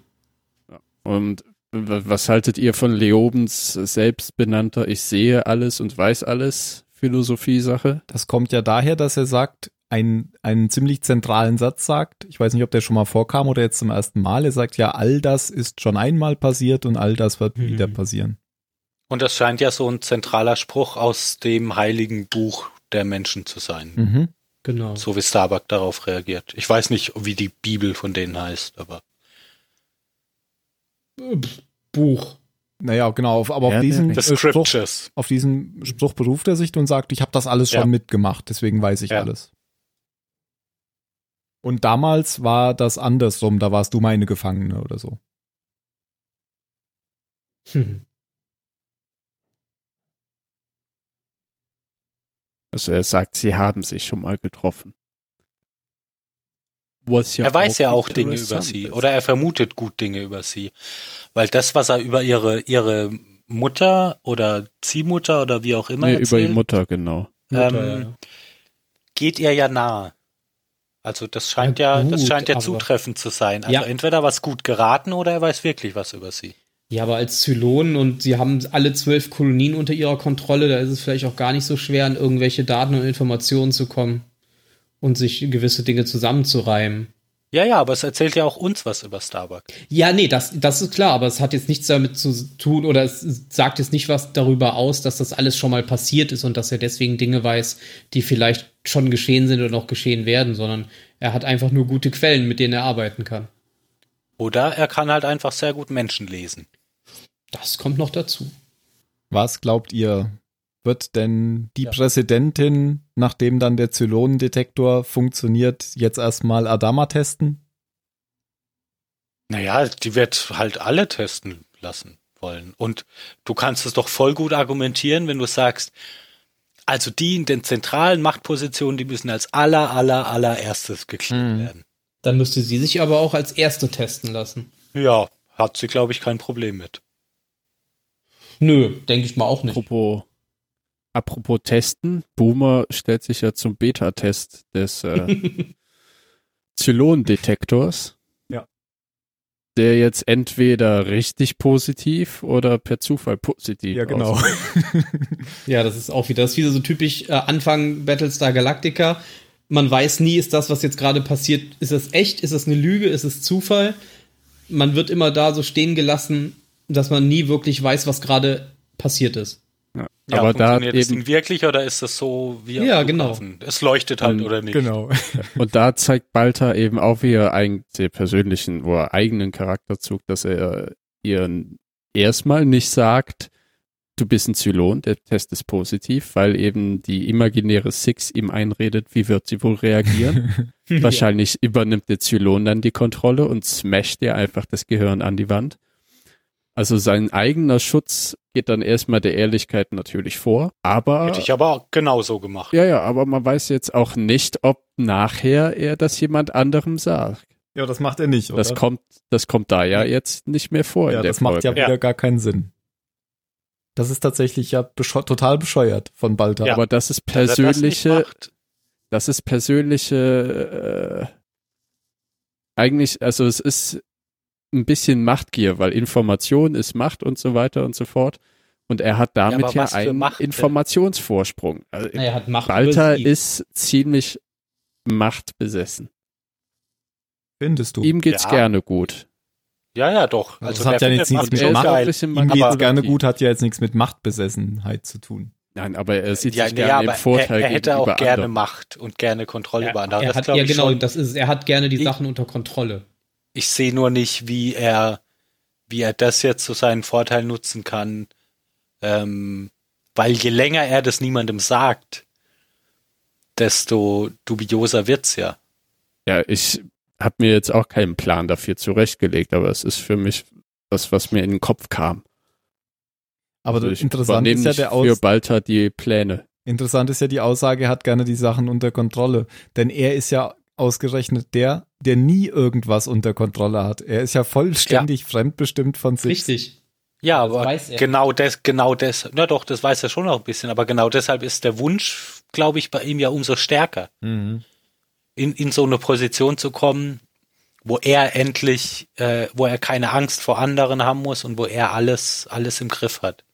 [SPEAKER 4] Und w- was haltet ihr von Leobens selbstbenannter Ich sehe alles und weiß alles Philosophie-Sache?
[SPEAKER 1] Das kommt ja daher, dass er sagt, einen, einen ziemlich zentralen Satz sagt. Ich weiß nicht, ob der schon mal vorkam oder jetzt zum ersten Mal. Er sagt ja, all das ist schon einmal passiert und all das wird
[SPEAKER 2] Mhm.
[SPEAKER 1] wieder passieren.
[SPEAKER 3] Und das scheint ja so ein zentraler Spruch aus dem heiligen Buch der Menschen zu sein.
[SPEAKER 1] Mhm.
[SPEAKER 2] Genau.
[SPEAKER 3] So wie Starbuck darauf reagiert. Ich weiß nicht, wie die Bibel von denen heißt, aber
[SPEAKER 2] Äh, Buch.
[SPEAKER 1] Naja, genau, auf, aber
[SPEAKER 4] Ja,
[SPEAKER 1] auf, diesen,
[SPEAKER 4] der-
[SPEAKER 3] The
[SPEAKER 1] äh, Spruch,
[SPEAKER 3] Scriptures.
[SPEAKER 1] auf diesen Spruch beruft er sich und sagt, ich habe das alles schon
[SPEAKER 3] Ja.
[SPEAKER 1] mitgemacht, deswegen weiß ich
[SPEAKER 3] Ja.
[SPEAKER 1] alles. Und damals war das andersrum, da warst du meine Gefangene oder so.
[SPEAKER 2] Hm.
[SPEAKER 4] Also er sagt, sie haben sich schon mal getroffen. Was
[SPEAKER 3] er weiß ja auch Dinge über
[SPEAKER 4] interessant
[SPEAKER 3] sie
[SPEAKER 4] ist.
[SPEAKER 3] oder er vermutet gut Dinge über sie. Weil das, was er über ihre, ihre Mutter oder Ziehmutter oder wie auch immer
[SPEAKER 4] nee, über
[SPEAKER 3] erzählt,
[SPEAKER 4] die Mutter, genau.
[SPEAKER 2] Mutter,
[SPEAKER 3] Ähm,
[SPEAKER 2] ja.
[SPEAKER 3] geht ihr ja nahe. Also das scheint ja, das
[SPEAKER 2] gut,
[SPEAKER 3] scheint ja
[SPEAKER 2] aber-
[SPEAKER 3] zutreffend zu sein. Also
[SPEAKER 2] Ja.
[SPEAKER 3] entweder was gut geraten oder er weiß wirklich was über sie.
[SPEAKER 2] ja, aber als Zylonen und sie haben alle zwölf Kolonien unter ihrer Kontrolle, da ist es vielleicht auch gar nicht so schwer, an irgendwelche Daten und Informationen zu kommen und sich gewisse Dinge zusammenzureimen.
[SPEAKER 3] Ja, ja, aber es erzählt ja auch uns was über Starbuck.
[SPEAKER 2] Ja, nee, das, das ist klar, aber es hat jetzt nichts damit zu tun oder es sagt jetzt nicht was darüber aus, dass das alles schon mal passiert ist und dass er deswegen Dinge weiß, die vielleicht schon geschehen sind oder noch geschehen werden, sondern er hat einfach nur gute Quellen, mit denen er arbeiten kann.
[SPEAKER 3] Oder er kann halt einfach sehr gut Menschen lesen.
[SPEAKER 2] Das kommt noch dazu.
[SPEAKER 1] Was glaubt ihr, wird denn die Präsidentin, nachdem dann der Zylonendetektor funktioniert, jetzt erstmal Adama testen?
[SPEAKER 3] Naja, die wird halt alle testen lassen wollen. Und du kannst es doch voll gut argumentieren, wenn du sagst, also die in den zentralen Machtpositionen, die müssen als aller, aller, allererstes geklärt
[SPEAKER 1] Hm.
[SPEAKER 3] werden.
[SPEAKER 2] Dann müsste sie sich aber auch als Erste testen lassen.
[SPEAKER 3] Ja, hat sie, glaube ich, kein Problem mit.
[SPEAKER 2] Nö, denke ich mal auch nicht.
[SPEAKER 4] Apropos, apropos Testen, Boomer stellt sich ja zum Beta-Test des äh,
[SPEAKER 2] [LAUGHS]
[SPEAKER 4] Zylon-Detektors.
[SPEAKER 1] Ja.
[SPEAKER 4] Der jetzt entweder richtig positiv oder per Zufall positiv
[SPEAKER 2] genau.
[SPEAKER 4] ausfällt.
[SPEAKER 2] Ja, das ist auch wieder, das ist wieder so typisch äh, Anfang Battlestar Galactica. Man weiß nie, ist das, was jetzt gerade passiert, ist das echt, ist das eine Lüge, ist es Zufall? Man wird immer da so stehen gelassen, dass man nie wirklich weiß, was gerade passiert ist.
[SPEAKER 4] Ja, aber da hat
[SPEAKER 3] funktioniert das
[SPEAKER 4] eben,
[SPEAKER 3] Ding wirklich oder ist das so wie am
[SPEAKER 2] Ja, genau.
[SPEAKER 3] Flughafen? Es leuchtet halt
[SPEAKER 4] Mhm,
[SPEAKER 3] oder nicht.
[SPEAKER 1] Genau. [LAUGHS]
[SPEAKER 4] und da zeigt Balta eben auch wieder einen sehr persönlichen oder eigenen Charakterzug, dass er ihren erstmal nicht sagt, du bist ein Zylon, der Test ist positiv, weil eben die imaginäre Six ihm einredet, wie wird sie wohl reagieren.
[SPEAKER 3] [LAUGHS]
[SPEAKER 4] Wahrscheinlich übernimmt der Zylon dann die Kontrolle und smasht ihr einfach das Gehirn an die Wand. Also sein eigener Schutz geht dann erstmal der Ehrlichkeit natürlich vor, aber
[SPEAKER 3] Hätte ich aber auch genauso gemacht.
[SPEAKER 4] ja, ja, aber man weiß jetzt auch nicht, ob nachher er das jemand anderem sagt.
[SPEAKER 1] Ja, das macht er nicht, oder?
[SPEAKER 4] Das kommt, das kommt da ja jetzt nicht mehr vor.
[SPEAKER 1] ja,
[SPEAKER 4] in der
[SPEAKER 1] das macht ja
[SPEAKER 4] Folge.
[SPEAKER 1] wieder gar keinen Sinn. Das ist tatsächlich ja bescho- total bescheuert von Balta.
[SPEAKER 4] Aber das ist
[SPEAKER 3] Also, Wenn er das nicht
[SPEAKER 4] persönliche,
[SPEAKER 3] macht,
[SPEAKER 4] das ist persönliche, äh, eigentlich, also es ist ein bisschen Machtgier, weil Information ist Macht und so weiter und so fort. Und er hat damit
[SPEAKER 3] aber
[SPEAKER 4] ja,
[SPEAKER 3] was für
[SPEAKER 4] einen
[SPEAKER 3] Macht denn?
[SPEAKER 4] Informationsvorsprung. Also
[SPEAKER 2] er hat Macht. über
[SPEAKER 4] Balta
[SPEAKER 2] sie.
[SPEAKER 4] ist ziemlich machtbesessen.
[SPEAKER 1] Findest du?
[SPEAKER 4] Ihm geht's
[SPEAKER 3] Ja.
[SPEAKER 4] gerne gut.
[SPEAKER 3] Ja, ja, doch.
[SPEAKER 1] Also
[SPEAKER 3] Also
[SPEAKER 1] das hat
[SPEAKER 3] der
[SPEAKER 1] ja
[SPEAKER 3] findet
[SPEAKER 1] jetzt nichts
[SPEAKER 3] Macht
[SPEAKER 1] mit
[SPEAKER 3] schon
[SPEAKER 1] Macht-
[SPEAKER 3] geil.
[SPEAKER 4] bisschen
[SPEAKER 1] Ihm geht's
[SPEAKER 3] aber-
[SPEAKER 1] gerne gut, hat ja jetzt nichts mit Machtbesessenheit zu tun.
[SPEAKER 4] Nein, aber er sieht
[SPEAKER 3] Ja,
[SPEAKER 4] sich
[SPEAKER 3] nee,
[SPEAKER 4] gerne
[SPEAKER 3] aber
[SPEAKER 4] im Vorteil
[SPEAKER 3] er, er hätte
[SPEAKER 4] gegenüber
[SPEAKER 3] auch gerne
[SPEAKER 4] anderen.
[SPEAKER 3] Macht und gerne Kontrolle
[SPEAKER 2] Ja,
[SPEAKER 3] über andere.
[SPEAKER 2] er
[SPEAKER 3] Das
[SPEAKER 2] hat,
[SPEAKER 3] glaube
[SPEAKER 2] ja,
[SPEAKER 3] ich
[SPEAKER 2] genau,
[SPEAKER 3] schon.
[SPEAKER 2] das ist, er hat gerne die
[SPEAKER 3] Ich-
[SPEAKER 2] Sachen unter Kontrolle.
[SPEAKER 3] Ich sehe nur nicht, wie er, wie er das jetzt zu seinem Vorteil nutzen kann. Ähm, weil je länger er das niemandem sagt, desto dubioser wird's ja.
[SPEAKER 4] Ja, ich habe mir jetzt auch keinen Plan dafür zurechtgelegt, aber es ist für mich das, was mir in den Kopf kam.
[SPEAKER 1] Aber
[SPEAKER 4] Also ich
[SPEAKER 1] interessant
[SPEAKER 4] übernehme
[SPEAKER 1] ist ja
[SPEAKER 4] nicht
[SPEAKER 1] der
[SPEAKER 4] für
[SPEAKER 1] Aus
[SPEAKER 4] Balta die Pläne.
[SPEAKER 1] Interessant ist ja die Aussage, er hat gerne die Sachen unter Kontrolle. Denn er ist ja ausgerechnet der, der nie irgendwas unter Kontrolle hat. Er ist ja vollständig fremdbestimmt von sich.
[SPEAKER 2] Richtig. [LAUGHS]
[SPEAKER 3] Ja, aber
[SPEAKER 2] weiß er.
[SPEAKER 3] genau das, genau das, na doch, das weiß er schon noch ein bisschen, aber genau deshalb ist der Wunsch, glaube ich, bei ihm ja umso stärker,
[SPEAKER 1] Mhm.
[SPEAKER 3] in, in so eine Position zu kommen, wo er endlich, äh, wo er keine Angst vor anderen haben muss und wo er alles, alles im Griff hat.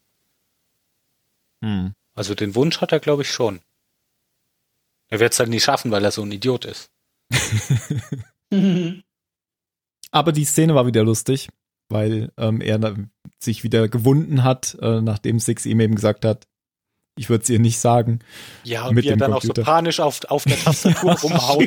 [SPEAKER 1] Mhm.
[SPEAKER 3] Also den Wunsch hat er, glaube ich, schon. Er wird es halt nie schaffen, weil er so ein Idiot ist.
[SPEAKER 1] Aber die Szene war wieder lustig. weil ähm, er na- sich wieder gewunden hat, äh, nachdem Six ihm eben gesagt hat, ich würde es ihr nicht sagen.
[SPEAKER 3] Ja, und
[SPEAKER 1] Mit
[SPEAKER 3] wie er
[SPEAKER 1] dem
[SPEAKER 3] dann auch so
[SPEAKER 1] Computer.
[SPEAKER 3] panisch auf, auf der
[SPEAKER 1] [LAUGHS]
[SPEAKER 3] Tastatur rumhaut.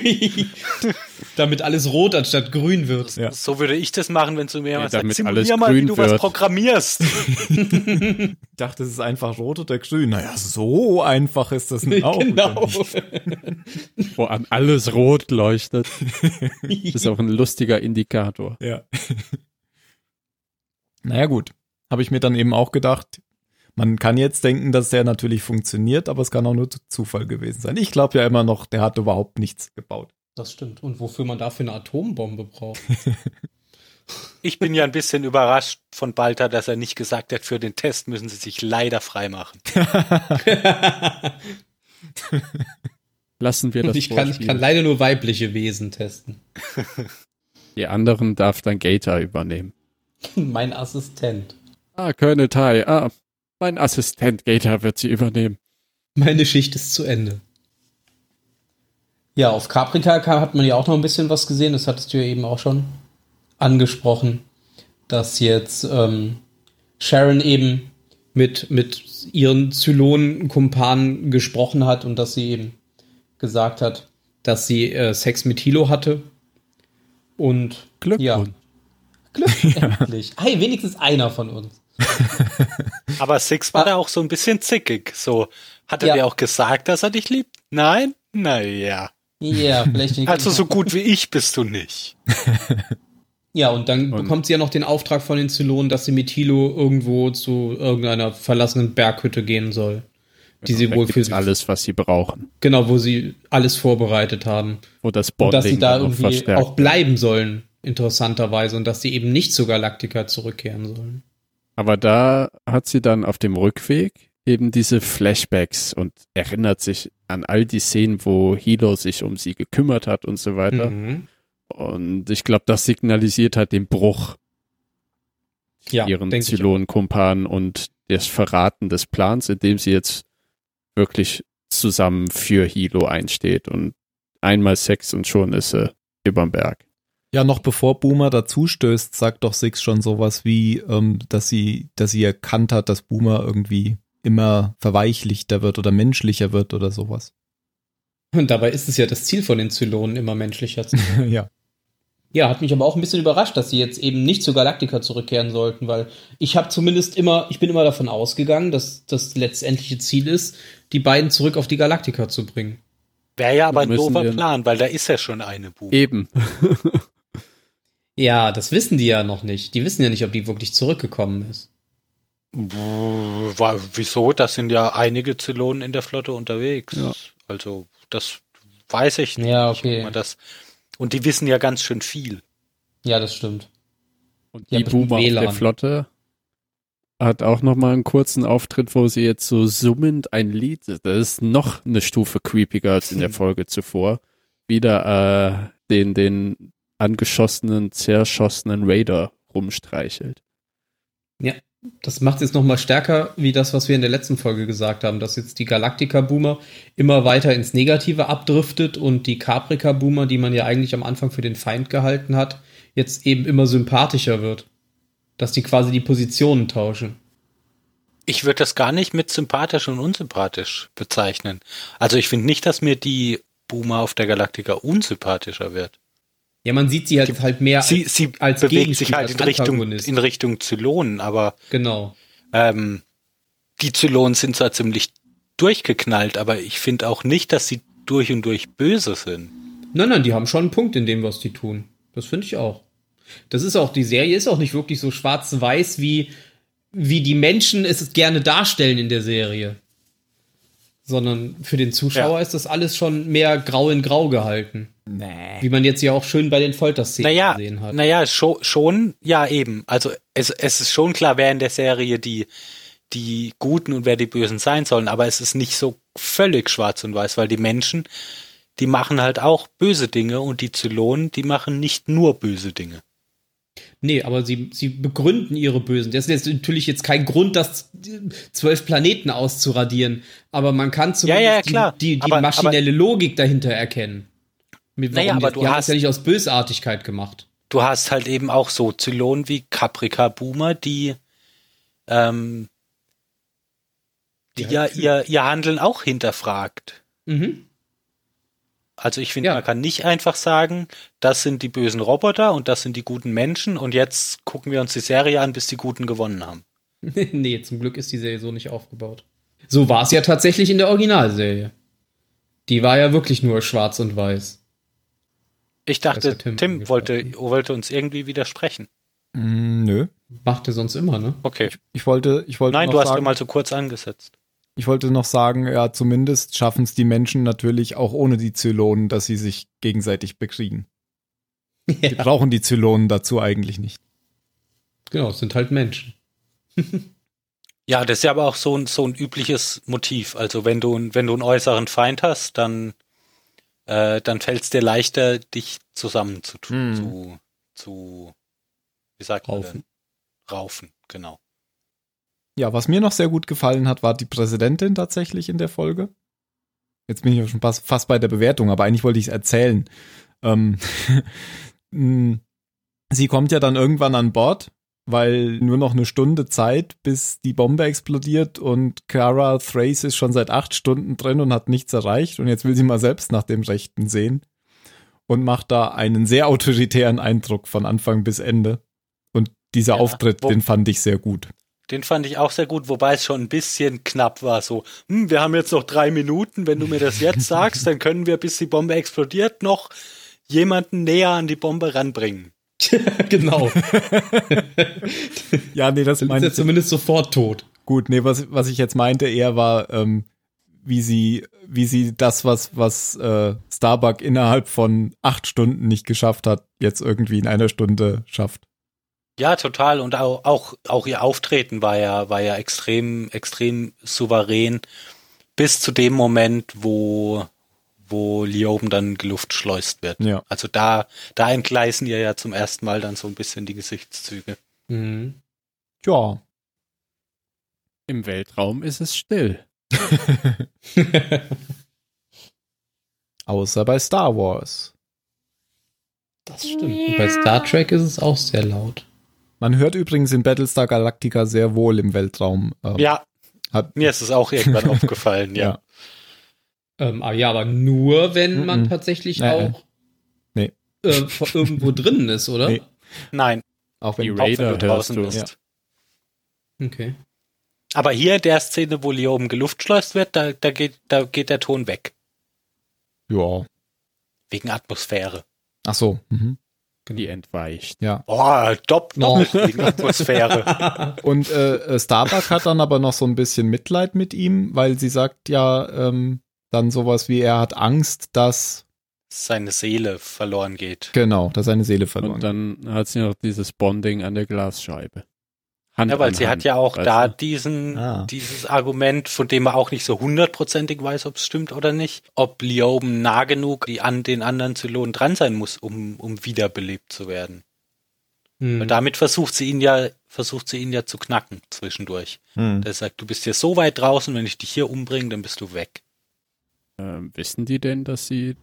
[SPEAKER 2] Damit alles rot anstatt grün wird.
[SPEAKER 1] Ja.
[SPEAKER 3] So würde ich das machen, wenn zu mir jemand sagt,
[SPEAKER 4] damit
[SPEAKER 3] simulier
[SPEAKER 4] alles
[SPEAKER 3] mal, wie
[SPEAKER 4] grün
[SPEAKER 3] du was
[SPEAKER 4] wird."
[SPEAKER 3] programmierst.
[SPEAKER 4] [LAUGHS]
[SPEAKER 1] Ich dachte, es ist einfach rot oder grün. Naja, so einfach ist das nun auch. wieder
[SPEAKER 2] [LAUGHS] genau.
[SPEAKER 1] nicht.
[SPEAKER 4] Wo an alles rot leuchtet. Das ist auch ein lustiger Indikator.
[SPEAKER 1] Ja. naja, gut. Habe ich mir dann eben auch gedacht, man kann jetzt denken, dass der natürlich funktioniert, aber es kann auch nur zu- Zufall gewesen sein. Ich glaube ja immer noch, der hat überhaupt nichts gebaut.
[SPEAKER 2] Das stimmt. Und wofür man dafür eine Atombombe
[SPEAKER 3] [LAUGHS]
[SPEAKER 2] braucht.
[SPEAKER 3] Ich bin ja ein bisschen überrascht von Balta, dass er nicht gesagt hat, für den Test müssen sie sich leider freimachen.
[SPEAKER 4] Lassen wir das
[SPEAKER 2] ich, kann, ich
[SPEAKER 4] Vorspiel.
[SPEAKER 2] kann leider nur weibliche Wesen testen.
[SPEAKER 4] Die anderen darf dann Gator übernehmen.
[SPEAKER 2] [LAUGHS] mein Assistent.
[SPEAKER 4] Ah, Colonel Tai, ah, mein Assistent Gator wird sie übernehmen.
[SPEAKER 2] Meine Schicht ist zu Ende. Ja, auf Caprica kam- hat man ja auch noch ein bisschen was gesehen. Das hattest du ja eben auch schon angesprochen, dass jetzt ähm, Sharon eben mit, mit ihren Zylonen-Kumpanen gesprochen hat und dass sie eben gesagt hat, dass sie äh, Sex mit Hilo hatte. Und ja,
[SPEAKER 4] Glückwunsch.
[SPEAKER 2] Glück endlich. Hey, wenigstens einer von uns.
[SPEAKER 3] Aber Six war da auch so ein bisschen zickig. So, hat er
[SPEAKER 2] Ah. Ja.
[SPEAKER 3] dir auch gesagt, dass er dich liebt? Nein? Naja.
[SPEAKER 2] Ja, vielleicht
[SPEAKER 3] Also so gut wie ich bist du nicht.
[SPEAKER 2] Ja, und dann
[SPEAKER 4] Und-
[SPEAKER 2] bekommt sie ja noch den Auftrag von den Zylonen, dass sie mit Hilo irgendwo zu irgendeiner verlassenen Berghütte gehen soll. Die sie
[SPEAKER 4] Da
[SPEAKER 2] wohl
[SPEAKER 4] gibt's
[SPEAKER 2] für
[SPEAKER 4] alles, was sie brauchen.
[SPEAKER 2] Genau, wo sie alles vorbereitet haben.
[SPEAKER 4] Wo das
[SPEAKER 2] und dass sie
[SPEAKER 4] Bonding
[SPEAKER 2] da
[SPEAKER 4] dann noch
[SPEAKER 2] irgendwie
[SPEAKER 4] verstärkt.
[SPEAKER 2] auch bleiben sollen, interessanterweise. Und dass sie eben nicht zu Galactica zurückkehren sollen.
[SPEAKER 4] Aber da hat sie dann auf dem Rückweg eben diese Flashbacks und erinnert sich an all die Szenen, wo Hilo sich um sie gekümmert hat und so weiter.
[SPEAKER 2] Mhm.
[SPEAKER 4] Und ich glaube, das signalisiert halt den Bruch
[SPEAKER 2] Ja,
[SPEAKER 4] ihren
[SPEAKER 2] denk ich auch.
[SPEAKER 4] Zylonenkumpanen und das Verraten des Plans, indem sie jetzt wirklich zusammen für Hilo einsteht und einmal Sex und schon ist sie überm Berg.
[SPEAKER 1] Ja, noch bevor Boomer dazustößt, sagt doch Six schon sowas wie, ähm, dass sie, dass sie erkannt hat, dass Boomer irgendwie immer verweichlichter wird oder menschlicher wird oder sowas. [LAUGHS]
[SPEAKER 2] Und dabei ist es ja das Ziel von den Zylonen, immer menschlicher zu
[SPEAKER 1] ja.
[SPEAKER 2] Ja, hat mich aber auch ein bisschen überrascht, dass sie jetzt eben nicht zu Galactica zurückkehren sollten, weil ich habe zumindest immer, ich bin immer davon ausgegangen, dass das letztendliche Ziel ist, die beiden zurück auf die Galactica zu bringen.
[SPEAKER 3] Wäre ja aber ein
[SPEAKER 4] Müssen E-
[SPEAKER 3] doofer
[SPEAKER 4] wir-
[SPEAKER 3] Plan, weil da ist ja schon eine Buch.
[SPEAKER 4] Eben.
[SPEAKER 2] Ja, das wissen die ja noch nicht. Die wissen ja nicht, ob die wirklich zurückgekommen ist.
[SPEAKER 3] Wa- Wieso? Das sind ja einige Zylonen in der Flotte unterwegs.
[SPEAKER 4] Ja.
[SPEAKER 3] Also, das weiß ich nicht.
[SPEAKER 2] Ja,
[SPEAKER 3] Ob
[SPEAKER 2] okay.
[SPEAKER 3] man Das, und die wissen ja ganz schön viel.
[SPEAKER 2] Ja, das stimmt.
[SPEAKER 4] Und
[SPEAKER 2] Ja,
[SPEAKER 4] die
[SPEAKER 2] bestimmt
[SPEAKER 4] Boomer auf der
[SPEAKER 2] WLAN.
[SPEAKER 4] Flotte hat auch nochmal einen kurzen Auftritt, wo sie jetzt so summend ein Lied, das ist noch eine Stufe creepiger als
[SPEAKER 3] [LAUGHS]
[SPEAKER 4] in der Folge zuvor, wieder äh, den, den angeschossenen, zerschossenen Raider rumstreichelt.
[SPEAKER 2] Das macht jetzt noch mal stärker, wie das, was wir in der letzten Folge gesagt haben, dass jetzt die Galactica-Boomer immer weiter ins Negative abdriftet und die Caprica-Boomer, die man ja eigentlich am Anfang für den Feind gehalten hat, jetzt eben immer sympathischer wird. Dass die quasi die Positionen tauschen.
[SPEAKER 3] Ich würde das gar nicht mit sympathisch und unsympathisch bezeichnen. Also, ich finde nicht, dass mir die Boomer auf der Galaktika unsympathischer wird.
[SPEAKER 2] Ja, man sieht sie halt, halt mehr
[SPEAKER 3] sie
[SPEAKER 2] als,
[SPEAKER 3] sie
[SPEAKER 2] als
[SPEAKER 3] bewegt sich
[SPEAKER 2] Gegenspieler,
[SPEAKER 3] halt in
[SPEAKER 2] als
[SPEAKER 3] Richtung,
[SPEAKER 2] Antagonist.
[SPEAKER 3] in Richtung Zylonen, aber
[SPEAKER 2] genau.
[SPEAKER 3] ähm, die Zylonen sind zwar ziemlich durchgeknallt, aber ich finde auch nicht, dass sie durch und durch böse sind.
[SPEAKER 2] Nein, nein, die haben schon einen Punkt in dem, was die tun. Das finde ich auch. Das ist auch, die Serie ist auch nicht wirklich so schwarz-weiß, wie, wie die Menschen es gerne darstellen in der Serie. Sondern für den Zuschauer
[SPEAKER 3] Ja.
[SPEAKER 2] ist das alles schon mehr grau in grau gehalten. Nee. Wie man jetzt ja auch schön bei den Folterszenen
[SPEAKER 3] Naja,
[SPEAKER 2] gesehen hat.
[SPEAKER 3] naja, schon, schon, ja eben. Also es, es ist schon klar, wer in der Serie die, die Guten und wer die Bösen sein sollen, aber es ist nicht so völlig schwarz und weiß, weil die Menschen, die machen halt auch böse Dinge und die Zylonen, die machen nicht nur böse Dinge.
[SPEAKER 2] Nee, aber sie, sie begründen ihre Bösen. Das ist jetzt natürlich jetzt kein Grund, das zwölf Planeten auszuradieren. Aber man kann zumindest
[SPEAKER 3] ja, klar.
[SPEAKER 2] die, die, die
[SPEAKER 3] Aber- aber-
[SPEAKER 2] maschinelle Logik dahinter erkennen. Mit,
[SPEAKER 3] Naja,
[SPEAKER 2] warum
[SPEAKER 3] aber
[SPEAKER 2] die,
[SPEAKER 3] du
[SPEAKER 2] die haben
[SPEAKER 3] hast-
[SPEAKER 2] das ja nicht aus Bösartigkeit gemacht.
[SPEAKER 3] du hast halt eben auch so Zylonen wie Caprica Boomer, die, ähm, die
[SPEAKER 2] Ja,
[SPEAKER 3] ja, ihr, ihr Handeln auch hinterfragt.
[SPEAKER 2] Mhm. [LAUGHS]
[SPEAKER 3] Also ich finde,
[SPEAKER 2] Ja.
[SPEAKER 3] man kann nicht einfach sagen, das sind die bösen Roboter und das sind die guten Menschen und jetzt gucken wir uns die Serie an, bis die Guten gewonnen haben.
[SPEAKER 2] nee, zum Glück ist die Serie so nicht aufgebaut. So war es ja tatsächlich in der Originalserie. Die war ja wirklich nur schwarz und weiß.
[SPEAKER 3] Ich
[SPEAKER 2] Das
[SPEAKER 3] dachte,
[SPEAKER 2] hat Tim
[SPEAKER 3] Tim,
[SPEAKER 2] angesprochen.
[SPEAKER 3] wollte, wollte uns irgendwie widersprechen.
[SPEAKER 1] Mm, nö.
[SPEAKER 2] Macht er sonst immer, ne?
[SPEAKER 3] Okay.
[SPEAKER 1] Ich wollte, ich wollte
[SPEAKER 3] Nein,
[SPEAKER 1] noch
[SPEAKER 3] du hast
[SPEAKER 1] sagen,
[SPEAKER 3] mir mal so kurz angesetzt.
[SPEAKER 1] ich wollte noch sagen, ja, zumindest schaffen es die Menschen natürlich auch ohne die Zylonen, dass sie sich gegenseitig bekriegen. Die brauchen die Zylonen dazu eigentlich nicht.
[SPEAKER 2] Genau, es sind halt Menschen.
[SPEAKER 3] Ja, das ist ja aber auch so ein, so ein übliches Motiv. Also wenn du, wenn du einen äußeren Feind hast, dann, äh, dann fällt es dir leichter, dich zusammenzutun.
[SPEAKER 1] Hm.
[SPEAKER 3] Zu, zu, wie sagt man
[SPEAKER 2] Raufen.
[SPEAKER 3] denn? Raufen, genau.
[SPEAKER 1] Ja, was mir noch sehr gut gefallen hat, war die Präsidentin tatsächlich in der Folge. Jetzt bin ich auch schon fast, fast bei der Bewertung, aber eigentlich wollte ich es erzählen. Ähm, [LAUGHS] mm, sie kommt ja dann irgendwann an Bord, weil nur noch eine Stunde Zeit, bis die Bombe explodiert und Cara Thrace ist schon seit acht Stunden drin und hat nichts erreicht und jetzt will sie mal selbst nach dem Rechten sehen und macht da einen sehr autoritären Eindruck von Anfang bis Ende. Und dieser
[SPEAKER 3] Ja,
[SPEAKER 1] Auftritt,
[SPEAKER 3] wo-
[SPEAKER 1] den fand ich sehr gut.
[SPEAKER 3] Den fand ich auch sehr gut, wobei es schon ein bisschen knapp war. So, hm, wir haben jetzt noch drei Minuten. Wenn du mir das jetzt sagst, dann können wir, bis die Bombe explodiert, noch jemanden näher an die Bombe ranbringen.
[SPEAKER 2] genau.
[SPEAKER 1] Ja, nee, das
[SPEAKER 2] Dann ist
[SPEAKER 1] meine
[SPEAKER 2] er
[SPEAKER 1] ich
[SPEAKER 2] zumindest sofort tot.
[SPEAKER 1] gut. Nee, was, was ich jetzt meinte eher war, ähm, wie sie, wie sie das, was, was äh, Starbuck innerhalb von acht Stunden nicht geschafft hat, jetzt irgendwie in einer Stunde schafft.
[SPEAKER 3] Ja, total. Und auch, auch, auch ihr Auftreten war ja, war ja extrem, extrem souverän. Bis zu dem Moment, wo, wo Lioben dann geluft schleust wird.
[SPEAKER 1] Ja.
[SPEAKER 3] Also da, da entgleisen ihr ja zum ersten Mal dann so ein bisschen die Gesichtszüge.
[SPEAKER 2] Mhm.
[SPEAKER 1] Ja.
[SPEAKER 4] Im Weltraum ist es still.
[SPEAKER 1] Außer bei Star Wars.
[SPEAKER 2] das stimmt. Und bei Star Trek ist es auch sehr laut.
[SPEAKER 1] Man hört übrigens in Battlestar Galactica sehr wohl im Weltraum. ähm,
[SPEAKER 3] Ja,
[SPEAKER 1] Hat,
[SPEAKER 3] mir ist es auch irgendwann aufgefallen, ja.
[SPEAKER 1] Ja.
[SPEAKER 2] Ähm, aber ja, aber nur, wenn man
[SPEAKER 1] Mhm.
[SPEAKER 2] tatsächlich
[SPEAKER 1] Nee,
[SPEAKER 2] auch
[SPEAKER 1] nee.
[SPEAKER 2] Äh, von
[SPEAKER 1] [LAUGHS]
[SPEAKER 2] irgendwo drin ist, oder?
[SPEAKER 1] Nee.
[SPEAKER 3] Nein,
[SPEAKER 1] auch
[SPEAKER 4] Die
[SPEAKER 1] wenn
[SPEAKER 3] auch wenn
[SPEAKER 4] Raider
[SPEAKER 3] du draußen
[SPEAKER 4] hörst
[SPEAKER 3] bist.
[SPEAKER 4] du.
[SPEAKER 2] Okay.
[SPEAKER 3] Aber hier in der Szene, wo Leo oben geluftschleust wird, da, da, geht, da geht der Ton weg.
[SPEAKER 1] Ja.
[SPEAKER 3] Wegen Atmosphäre.
[SPEAKER 1] Ach so. Mhm.
[SPEAKER 4] Die
[SPEAKER 3] Genau.
[SPEAKER 4] entweicht.
[SPEAKER 1] Ja.
[SPEAKER 3] Oh, dopp,
[SPEAKER 2] Oh.
[SPEAKER 3] doppelt wegen
[SPEAKER 4] [LAUGHS]
[SPEAKER 3] Atmosphäre.
[SPEAKER 1] Und äh, äh, Starbuck hat dann aber noch so ein bisschen Mitleid mit ihm, weil sie sagt ja ähm, dann sowas wie, er hat Angst, dass,
[SPEAKER 3] Seine Seele verloren geht.
[SPEAKER 1] genau, dass seine Seele verloren
[SPEAKER 4] Und
[SPEAKER 1] wird.
[SPEAKER 4] dann hat sie noch dieses Bonding an der Glasscheibe. Hand
[SPEAKER 3] Ja, weil
[SPEAKER 4] an
[SPEAKER 3] sie
[SPEAKER 4] Hand,
[SPEAKER 3] hat ja auch
[SPEAKER 4] weißt
[SPEAKER 3] da
[SPEAKER 4] du?
[SPEAKER 3] diesen,
[SPEAKER 1] Ah.
[SPEAKER 3] dieses Argument, von dem man auch nicht so hundertprozentig weiß, ob es stimmt oder nicht, ob Lioben nah genug die an den anderen Zylonen dran sein muss, um, um wiederbelebt zu werden.
[SPEAKER 2] Mhm.
[SPEAKER 3] Weil damit versucht sie ihn ja, versucht sie ihn ja zu knacken zwischendurch. Der sagt, du bist hier so weit draußen, wenn ich dich hier umbringe, dann bist du weg.
[SPEAKER 4] Ähm, wissen die denn, dass sie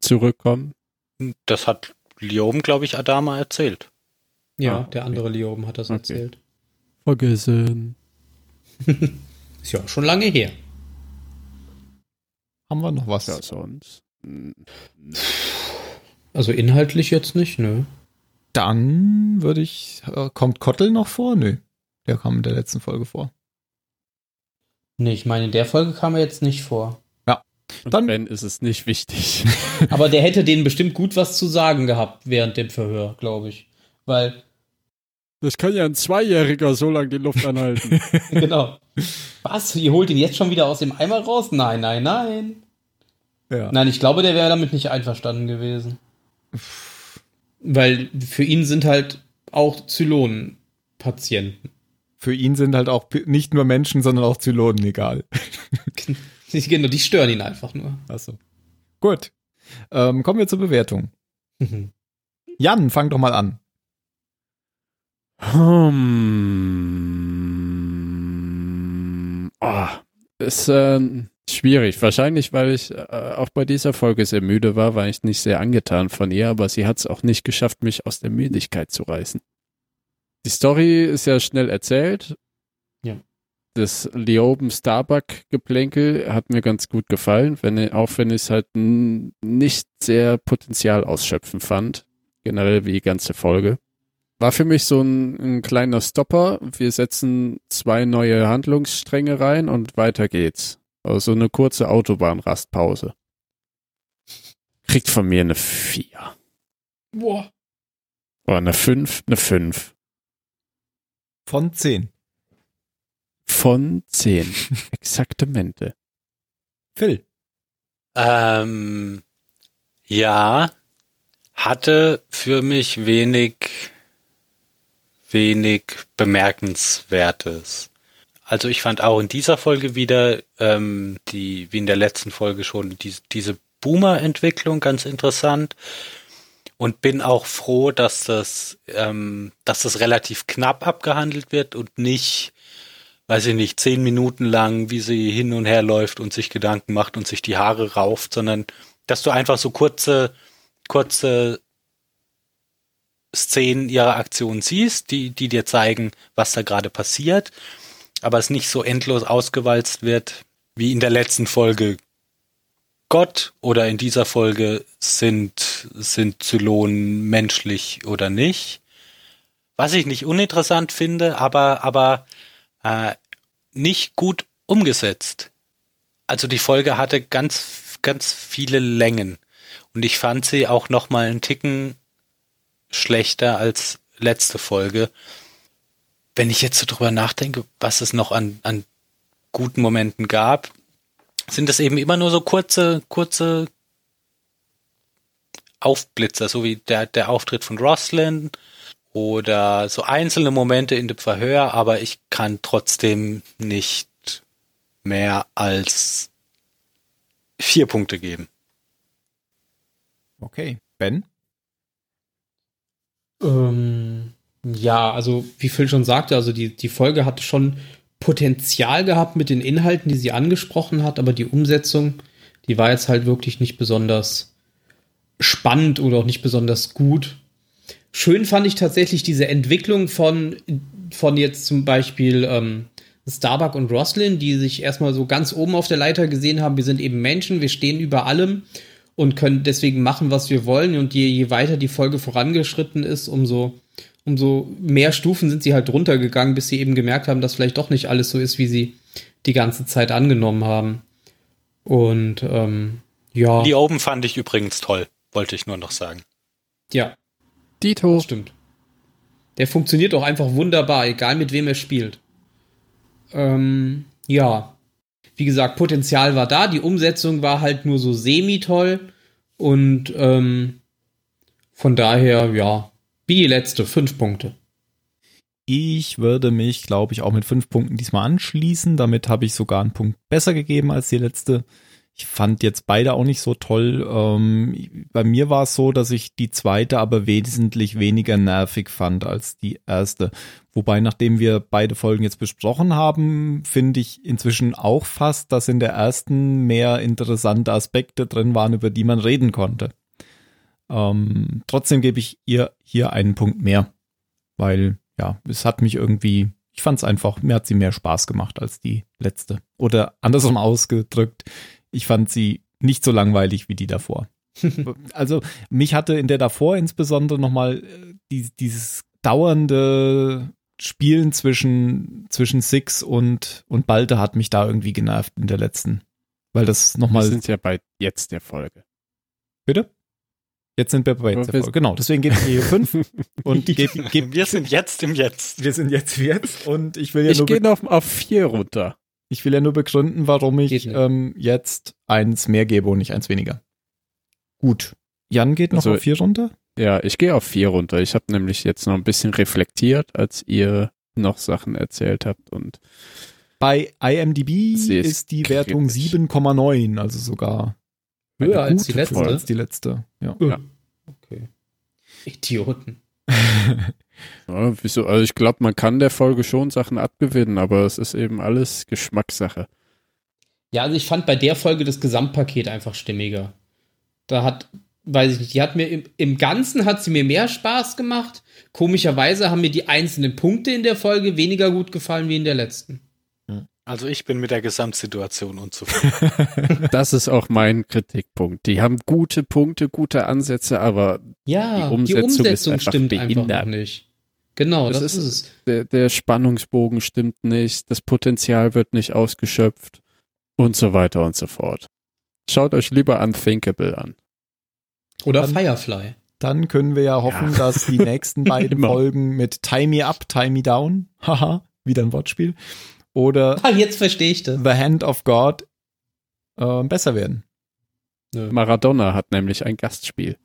[SPEAKER 4] zurückkommen?
[SPEAKER 3] Das hat Lioben, glaube ich, Adama erzählt.
[SPEAKER 2] ja,
[SPEAKER 4] Ah,
[SPEAKER 2] der
[SPEAKER 4] okay.
[SPEAKER 2] andere Lioben hat das
[SPEAKER 4] Okay.
[SPEAKER 2] erzählt.
[SPEAKER 4] Vergessen.
[SPEAKER 2] Ist ja auch schon lange her.
[SPEAKER 1] Haben wir noch was?
[SPEAKER 4] Ja, sonst. Hm,
[SPEAKER 2] Also inhaltlich jetzt nicht, ne?
[SPEAKER 1] Dann würde ich, äh, kommt Kottel noch vor? Nö, der kam in der letzten Folge vor.
[SPEAKER 2] Nee, ich meine, in der Folge kam er jetzt nicht vor.
[SPEAKER 4] Und
[SPEAKER 1] Dann-
[SPEAKER 4] wenn ist es nicht wichtig.
[SPEAKER 2] Aber der hätte denen bestimmt gut was zu sagen gehabt während dem Verhör, glaube ich. Weil,
[SPEAKER 4] [LAUGHS]
[SPEAKER 2] [LAUGHS]
[SPEAKER 4] Das kann ja ein Zweijähriger so lange die Luft anhalten.
[SPEAKER 2] genau. Was? Ihr holt ihn jetzt schon wieder aus dem Eimer raus? Nein, nein, nein.
[SPEAKER 1] Ja.
[SPEAKER 2] Nein, ich glaube, der wäre damit nicht einverstanden gewesen. Weil für ihn sind halt auch Zylonen Patienten.
[SPEAKER 1] Für ihn sind halt auch pi- nicht nur Menschen, sondern auch Zylonen egal.
[SPEAKER 2] Genau, [LAUGHS] die stören ihn einfach nur.
[SPEAKER 1] Achso. Also. Gut. Ähm, kommen wir zur Bewertung. Jan, fang doch mal an.
[SPEAKER 4] Hm. Ah, ist ähm, Schwierig. Wahrscheinlich, weil ich äh, auch bei dieser Folge sehr müde war, war ich nicht sehr angetan von ihr, aber sie hat es auch nicht geschafft, mich aus der Müdigkeit zu reißen. Die Story ist ja schnell erzählt.
[SPEAKER 2] Ja.
[SPEAKER 4] Das Leoben-Starbuck-Geplänkel hat mir ganz gut gefallen, wenn, auch wenn ich es halt n- nicht sehr Potenzial ausschöpfen fand. Generell wie die ganze Folge. War für mich so ein, ein kleiner Stopper. Wir setzen zwei neue Handlungsstränge rein und weiter geht's. Also eine kurze Autobahnrastpause. Kriegt von mir eine 4.
[SPEAKER 2] [LAUGHS] Boah.
[SPEAKER 4] Oder eine 5, eine 5.
[SPEAKER 1] Von 10.
[SPEAKER 4] Von
[SPEAKER 1] [LAUGHS]
[SPEAKER 4] 10. Exaktamente.
[SPEAKER 1] Phil.
[SPEAKER 3] Ähm, ja, hatte für mich wenig, wenig Bemerkenswertes. Also ich fand auch in dieser Folge wieder, ähm, die, wie in der letzten Folge schon, die, diese Boomer-Entwicklung ganz interessant. Und bin auch froh, dass das, ähm, dass das relativ knapp abgehandelt wird und nicht weiß ich nicht, zehn Minuten lang, wie sie hin und her läuft und sich Gedanken macht und sich die Haare rauft, sondern dass du einfach so kurze, kurze Szenen ihrer Aktion siehst, die, die dir zeigen, was da gerade passiert, aber es nicht so endlos ausgewalzt wird, wie in der letzten Folge Gott oder in dieser Folge sind, sind Zylonen menschlich oder nicht. Was ich nicht uninteressant finde, aber, aber äh, nicht gut umgesetzt. Also die Folge hatte ganz, ganz viele Längen. Und ich fand sie auch noch mal einen Ticken schlechter als letzte Folge. Wenn ich jetzt so drüber nachdenke, was es noch an, an guten Momenten gab, sind es eben immer nur so kurze, kurze Aufblitzer, so wie der, der Auftritt von Roslyn, oder so einzelne Momente in dem Verhör, aber ich kann trotzdem nicht mehr als vier Punkte geben.
[SPEAKER 1] Okay. Ben.
[SPEAKER 2] Ähm, ja, also wie Phil schon sagte, also die, die Folge hatte schon Potenzial gehabt mit den Inhalten, die sie angesprochen hat, aber die Umsetzung, die war jetzt halt wirklich nicht besonders spannend oder auch nicht besonders gut. Schön fand ich tatsächlich diese Entwicklung von, von jetzt zum Beispiel ähm, Starbuck und Roslyn, die sich erstmal so ganz oben auf der Leiter gesehen haben, wir sind eben Menschen, wir stehen über allem und können deswegen machen, was wir wollen. Und je, je weiter die Folge vorangeschritten ist, umso, umso mehr Stufen sind sie halt runtergegangen, bis sie eben gemerkt haben, dass vielleicht doch nicht alles so ist, wie sie die ganze Zeit angenommen haben. Und ähm, ja,
[SPEAKER 3] Die oben fand ich übrigens toll, wollte ich nur noch sagen.
[SPEAKER 2] ja,
[SPEAKER 4] Dito.
[SPEAKER 2] stimmt. Der funktioniert auch einfach wunderbar, egal mit wem er spielt. Ähm, ja. Wie gesagt, Potenzial war da, die Umsetzung war halt nur so semi-toll und ähm, von daher, ja, wie die letzte, fünf Punkte.
[SPEAKER 1] Ich würde mich, glaube ich, auch mit fünf Punkten diesmal anschließen. Damit habe ich sogar einen Punkt besser gegeben als die letzte. Ich fand jetzt beide auch nicht so toll. Ähm, bei mir war es so, dass ich die zweite aber wesentlich weniger nervig fand als die erste. Wobei, nachdem wir beide Folgen jetzt besprochen haben, finde ich inzwischen auch fast, dass in der ersten mehr interessante Aspekte drin waren, über die man reden konnte. Ähm, trotzdem gebe ich ihr hier einen Punkt mehr weil ja, es hat mich irgendwie, ich fand es einfach, mir hat sie mehr Spaß gemacht als die letzte. Oder andersrum ausgedrückt, ich fand sie nicht so langweilig wie die
[SPEAKER 4] [LAUGHS]
[SPEAKER 1] davor. also mich hatte in der davor insbesondere nochmal äh, die, dieses dauernde Spielen zwischen, zwischen Six und, und Balde hat mich da irgendwie genervt in der letzten. Weil das
[SPEAKER 4] Wir
[SPEAKER 1] nochmal,
[SPEAKER 4] sind ja bei jetzt der Folge.
[SPEAKER 1] bitte? Jetzt sind wir bei
[SPEAKER 4] Aber
[SPEAKER 1] jetzt
[SPEAKER 4] wir-
[SPEAKER 1] der Folge. Genau, deswegen
[SPEAKER 4] [LAUGHS]
[SPEAKER 1] gebe ich hier fünf und gebe geb,
[SPEAKER 3] Wir sind jetzt im Jetzt.
[SPEAKER 1] wir sind jetzt wie jetzt und ich will ja
[SPEAKER 4] Ich
[SPEAKER 1] nur
[SPEAKER 4] gehe noch auf 4 runter.
[SPEAKER 1] Ich will ja nur begründen, warum ich
[SPEAKER 2] Geht nicht.
[SPEAKER 1] ähm, jetzt eins mehr gebe und nicht eins weniger. Gut. Jan geht noch
[SPEAKER 4] Also-
[SPEAKER 1] auf vier runter?
[SPEAKER 4] Ja, ich gehe auf 4 runter. Ich habe nämlich jetzt noch ein bisschen reflektiert, als ihr noch Sachen erzählt habt und
[SPEAKER 1] Bei IMDb
[SPEAKER 4] Sie ist
[SPEAKER 1] ist die Wertung
[SPEAKER 4] kritisch.
[SPEAKER 1] 7,9, also sogar
[SPEAKER 4] Höher
[SPEAKER 1] eine
[SPEAKER 2] als
[SPEAKER 1] gute
[SPEAKER 2] die letzte?
[SPEAKER 1] Folge Als die letzte. Ja. [LAUGHS]
[SPEAKER 4] Ja.
[SPEAKER 2] Okay. Idioten.
[SPEAKER 4] Ja, wieso? Also ich glaube, man kann der Folge schon Sachen abgewinnen, aber es ist eben alles Geschmackssache.
[SPEAKER 2] Ja, also ich fand bei der Folge das Gesamtpaket einfach stimmiger. Da hat, weiß ich nicht, die hat mir im, im Ganzen hat sie mir mehr Spaß gemacht. Komischerweise haben mir die einzelnen Punkte in der Folge weniger gut gefallen wie in der letzten.
[SPEAKER 3] Also ich bin mit der Gesamtsituation unzufrieden.
[SPEAKER 4] Das ist auch mein Kritikpunkt. Die haben gute Punkte, gute Ansätze, aber
[SPEAKER 2] Ja,
[SPEAKER 4] Die Umsetzung ist einfach
[SPEAKER 2] stimmt einfach
[SPEAKER 4] behindert.
[SPEAKER 2] noch nicht. Genau,
[SPEAKER 4] Das
[SPEAKER 2] das, ist,
[SPEAKER 4] ist-
[SPEAKER 2] es.
[SPEAKER 4] der, der Spannungsbogen stimmt nicht, das Potenzial wird nicht ausgeschöpft und so weiter und so fort. Schaut euch lieber Unthinkable an.
[SPEAKER 2] Oder
[SPEAKER 1] Dann-
[SPEAKER 2] Firefly.
[SPEAKER 1] Dann können wir ja hoffen,
[SPEAKER 4] Ja.
[SPEAKER 1] dass die nächsten beiden
[SPEAKER 4] Immer.
[SPEAKER 1] Folgen mit Time Me Up, Time Me Down, haha, wieder ein Wortspiel, oder
[SPEAKER 2] [LAUGHS] Ah, jetzt verstehe ich das.
[SPEAKER 1] The Hand of God äh, besser werden.
[SPEAKER 2] Nö.
[SPEAKER 4] Maradona hat nämlich ein Gastspiel.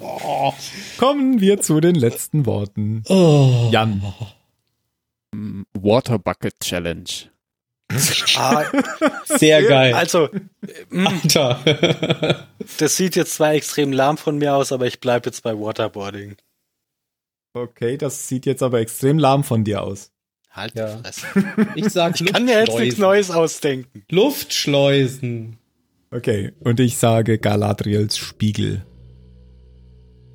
[SPEAKER 2] oh.
[SPEAKER 1] Kommen wir zu den letzten Worten.
[SPEAKER 2] [LAUGHS] Oh.
[SPEAKER 1] Jan.
[SPEAKER 4] Mm, Water Bucket Challenge.
[SPEAKER 3] [LAUGHS] ah,
[SPEAKER 2] Sehr geil.
[SPEAKER 3] also, mh,
[SPEAKER 2] Alter.
[SPEAKER 3] das sieht jetzt zwar extrem lahm von mir aus, aber ich bleibe jetzt bei Waterboarding.
[SPEAKER 1] Okay, das sieht jetzt aber extrem lahm von dir aus.
[SPEAKER 3] Halt
[SPEAKER 2] Ja.
[SPEAKER 3] die Fresse.
[SPEAKER 2] Ich sag
[SPEAKER 3] Ich [LAUGHS] kann mir jetzt nichts Neues ausdenken.
[SPEAKER 2] Luftschleusen.
[SPEAKER 1] Okay, und ich sage Galadriels Spiegel.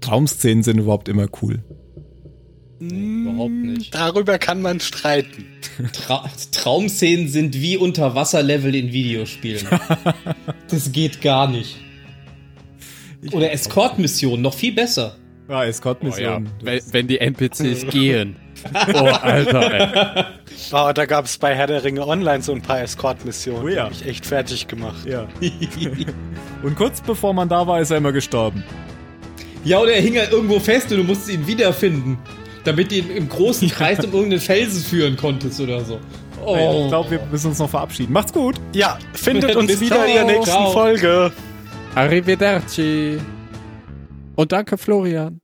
[SPEAKER 1] Traumszenen sind überhaupt immer cool.
[SPEAKER 2] Nee, überhaupt nicht.
[SPEAKER 3] Darüber kann man streiten.
[SPEAKER 2] Tra Traumszenen sind wie Unterwasserlevel
[SPEAKER 1] [LAUGHS]
[SPEAKER 2] in Videospielen. das geht gar nicht. Oder Escort-Missionen, noch
[SPEAKER 1] [LAUGHS]
[SPEAKER 2] viel besser.
[SPEAKER 1] Ah,
[SPEAKER 4] Oh ja,
[SPEAKER 1] Escort-Mission.
[SPEAKER 4] wenn, wenn die [LAUGHS] NPCs gehen. Oh, Alter, ey.
[SPEAKER 3] Wow, Oh, da gab es bei Herr der Ringe Online so ein paar Escort-Missionen.
[SPEAKER 1] Oh ja.
[SPEAKER 3] Die haben mich echt fertig gemacht.
[SPEAKER 1] ja. und kurz bevor man da war, ist er immer gestorben.
[SPEAKER 2] Ja, oder er hing halt irgendwo fest und du musstest ihn wiederfinden. Damit du ihn im großen Kreis um irgendeinen Felsen führen konntest oder so. Oh.
[SPEAKER 1] Ich glaube, wir müssen uns noch verabschieden. Macht's gut.
[SPEAKER 3] Ja, findet uns
[SPEAKER 2] Bis
[SPEAKER 3] wieder in der
[SPEAKER 2] ciao.
[SPEAKER 3] nächsten
[SPEAKER 2] Ciao.
[SPEAKER 3] Folge.
[SPEAKER 4] Arrivederci. Und danke, Florian.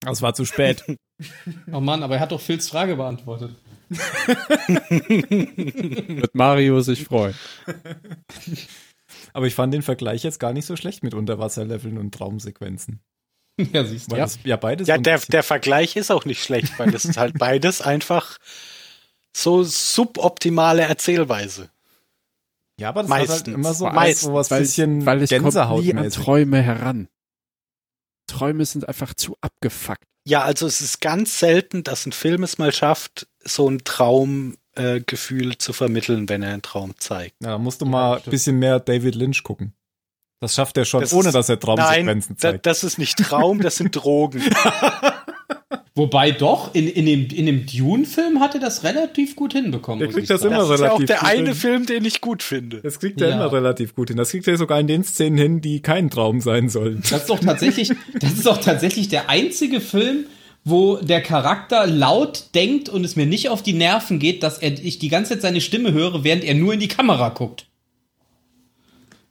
[SPEAKER 1] Das war zu spät.
[SPEAKER 4] [LAUGHS]
[SPEAKER 2] oh Mann, aber er hat doch Phils Frage beantwortet. [LAUGHS]
[SPEAKER 4] Wird Mario sich freuen.
[SPEAKER 1] Aber ich fand den Vergleich jetzt gar nicht so schlecht mit Unterwasserleveln und Traumsequenzen.
[SPEAKER 2] Ja, siehst du.
[SPEAKER 1] Weil
[SPEAKER 4] Ja.
[SPEAKER 1] Das, ja, beides.
[SPEAKER 3] Ja,
[SPEAKER 1] so ein
[SPEAKER 3] der,
[SPEAKER 1] bisschen-
[SPEAKER 3] der Vergleich ist auch nicht schlecht, weil das ist halt beides einfach so suboptimale Erzählweise.
[SPEAKER 1] ja aber das hat halt
[SPEAKER 3] meistens.
[SPEAKER 1] immer so alles
[SPEAKER 3] Meistens.
[SPEAKER 1] so was bisschen
[SPEAKER 4] weil ich komme nie an
[SPEAKER 1] Gänsehautmäßig.
[SPEAKER 4] Träume heran. Träume sind einfach zu abgefuckt.
[SPEAKER 3] Ja, also es ist ganz selten, dass ein Film es mal schafft, so ein Traumgefühl äh, Gefühl zu vermitteln, wenn er einen Traum zeigt.
[SPEAKER 1] Ja, da musst du mal ein bisschen mehr David Lynch gucken. Das schafft er schon,
[SPEAKER 3] Das
[SPEAKER 1] ohne
[SPEAKER 3] ist-
[SPEAKER 1] dass er
[SPEAKER 3] Nein,
[SPEAKER 1] Traumsequenzen
[SPEAKER 3] da,
[SPEAKER 1] zeigt.
[SPEAKER 3] das ist nicht Traum, das [LAUGHS] sind Drogen.
[SPEAKER 2] Wobei doch, in, in dem, in dem Dune-Film hat er das relativ gut hinbekommen.
[SPEAKER 1] Der
[SPEAKER 2] muss
[SPEAKER 1] kriegt
[SPEAKER 2] ich
[SPEAKER 1] das
[SPEAKER 2] sagen.
[SPEAKER 1] immer
[SPEAKER 3] Das ist ja auch
[SPEAKER 1] relativ
[SPEAKER 3] der
[SPEAKER 1] gut
[SPEAKER 3] eine
[SPEAKER 1] hin.
[SPEAKER 3] Film, den ich gut finde.
[SPEAKER 1] Das kriegt er
[SPEAKER 2] Ja.
[SPEAKER 1] immer relativ gut hin. Das kriegt er sogar in den Szenen hin, die kein Traum sein sollen.
[SPEAKER 2] Das ist doch tatsächlich, das ist doch tatsächlich der einzige Film, wo der Charakter laut denkt und es mir nicht auf die Nerven geht, dass er, ich die ganze Zeit seine Stimme höre, während er nur in die Kamera guckt.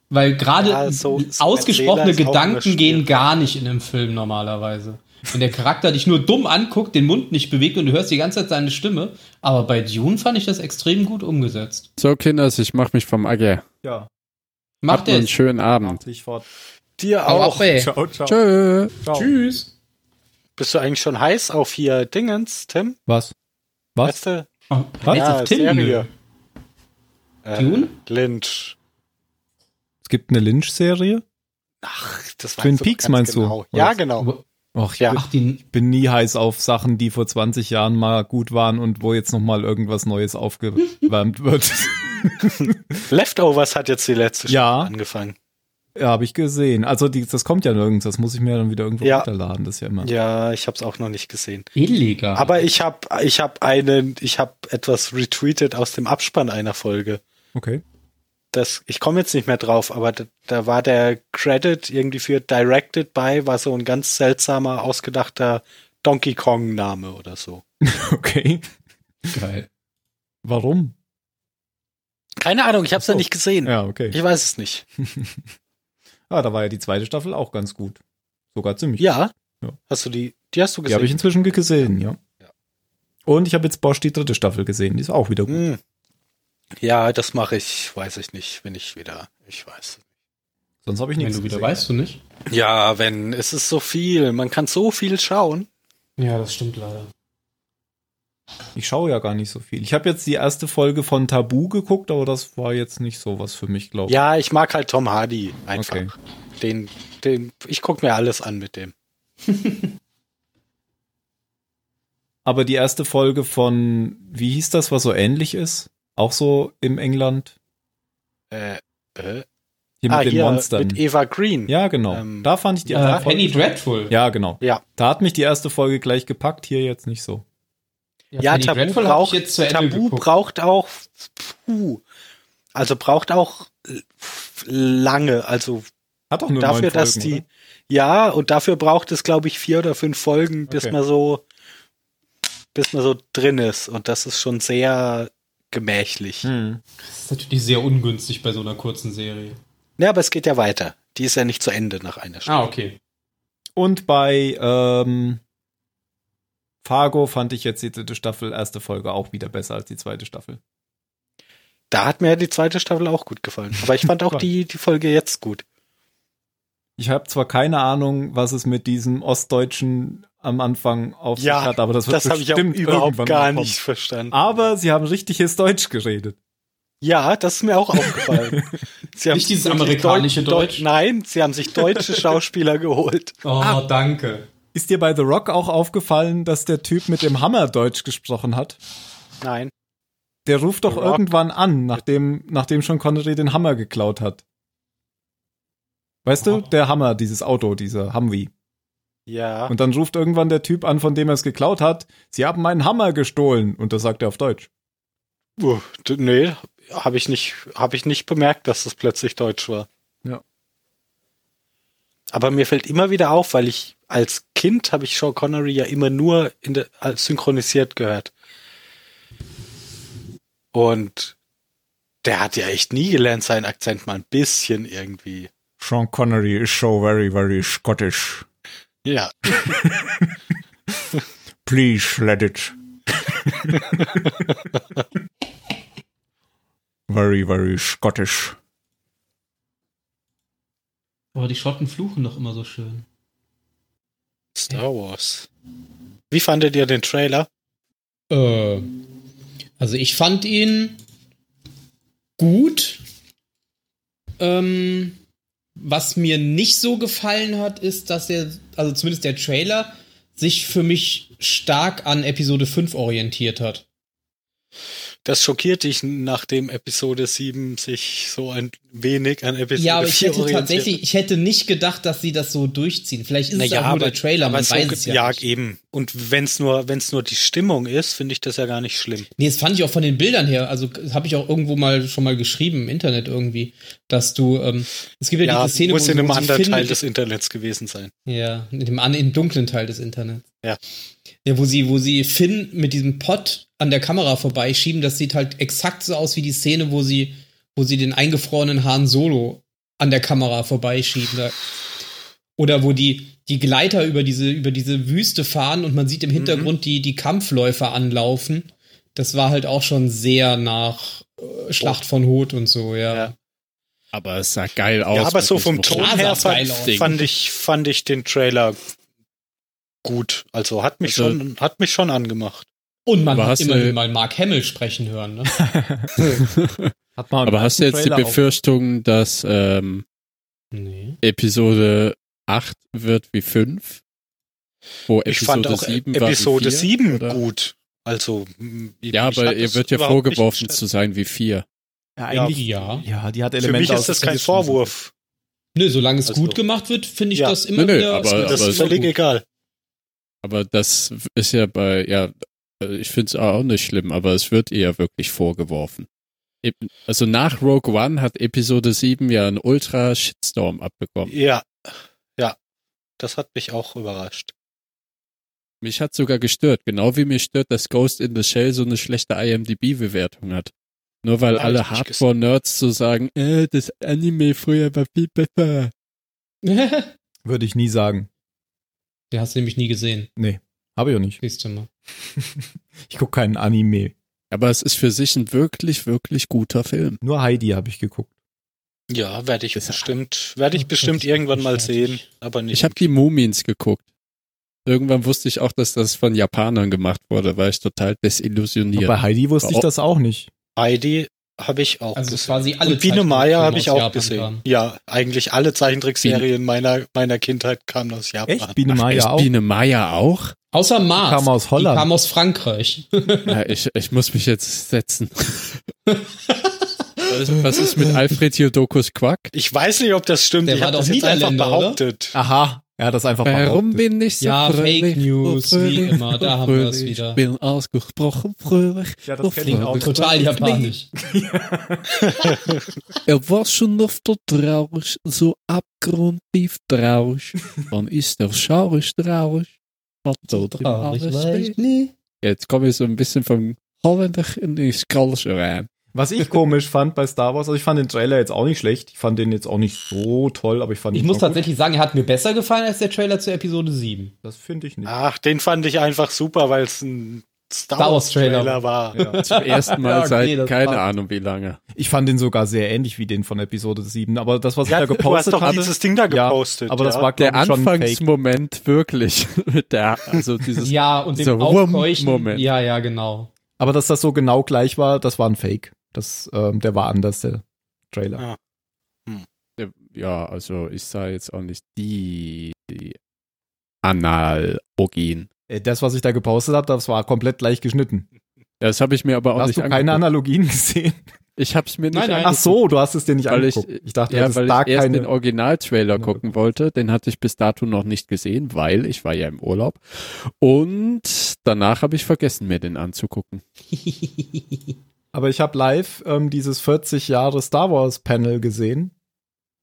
[SPEAKER 2] Weil gerade
[SPEAKER 3] Ja, so- so Erzähler
[SPEAKER 2] ausgesprochene
[SPEAKER 3] ist auch immer
[SPEAKER 2] Gedanken
[SPEAKER 3] schwierig.
[SPEAKER 2] gehen gar nicht in einem Film normalerweise. Wenn der Charakter dich nur dumm anguckt, den Mund nicht bewegt und du hörst die ganze Zeit seine Stimme. Aber bei Dune fand ich das extrem gut umgesetzt.
[SPEAKER 4] So, Kinders, ich mach mich vom Acker.
[SPEAKER 1] Ja,
[SPEAKER 2] Macht
[SPEAKER 4] Habt
[SPEAKER 2] er
[SPEAKER 4] einen
[SPEAKER 2] es.
[SPEAKER 4] schönen Abend.
[SPEAKER 1] ich fort.
[SPEAKER 3] Dir
[SPEAKER 2] Hau
[SPEAKER 3] auch.
[SPEAKER 2] ab, ey.
[SPEAKER 1] Ciao, ciao.
[SPEAKER 4] Tschö.
[SPEAKER 1] ciao.
[SPEAKER 2] Tschüss.
[SPEAKER 3] Bist du eigentlich schon heiß auf hier Dingens, Tim?
[SPEAKER 1] Was? Was?
[SPEAKER 3] Letzte?
[SPEAKER 2] Oh,
[SPEAKER 1] Was?
[SPEAKER 2] jetzt
[SPEAKER 3] Ja,
[SPEAKER 2] auf Tim.
[SPEAKER 3] Serie. Äh,
[SPEAKER 2] Dune?
[SPEAKER 3] Lynch.
[SPEAKER 1] Es gibt eine Lynch-Serie?
[SPEAKER 3] Ach, das
[SPEAKER 1] Twin
[SPEAKER 3] weißt du
[SPEAKER 1] Peaks
[SPEAKER 3] ganz
[SPEAKER 1] meinst du?
[SPEAKER 3] genau.
[SPEAKER 1] Oder
[SPEAKER 3] Ja,
[SPEAKER 1] was?
[SPEAKER 3] genau.
[SPEAKER 1] Ach,
[SPEAKER 3] Ja.
[SPEAKER 1] ja.
[SPEAKER 2] Ach, den,
[SPEAKER 1] bin nie heiß auf Sachen, die vor 20 Jahren mal gut waren und wo jetzt nochmal irgendwas Neues aufgewärmt wird.
[SPEAKER 3] Leftovers hat jetzt die letzte
[SPEAKER 1] Ja.
[SPEAKER 3] Staffel angefangen.
[SPEAKER 1] ja, habe ich gesehen. Also die, das kommt ja nirgends, das muss ich mir dann wieder irgendwo
[SPEAKER 3] Ja.
[SPEAKER 1] runterladen, das ist ja immer.
[SPEAKER 3] Ja, ich habe es auch noch nicht gesehen.
[SPEAKER 1] Ah,
[SPEAKER 2] Illegal.
[SPEAKER 3] Aber ich habe ich hab einen, ich habe etwas retweetet aus dem Abspann einer Folge.
[SPEAKER 1] Okay. [LAUGHS]
[SPEAKER 3] Das, ich komme jetzt nicht mehr drauf, aber da, da war der Credit irgendwie für Directed by, war so ein ganz seltsamer, ausgedachter Donkey Kong-Name oder so.
[SPEAKER 1] Okay.
[SPEAKER 2] geil.
[SPEAKER 1] Warum?
[SPEAKER 3] Keine Ahnung, ich habe es
[SPEAKER 1] Ach so.
[SPEAKER 3] ja nicht gesehen.
[SPEAKER 1] Ja, okay.
[SPEAKER 3] Ich weiß es nicht.
[SPEAKER 1] Ah, da war ja die zweite Staffel auch ganz gut. Sogar ziemlich.
[SPEAKER 3] Ja.
[SPEAKER 1] Ja.
[SPEAKER 3] Hast du die, die hast du
[SPEAKER 1] die habe ich
[SPEAKER 3] gesehen?
[SPEAKER 1] inzwischen ge- gesehen, ja.
[SPEAKER 3] Ja.
[SPEAKER 1] Und ich habe jetzt Bosch die dritte Staffel gesehen, die ist auch wieder gut.
[SPEAKER 3] Hm. Ja, das mache ich, weiß ich nicht, wenn ich wieder, ich weiß.
[SPEAKER 1] Sonst habe ich
[SPEAKER 2] Wenn
[SPEAKER 1] nichts
[SPEAKER 2] du wieder
[SPEAKER 1] gesehen.
[SPEAKER 2] weißt du nicht.
[SPEAKER 3] Ja, wenn, es ist so viel, man kann so viel schauen.
[SPEAKER 2] Ja, das stimmt leider.
[SPEAKER 1] Ich schaue ja gar nicht so viel. Ich habe jetzt die erste Folge von Tabu geguckt, aber das war jetzt nicht so was für mich, glaube ich.
[SPEAKER 3] Ja, ich mag halt Tom Hardy einfach.
[SPEAKER 1] Okay.
[SPEAKER 3] Den, den, ich gucke mir alles an mit dem.
[SPEAKER 1] Aber die erste Folge von, wie hieß das, was so ähnlich ist? Auch so im England?
[SPEAKER 3] Äh, äh,
[SPEAKER 1] Hier mit
[SPEAKER 3] ah,
[SPEAKER 1] den
[SPEAKER 3] hier,
[SPEAKER 1] Monstern.
[SPEAKER 3] mit Eva Green.
[SPEAKER 1] ja, genau.
[SPEAKER 3] Ähm,
[SPEAKER 1] da fand ich die
[SPEAKER 2] Ja,
[SPEAKER 1] erste Folge.
[SPEAKER 2] Äh, Penny Dreadful.
[SPEAKER 1] Ja, genau.
[SPEAKER 3] Ja.
[SPEAKER 1] Da hat mich die erste Folge gleich gepackt, hier jetzt nicht so.
[SPEAKER 3] Ja,
[SPEAKER 2] Penny
[SPEAKER 3] Tabu,
[SPEAKER 2] Dreadful hab
[SPEAKER 3] braucht,
[SPEAKER 2] ich jetzt zu Ende
[SPEAKER 3] Tabu
[SPEAKER 2] geguckt.
[SPEAKER 3] braucht auch, puh, also braucht auch äh, lange, also
[SPEAKER 1] Hat doch nur
[SPEAKER 3] dafür,
[SPEAKER 1] neun Folgen,
[SPEAKER 3] dass die,
[SPEAKER 1] oder?
[SPEAKER 3] ja, und dafür braucht es, glaube ich, vier oder fünf Folgen, bis
[SPEAKER 1] Okay.
[SPEAKER 3] man so, bis man so drin ist. Und das ist schon sehr gemächlich.
[SPEAKER 1] Hm.
[SPEAKER 2] Das ist natürlich sehr ungünstig bei so einer kurzen Serie.
[SPEAKER 3] Ja, aber es geht ja weiter. Die ist ja nicht zu Ende nach einer Stunde.
[SPEAKER 2] Ah, okay.
[SPEAKER 1] Und bei ähm, Fargo fand ich jetzt die dritte Staffel, erste Folge auch wieder besser als die zweite Staffel. Ah.
[SPEAKER 3] Da hat mir ja die zweite Staffel auch gut gefallen. Aber ich
[SPEAKER 1] [LAUGHS]
[SPEAKER 3] fand auch die, die Folge jetzt gut.
[SPEAKER 1] Ich habe zwar keine Ahnung, was es mit diesem Ostdeutschen am Anfang auf sich
[SPEAKER 3] Ja,
[SPEAKER 1] hat, aber das wird
[SPEAKER 3] Das habe ich auch
[SPEAKER 1] bestimmt
[SPEAKER 3] überhaupt
[SPEAKER 1] irgendwann
[SPEAKER 3] gar
[SPEAKER 1] mal kommen.
[SPEAKER 3] nicht verstanden.
[SPEAKER 1] Aber sie haben richtiges Deutsch geredet.
[SPEAKER 3] Ja, das ist mir
[SPEAKER 1] [LAUGHS]
[SPEAKER 3] auch aufgefallen. Sie
[SPEAKER 2] Nicht dieses
[SPEAKER 3] wirklich
[SPEAKER 2] amerikanische
[SPEAKER 3] Deu-
[SPEAKER 2] Deutsch?
[SPEAKER 3] Deu- Nein, sie haben
[SPEAKER 1] [LAUGHS]
[SPEAKER 3] sich deutsche Schauspieler geholt.
[SPEAKER 2] Oh, danke.
[SPEAKER 1] Ist dir bei The Rock auch aufgefallen, dass der Typ mit dem Hammer Deutsch gesprochen hat?
[SPEAKER 3] Nein.
[SPEAKER 1] Der ruft doch
[SPEAKER 3] The Rock.
[SPEAKER 1] irgendwann an, nachdem, nachdem schon Connery den Hammer geklaut hat. Weißt du,
[SPEAKER 2] Wow.
[SPEAKER 1] der Hammer, dieses Auto, dieser Humvee. [LAUGHS]
[SPEAKER 3] Ja.
[SPEAKER 1] Und dann ruft irgendwann der Typ an, von dem er es geklaut hat, sie haben meinen Hammer gestohlen. Und das sagt er auf Deutsch.
[SPEAKER 3] Uh, d- nee, habe ich nicht, habe ich nicht bemerkt, dass das plötzlich Deutsch war.
[SPEAKER 1] Ja.
[SPEAKER 3] Aber mir fällt immer wieder auf, weil ich als Kind habe ich Sean Connery ja immer nur in der, als synchronisiert gehört. Und der hat ja echt nie gelernt, seinen Akzent mal ein bisschen irgendwie.
[SPEAKER 1] Sean Connery is so very, very Scottish.
[SPEAKER 3] Ja.
[SPEAKER 1] Please let [LAUGHS] it. very, very Scottish.
[SPEAKER 2] Aber die Schotten fluchen doch immer so schön.
[SPEAKER 3] Star Wars. Wie fandet ihr den Trailer?
[SPEAKER 2] Äh, also ich fand ihn gut. Ähm, was mir nicht so gefallen hat, ist, dass er, also zumindest der Trailer, sich für mich stark an Episode 5 orientiert hat.
[SPEAKER 3] Das schockiert dich, nachdem Episode 7 sich so ein wenig an Episode [LAUGHS]
[SPEAKER 2] ja, aber ich
[SPEAKER 3] 4
[SPEAKER 2] hätte
[SPEAKER 3] orientiert.
[SPEAKER 2] tatsächlich, ich hätte nicht gedacht, dass sie das so durchziehen. Vielleicht ist es auch
[SPEAKER 3] Naja,
[SPEAKER 2] nur
[SPEAKER 3] aber
[SPEAKER 2] der Trailer,
[SPEAKER 3] aber
[SPEAKER 2] man
[SPEAKER 3] es
[SPEAKER 2] weiß
[SPEAKER 3] so-
[SPEAKER 2] es ja.
[SPEAKER 3] ja
[SPEAKER 2] nicht.
[SPEAKER 3] eben. Und wenn es nur, wenn's nur die Stimmung ist, finde ich das ja gar nicht schlimm.
[SPEAKER 2] Nee, das fand ich auch von den Bildern her. Also habe ich auch irgendwo mal schon mal geschrieben im Internet irgendwie, dass du, ähm, es gibt ja,
[SPEAKER 3] Ja,
[SPEAKER 2] diese Szene,
[SPEAKER 3] muss
[SPEAKER 2] wo
[SPEAKER 3] in
[SPEAKER 2] sie-
[SPEAKER 3] einem
[SPEAKER 2] wo sie
[SPEAKER 3] anderen
[SPEAKER 2] findet-
[SPEAKER 3] Teil des Internets gewesen sein.
[SPEAKER 2] Ja, in dem an, im dunklen Teil des Internets.
[SPEAKER 3] Ja.
[SPEAKER 2] Ja, wo sie, wo sie Finn mit diesem Pott an der Kamera vorbeischieben, das sieht halt exakt so aus wie die Szene, wo sie, wo sie den eingefrorenen Hahn Solo an der Kamera vorbeischieben. Da. Oder wo die, die Gleiter über diese, über diese Wüste fahren und man sieht im
[SPEAKER 3] Mhm.
[SPEAKER 2] Hintergrund die, die Kampfläufer anlaufen. Das war halt auch schon sehr nach äh, Schlacht von Hoth und so, ja.
[SPEAKER 3] Oh. Ja.
[SPEAKER 4] Aber es sah geil aus.
[SPEAKER 3] ja, aber
[SPEAKER 4] mit
[SPEAKER 3] so vom
[SPEAKER 4] diesem
[SPEAKER 3] Ton
[SPEAKER 2] Klar
[SPEAKER 3] her
[SPEAKER 2] sah's
[SPEAKER 3] fand,
[SPEAKER 2] geil aus.
[SPEAKER 3] fand ich, fand ich den Trailer gut. Also hat mich
[SPEAKER 4] Also-
[SPEAKER 3] schon, hat mich schon angemacht.
[SPEAKER 2] Und man
[SPEAKER 4] Aber
[SPEAKER 2] hat
[SPEAKER 4] hast du-
[SPEAKER 2] immerhin mal Mark Hamill sprechen hören, ne?
[SPEAKER 1] Hat man
[SPEAKER 4] Aber hast du jetzt die
[SPEAKER 1] Trailer auch-
[SPEAKER 4] Befürchtung, dass ähm,
[SPEAKER 2] nee.
[SPEAKER 4] Episode 8 wird wie 5? Wo
[SPEAKER 3] ich fand
[SPEAKER 4] Episode
[SPEAKER 3] auch äh,
[SPEAKER 4] 7 war
[SPEAKER 3] Episode
[SPEAKER 4] wie 4,
[SPEAKER 3] 7
[SPEAKER 4] oder?
[SPEAKER 3] gut. Also, m,
[SPEAKER 4] Ja,
[SPEAKER 3] ich
[SPEAKER 4] aber
[SPEAKER 3] hab
[SPEAKER 4] ihr
[SPEAKER 3] das
[SPEAKER 4] wird ja
[SPEAKER 3] überhaupt nicht
[SPEAKER 4] vorgeworfen
[SPEAKER 3] gestört.
[SPEAKER 4] zu sein wie 4.
[SPEAKER 1] Ja,
[SPEAKER 3] Ja.
[SPEAKER 1] eigentlich,
[SPEAKER 2] Ja.
[SPEAKER 1] ja, die hat
[SPEAKER 3] Für
[SPEAKER 1] Elemente
[SPEAKER 3] mich
[SPEAKER 1] aus
[SPEAKER 3] ist das kein Vorwurf.
[SPEAKER 2] Nö, solange es
[SPEAKER 3] Also-
[SPEAKER 2] gut gemacht wird, finde ich
[SPEAKER 3] Ja.
[SPEAKER 2] das immer
[SPEAKER 4] Nö, nö,
[SPEAKER 2] wieder.
[SPEAKER 4] aber-
[SPEAKER 3] Das ist
[SPEAKER 4] aber ist doch
[SPEAKER 3] völlig
[SPEAKER 4] gut.
[SPEAKER 3] egal.
[SPEAKER 4] Aber das ist ja bei, ja, also ich finde es auch nicht schlimm, aber es wird ihr ja wirklich vorgeworfen. Eben- Also nach Rogue One hat Episode 7 ja einen Ultra-Shitstorm abbekommen.
[SPEAKER 3] Ja. Ja. Das hat mich auch überrascht.
[SPEAKER 4] Mich hat sogar gestört, genau wie mich stört, dass Ghost in the Shell so eine schlechte IMDb-Bewertung hat. Nur weil
[SPEAKER 3] Ja, hab ich
[SPEAKER 4] alle
[SPEAKER 3] nicht
[SPEAKER 4] Hardcore-Nerds so sagen, äh, das Anime früher war viel besser.
[SPEAKER 2] [LAUGHS] Der
[SPEAKER 1] Würde ich nie sagen.
[SPEAKER 2] hast du nämlich nie gesehen,
[SPEAKER 1] Habe ich auch nicht.
[SPEAKER 2] siehst du mal.
[SPEAKER 1] Ich gucke keinen Anime.
[SPEAKER 4] Aber es ist für sich ein wirklich, wirklich guter Film.
[SPEAKER 1] Nur Heidi habe ich geguckt.
[SPEAKER 3] Ja, werde ich
[SPEAKER 4] Ist-
[SPEAKER 3] bestimmt, werde ich
[SPEAKER 2] Ach,
[SPEAKER 3] bestimmt
[SPEAKER 2] das ist
[SPEAKER 3] irgendwann mal
[SPEAKER 2] fertig.
[SPEAKER 3] sehen, aber nicht.
[SPEAKER 4] Ich habe die Mumins geguckt. Irgendwann wusste ich auch, dass das von Japanern gemacht wurde, war ich total desillusioniert.
[SPEAKER 1] Bei Heidi wusste ich
[SPEAKER 4] Oh.
[SPEAKER 1] das auch nicht.
[SPEAKER 3] Heidi habe ich auch
[SPEAKER 2] Also
[SPEAKER 3] gesehen.
[SPEAKER 2] quasi alle
[SPEAKER 3] Und Biene
[SPEAKER 2] Zeichentrickfilme
[SPEAKER 3] Maya habe
[SPEAKER 2] aus
[SPEAKER 3] ich auch
[SPEAKER 2] Japan
[SPEAKER 3] gesehen.
[SPEAKER 2] kamen.
[SPEAKER 3] Ja, eigentlich alle Zeichentrickserien meiner, meiner Kindheit kamen aus Japan.
[SPEAKER 1] Echt? Biene
[SPEAKER 4] Ach,
[SPEAKER 1] Maya
[SPEAKER 4] ist
[SPEAKER 1] auch?
[SPEAKER 4] Biene Maya
[SPEAKER 1] [LAUGHS]
[SPEAKER 4] auch?
[SPEAKER 2] Außer Mars.
[SPEAKER 1] Kam aus Holland.
[SPEAKER 2] Die kam aus Frankreich.
[SPEAKER 4] Ja, ich, ich muss mich
[SPEAKER 1] [LAUGHS]
[SPEAKER 4] jetzt setzen. was, was ist mit Alfred Jodokus Quack?
[SPEAKER 3] Ich weiß nicht, ob das stimmt.
[SPEAKER 2] Der
[SPEAKER 3] ich
[SPEAKER 2] war
[SPEAKER 3] habe
[SPEAKER 2] doch
[SPEAKER 3] das jetzt einfach
[SPEAKER 2] Niederländer, oder?
[SPEAKER 3] behauptet.
[SPEAKER 1] Ah, Aha, er hat das einfach
[SPEAKER 4] Warum
[SPEAKER 1] behauptet.
[SPEAKER 4] bin ich so
[SPEAKER 2] Ja,
[SPEAKER 4] fröhlich? Oh,
[SPEAKER 2] Fake News, wie
[SPEAKER 4] fröhlich, Oh,
[SPEAKER 2] immer, da haben wir es
[SPEAKER 4] fröhlich,
[SPEAKER 2] wieder.
[SPEAKER 4] bin ausgesprochen fröhlich.
[SPEAKER 1] Ja,
[SPEAKER 4] das kenn ich auch.
[SPEAKER 2] [LAUGHS] Total japanisch.
[SPEAKER 4] Er war schon oft so traurig, so abgrundtief
[SPEAKER 1] [LAUGHS]
[SPEAKER 4] traurig. Wann ist er schaurig traurig? Was tut ihm alles weh? Jetzt komme ich so ein bisschen vom Holländer in die Skalsche rein.
[SPEAKER 1] Was ich komisch fand bei Star Wars, also ich fand den Trailer jetzt auch nicht schlecht. Ich fand den jetzt auch nicht so toll, aber ich fand
[SPEAKER 2] Ich
[SPEAKER 1] ihn
[SPEAKER 2] muss
[SPEAKER 1] schon gut.
[SPEAKER 2] tatsächlich sagen, er hat mir besser gefallen als der Trailer zu Episode 7.
[SPEAKER 1] Das finde ich nicht.
[SPEAKER 3] Ach, den fand ich einfach super, weil es ein Star
[SPEAKER 2] Star Wars
[SPEAKER 3] Wars
[SPEAKER 2] Trailer.
[SPEAKER 3] Trailer war.
[SPEAKER 1] [LAUGHS] Ja.
[SPEAKER 4] Zum ersten Mal
[SPEAKER 2] Ja, okay,
[SPEAKER 4] seit
[SPEAKER 2] das
[SPEAKER 4] keine
[SPEAKER 2] passt.
[SPEAKER 4] Ahnung wie lange.
[SPEAKER 1] Ich fand den sogar sehr ähnlich wie den von Episode 7, aber das, was
[SPEAKER 3] Ja,
[SPEAKER 1] ich da
[SPEAKER 3] du hast
[SPEAKER 1] gepostet
[SPEAKER 3] doch
[SPEAKER 1] hatte,
[SPEAKER 3] dieses Ding da
[SPEAKER 1] Ja,
[SPEAKER 3] gepostet.
[SPEAKER 1] aber das
[SPEAKER 3] ja.
[SPEAKER 1] war
[SPEAKER 4] Der
[SPEAKER 1] glaub ich, schon fake.
[SPEAKER 4] Anfangsmoment wirklich [LAUGHS] mit der, also dieses
[SPEAKER 2] Ja, und den
[SPEAKER 4] So,
[SPEAKER 2] Aufkeuchen.
[SPEAKER 4] Moment.
[SPEAKER 2] Ja, ja, genau.
[SPEAKER 1] Aber dass das so genau gleich war, das war ein Fake. Das, ähm, der war anders, der Trailer.
[SPEAKER 3] Ja.
[SPEAKER 4] ja, also ich sah jetzt auch nicht die, die Analogien.
[SPEAKER 1] Äh, Das, was ich da gepostet habe, das war komplett gleich geschnitten.
[SPEAKER 4] Das habe ich mir aber auch
[SPEAKER 1] Da hast
[SPEAKER 4] nicht
[SPEAKER 1] du keine
[SPEAKER 4] angeguckt.
[SPEAKER 1] Analogien gesehen?
[SPEAKER 4] Ich habe es mir nicht
[SPEAKER 2] Nein, nein.
[SPEAKER 1] Ach so, du hast es dir nicht
[SPEAKER 4] Weil ich-
[SPEAKER 1] angeguckt. Ich, dachte, du
[SPEAKER 4] Ja, weil
[SPEAKER 1] hattest
[SPEAKER 4] ich
[SPEAKER 1] da
[SPEAKER 4] erst den
[SPEAKER 1] keine.
[SPEAKER 4] Original-Trailer gucken wollte. Den hatte ich bis dato noch nicht gesehen, weil ich war ja im Urlaub. Und danach habe ich vergessen, mir den anzugucken.
[SPEAKER 1] Aber ich habe live ähm, dieses 40 Jahre Star Wars Panel gesehen,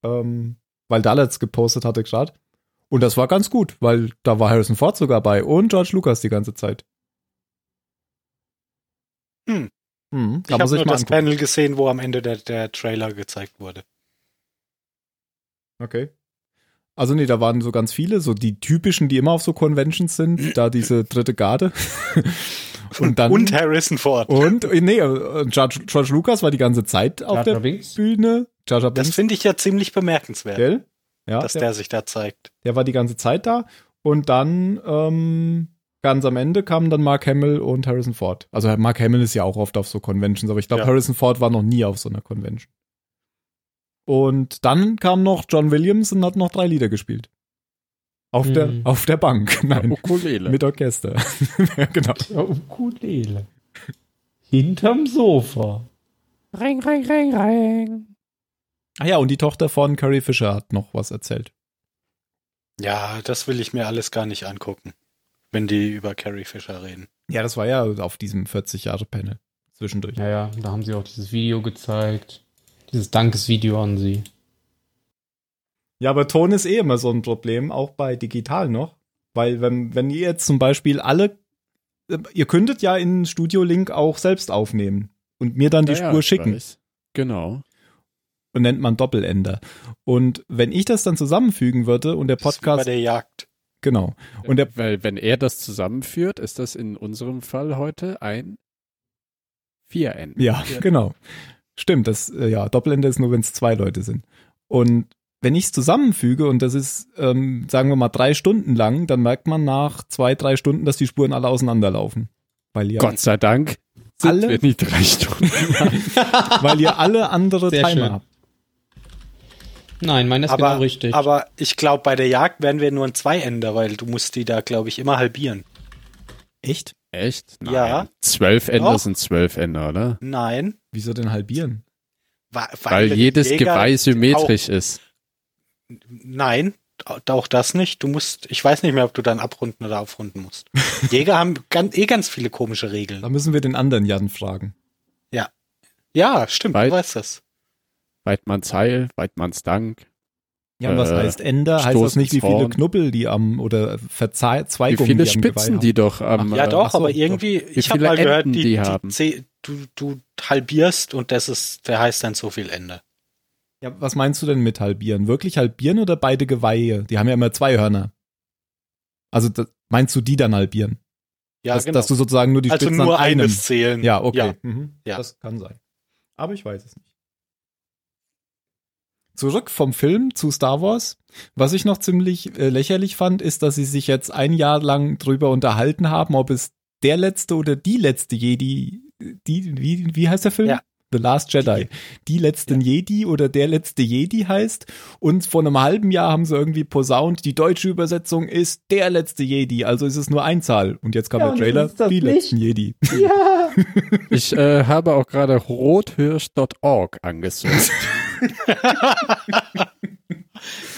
[SPEAKER 1] ähm, weil Dallas gepostet hatte gerade. Und das war ganz gut, weil da war Harrison Ford sogar bei und George Lucas die ganze Zeit.
[SPEAKER 3] Hm.
[SPEAKER 1] Hm,
[SPEAKER 3] ich
[SPEAKER 1] kann man
[SPEAKER 3] habe
[SPEAKER 1] sich
[SPEAKER 3] nur
[SPEAKER 1] mal
[SPEAKER 3] das
[SPEAKER 1] angucken.
[SPEAKER 3] Panel gesehen, wo am Ende der, der Trailer gezeigt wurde.
[SPEAKER 1] Okay. Also nee, da waren so ganz viele, so die typischen, die immer auf so Conventions sind, da diese dritte
[SPEAKER 3] [LAUGHS]
[SPEAKER 1] Garde. und dann
[SPEAKER 3] Hm. Und Harrison Ford.
[SPEAKER 1] und nee, äh, George, George Lucas war die ganze Zeit auf
[SPEAKER 2] Jar
[SPEAKER 1] der
[SPEAKER 2] Jar Binks?
[SPEAKER 1] Bühne. Jar Jar
[SPEAKER 3] Das
[SPEAKER 1] Binks,
[SPEAKER 3] finde ich ja ziemlich bemerkenswert,
[SPEAKER 1] gell? Ja,
[SPEAKER 3] dass
[SPEAKER 1] der,
[SPEAKER 3] der sich da zeigt.
[SPEAKER 1] der war die ganze Zeit da. Und dann ähm, ganz am Ende kamen dann Mark Hamill und Harrison Ford. Also Mark Hamill ist ja auch oft auf so Conventions, aber ich glaube,
[SPEAKER 3] Ja.
[SPEAKER 1] Harrison Ford war noch nie auf so einer Convention. Und dann kam noch John Williams und hat noch drei Lieder gespielt. Auf,
[SPEAKER 2] Hm.
[SPEAKER 1] der, auf der Bank, [LAUGHS]
[SPEAKER 3] Oh,
[SPEAKER 1] nein,
[SPEAKER 4] Ukulele.
[SPEAKER 1] mit Orchester. [LAUGHS] ja, genau.
[SPEAKER 2] Ja, Oh, Ukulele. Hinterm Sofa.
[SPEAKER 5] Ring, ring, ring, ring.
[SPEAKER 1] Ach Ah ja, und die Tochter von Carrie Fisher hat noch was erzählt.
[SPEAKER 3] Ja, das will ich mir alles gar nicht angucken, wenn die über Carrie Fisher reden.
[SPEAKER 1] Ja, das war ja auf diesem 40-Jahre-Panel zwischendurch.
[SPEAKER 2] Ja, ja, da haben sie auch dieses Video gezeigt. Dieses Dankesvideo an sie.
[SPEAKER 1] Ja, aber Ton ist eh immer so ein Problem, auch bei digital noch. Weil, wenn, wenn ihr jetzt zum Beispiel alle, äh, ihr könntet ja in Studio Link auch selbst aufnehmen und mir dann die
[SPEAKER 4] Ja, ja,
[SPEAKER 1] Spur
[SPEAKER 4] ich
[SPEAKER 1] schicken.
[SPEAKER 4] weiß. Genau.
[SPEAKER 1] Und nennt man Doppelender. Und wenn ich das dann zusammenfügen würde und der
[SPEAKER 3] Das ist wie Bei
[SPEAKER 1] Podcast,
[SPEAKER 3] der Jagd.
[SPEAKER 1] genau. Und der,
[SPEAKER 4] Weil wenn er das zusammenführt, ist das in unserem Fall heute ein 4N.
[SPEAKER 1] ja, genau. Stimmt, das, äh, ja, Doppelender ist nur, wenn es zwei Leute sind. Und wenn ich es zusammenfüge und das ist, ähm, sagen wir mal, drei Stunden lang, dann merkt man nach zwei, drei Stunden, dass die Spuren alle auseinanderlaufen. Weil ja
[SPEAKER 4] Gott sei Dank sind
[SPEAKER 1] Alle-
[SPEAKER 4] wir nie drei Stunden.
[SPEAKER 1] weil ihr alle andere
[SPEAKER 2] Sehr
[SPEAKER 1] Timer
[SPEAKER 2] schön.
[SPEAKER 1] habt.
[SPEAKER 2] Nein, meine ist
[SPEAKER 3] Aber,
[SPEAKER 2] genau richtig.
[SPEAKER 3] aber ich glaube, bei der Jagd werden wir nur ein Zweiender, weil du musst die da, glaube ich, immer halbieren.
[SPEAKER 1] Echt?
[SPEAKER 4] Echt? Nein.
[SPEAKER 3] Ja.
[SPEAKER 4] Zwölf Änder
[SPEAKER 3] Doch.
[SPEAKER 4] sind zwölf Änder, oder?
[SPEAKER 3] Nein.
[SPEAKER 1] Wieso denn halbieren?
[SPEAKER 3] wa-
[SPEAKER 4] Weil,
[SPEAKER 3] die
[SPEAKER 4] jedes
[SPEAKER 3] Jäger-
[SPEAKER 4] Geweih symmetrisch ist.
[SPEAKER 3] Nein, auch das nicht. Du musst, ich weiß nicht mehr, ob du dann abrunden oder aufrunden
[SPEAKER 4] [LAUGHS]
[SPEAKER 3] musst. Jäger haben ganz, eh ganz viele komische
[SPEAKER 1] Da
[SPEAKER 3] Regeln.
[SPEAKER 1] müssen wir den anderen Jan fragen.
[SPEAKER 3] Ja, stimmt,
[SPEAKER 4] Weil-
[SPEAKER 3] du weißt das.
[SPEAKER 4] Weidmanns Heil, Weidmanns Dank.
[SPEAKER 1] Jan, was
[SPEAKER 4] Äh,
[SPEAKER 1] heißt Ender? Heißt
[SPEAKER 4] Stoß
[SPEAKER 1] das nicht, wie
[SPEAKER 4] ins
[SPEAKER 1] viele
[SPEAKER 4] Horn.
[SPEAKER 1] Knubbel die am oder
[SPEAKER 4] Wie
[SPEAKER 1] Verzweigungen
[SPEAKER 4] viele
[SPEAKER 1] die am Geweih
[SPEAKER 4] Spitzen
[SPEAKER 1] haben?
[SPEAKER 4] die doch am.
[SPEAKER 3] Ja,
[SPEAKER 4] äh,
[SPEAKER 3] doch,
[SPEAKER 1] ach so,
[SPEAKER 3] aber
[SPEAKER 1] doch.
[SPEAKER 3] irgendwie, ich habe
[SPEAKER 4] viele
[SPEAKER 3] mal gehört,
[SPEAKER 4] Enden
[SPEAKER 3] die,
[SPEAKER 4] die
[SPEAKER 3] die,
[SPEAKER 4] haben.
[SPEAKER 3] zeh- du, du halbierst und das ist, der heißt dann so viel Ende.
[SPEAKER 1] Ja, was meinst du denn mit halbieren? Wirklich halbieren oder beide Geweihe? Die haben ja immer zwei Hörner. Also das, meinst du die dann halbieren?
[SPEAKER 3] Ja,
[SPEAKER 1] dass, dass du sozusagen nur die
[SPEAKER 3] also
[SPEAKER 1] Spitzen
[SPEAKER 3] nur
[SPEAKER 1] an einem.
[SPEAKER 3] eines zählen.
[SPEAKER 1] Ja, okay.
[SPEAKER 3] Ja.
[SPEAKER 1] Mhm.
[SPEAKER 3] Ja.
[SPEAKER 1] Das kann sein. Aber ich weiß es nicht. zurück vom Film zu Star Wars. Was ich noch ziemlich äh, lächerlich fand, ist, dass sie sich jetzt ein Jahr lang drüber unterhalten haben, ob es der letzte oder die letzte Jedi, die, wie, wie heißt der Film?
[SPEAKER 3] Ja.
[SPEAKER 1] The Last Jedi. Die letzten Jedi oder der letzte Jedi heißt. Und vor einem halben Jahr haben sie irgendwie posaunt, die deutsche Übersetzung ist der letzte Jedi. Also ist es nur Einzahl. Und jetzt kam
[SPEAKER 6] Ja,
[SPEAKER 1] der
[SPEAKER 6] und
[SPEAKER 1] Trailer,
[SPEAKER 6] ist das
[SPEAKER 1] die
[SPEAKER 6] nicht?
[SPEAKER 1] letzten Jedi.
[SPEAKER 6] Ja.
[SPEAKER 4] Ich äh, habe auch gerade rothirsch.org angesucht.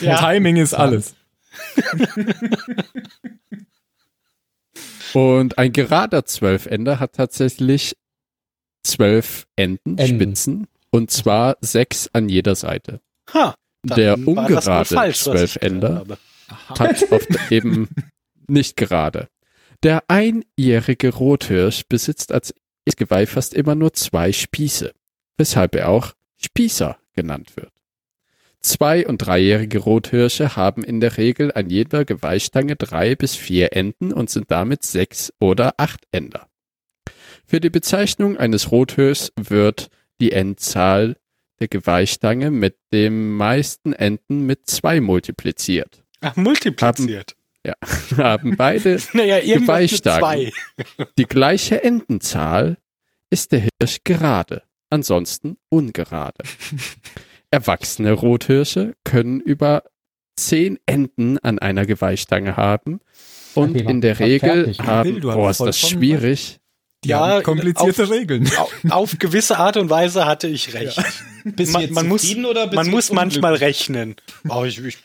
[SPEAKER 3] Ja.
[SPEAKER 1] Timing ist alles.
[SPEAKER 4] Und ein gerader Zwölfender hat tatsächlich zwölf Enden,
[SPEAKER 2] Enden.
[SPEAKER 4] Spitzen. Und zwar sechs an jeder Seite.
[SPEAKER 3] Ha, dann
[SPEAKER 4] Der
[SPEAKER 3] war das wohl
[SPEAKER 4] ungerade
[SPEAKER 3] falsch, was ich gehört
[SPEAKER 4] Zwölfender
[SPEAKER 3] habe.
[SPEAKER 4] hat oft eben nicht gerade. Der einjährige Rothirsch besitzt als erstes Geweih fast immer nur zwei Spieße, weshalb er auch Spießer genannt wird. Zwei- und dreijährige Rothirsche haben in der Regel an jeder Geweihstange drei bis vier Enden und sind damit sechs- oder achtender. Für die Bezeichnung eines Rothirschs wird die Endzahl der Geweihstange mit dem meisten Enden mit zwei multipliziert
[SPEAKER 3] Ach, multipliziert.
[SPEAKER 4] haben beide
[SPEAKER 3] Naja, irgendwas mit
[SPEAKER 4] Geweihstangen.
[SPEAKER 3] zwei.
[SPEAKER 4] die gleiche Endenzahl, ist der Hirsch gerade, ansonsten
[SPEAKER 2] [LAUGHS]
[SPEAKER 4] ungerade. Erwachsene Rothirsche können über zehn Enden an einer Geweihstange haben und
[SPEAKER 2] Okay, mach-
[SPEAKER 4] in der
[SPEAKER 2] mach
[SPEAKER 4] Regel
[SPEAKER 2] fertig.
[SPEAKER 1] Will,
[SPEAKER 4] haben,
[SPEAKER 1] du hast
[SPEAKER 4] boah, ist das
[SPEAKER 1] vollkommen
[SPEAKER 4] schwierig.
[SPEAKER 1] Die
[SPEAKER 3] Ja,
[SPEAKER 1] haben komplizierte
[SPEAKER 3] auf-
[SPEAKER 1] Regeln.
[SPEAKER 3] Au- Auf gewisse Art und Weise hatte ich recht.
[SPEAKER 2] Bist
[SPEAKER 3] Man-
[SPEAKER 2] du jetzt
[SPEAKER 3] man muss-
[SPEAKER 2] zufrieden oder bist
[SPEAKER 3] Man
[SPEAKER 2] du
[SPEAKER 3] muss
[SPEAKER 2] jetzt unglücklich?
[SPEAKER 3] manchmal rechnen. Oh, ich, ich,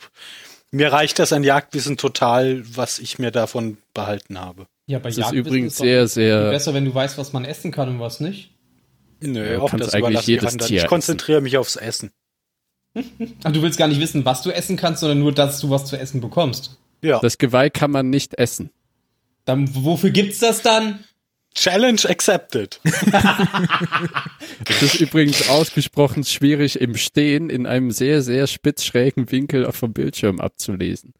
[SPEAKER 3] mir reicht das an Jagdwissen total, was ich mir davon behalten habe.
[SPEAKER 2] Ja, bei
[SPEAKER 4] Das ist
[SPEAKER 2] Jagdwissen
[SPEAKER 4] übrigens
[SPEAKER 2] doch
[SPEAKER 4] sehr, äh,
[SPEAKER 2] viel
[SPEAKER 4] sehr,
[SPEAKER 2] besser, wenn du weißt, was man essen kann und was nicht.
[SPEAKER 3] Nö,
[SPEAKER 4] Ja, du
[SPEAKER 3] auch
[SPEAKER 4] kannst
[SPEAKER 3] das
[SPEAKER 4] eigentlich
[SPEAKER 3] überlasse ich
[SPEAKER 4] jedes
[SPEAKER 3] anderen.
[SPEAKER 4] Tier
[SPEAKER 3] Ich
[SPEAKER 4] essen.
[SPEAKER 3] konzentriere mich aufs Essen.
[SPEAKER 2] Ach, du willst gar nicht wissen, was du essen kannst, sondern nur, dass du was zu essen bekommst.
[SPEAKER 3] Ja.
[SPEAKER 4] das Geweih kann man nicht essen.
[SPEAKER 2] Dann, wofür gibt's das dann?
[SPEAKER 3] Challenge accepted.
[SPEAKER 2] [LAUGHS]
[SPEAKER 4] Es ist übrigens ausgesprochen schwierig im Stehen in einem sehr, sehr spitz schrägen Winkel vom Bildschirm abzulesen.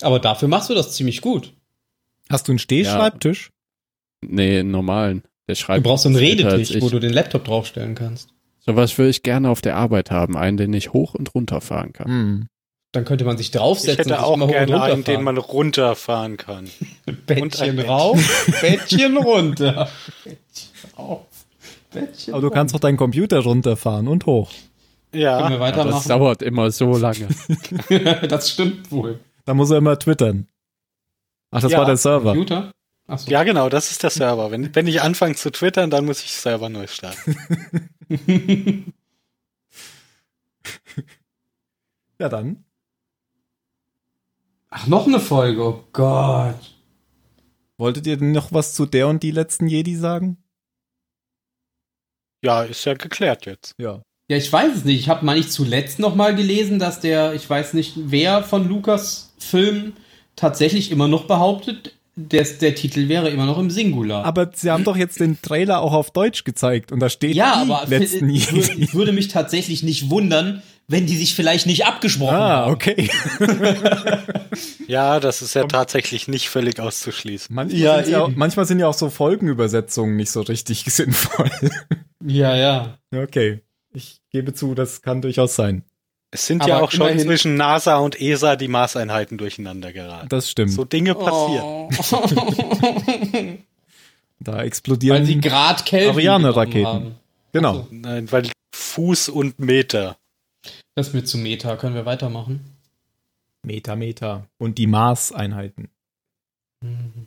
[SPEAKER 2] Aber dafür machst du das ziemlich gut.
[SPEAKER 1] Hast du einen Stehschreibtisch?
[SPEAKER 4] Nee, einen normalen. Der
[SPEAKER 2] Du
[SPEAKER 4] schreibt.
[SPEAKER 2] brauchst so einen
[SPEAKER 4] älter als
[SPEAKER 2] Redetisch,
[SPEAKER 4] ich.
[SPEAKER 2] wo du den Laptop draufstellen kannst.
[SPEAKER 4] Sowas würde ich gerne auf der Arbeit haben, einen, den ich hoch und runter fahren kann.
[SPEAKER 1] Hm.
[SPEAKER 2] Dann könnte man sich
[SPEAKER 3] Ich
[SPEAKER 2] draufsetzen und
[SPEAKER 3] hätte
[SPEAKER 2] sich
[SPEAKER 3] auch
[SPEAKER 2] immer hoch und
[SPEAKER 3] gerne einen,
[SPEAKER 2] runterfahren.
[SPEAKER 3] den man runterfahren kann. und ein
[SPEAKER 2] Bettchen
[SPEAKER 3] Bett.
[SPEAKER 2] rauf, [LAUGHS] Bettchen runter. Bettchen auf, Bettchen
[SPEAKER 1] Aber du kannst auch deinen Computer runterfahren und hoch.
[SPEAKER 2] runter. Können wir
[SPEAKER 3] Ja.
[SPEAKER 4] Das
[SPEAKER 2] weitermachen?
[SPEAKER 4] dauert immer so lange.
[SPEAKER 2] [LAUGHS] Das, stimmt wohl.
[SPEAKER 1] Da muss er immer twittern. Ach, das
[SPEAKER 3] Ja.
[SPEAKER 1] war der Server.
[SPEAKER 2] Computer? Achso.
[SPEAKER 3] ja, genau, das ist der Server. Wenn, wenn ich anfange zu twittern, dann muss ich Server neu starten.
[SPEAKER 1] Ja, dann.
[SPEAKER 2] Ach, noch eine Folge. Oh Gott.
[SPEAKER 1] Wolltet ihr denn noch was zu der und die letzten Jedi sagen?
[SPEAKER 3] Ja, ist ja geklärt jetzt.
[SPEAKER 1] Ja.
[SPEAKER 2] Ja, ich weiß es nicht. Ich habe mal nicht zuletzt noch mal gelesen, dass der, ich weiß nicht, wer von Lukas Film tatsächlich immer noch behauptet, dass der Titel wäre immer noch im Singular.
[SPEAKER 1] Aber sie haben doch jetzt den Trailer auch auf Deutsch gezeigt und da steht
[SPEAKER 2] ja,
[SPEAKER 1] die
[SPEAKER 2] aber
[SPEAKER 1] letzten
[SPEAKER 2] ich
[SPEAKER 1] Jedi.
[SPEAKER 2] würde, würde mich tatsächlich nicht wundern, wenn die sich vielleicht nicht abgesprochen
[SPEAKER 1] [LAUGHS] Ah,
[SPEAKER 2] haben.
[SPEAKER 1] okay.
[SPEAKER 3] Ja, das ist ja tatsächlich nicht völlig auszuschließen.
[SPEAKER 1] Manchmal,
[SPEAKER 2] Ja,
[SPEAKER 1] sind ja auch,
[SPEAKER 2] eben.
[SPEAKER 1] manchmal sind ja auch so Folgenübersetzungen nicht so richtig [LAUGHS] sinnvoll.
[SPEAKER 2] Ja, ja.
[SPEAKER 1] Okay. Ich gebe zu, das kann durchaus sein.
[SPEAKER 3] Es sind ja
[SPEAKER 2] Aber
[SPEAKER 3] auch schon
[SPEAKER 2] immerhin-
[SPEAKER 3] zwischen NASA und ESA die Maßeinheiten durcheinander geraten.
[SPEAKER 1] Das stimmt.
[SPEAKER 3] So Dinge
[SPEAKER 2] Oh.
[SPEAKER 3] passieren.
[SPEAKER 1] [LAUGHS] Da
[SPEAKER 2] Weil sie
[SPEAKER 1] explodieren.
[SPEAKER 2] Grad Kelvin
[SPEAKER 1] Ariane-Raketen.
[SPEAKER 2] genommen haben.
[SPEAKER 1] Genau.
[SPEAKER 2] Ach so.
[SPEAKER 3] Nein, weil Fuß und Meter.
[SPEAKER 2] Das ist mir zu Meta. Können wir weitermachen?
[SPEAKER 1] Meta, Meta. Und die Maßeinheiten.
[SPEAKER 2] Hm.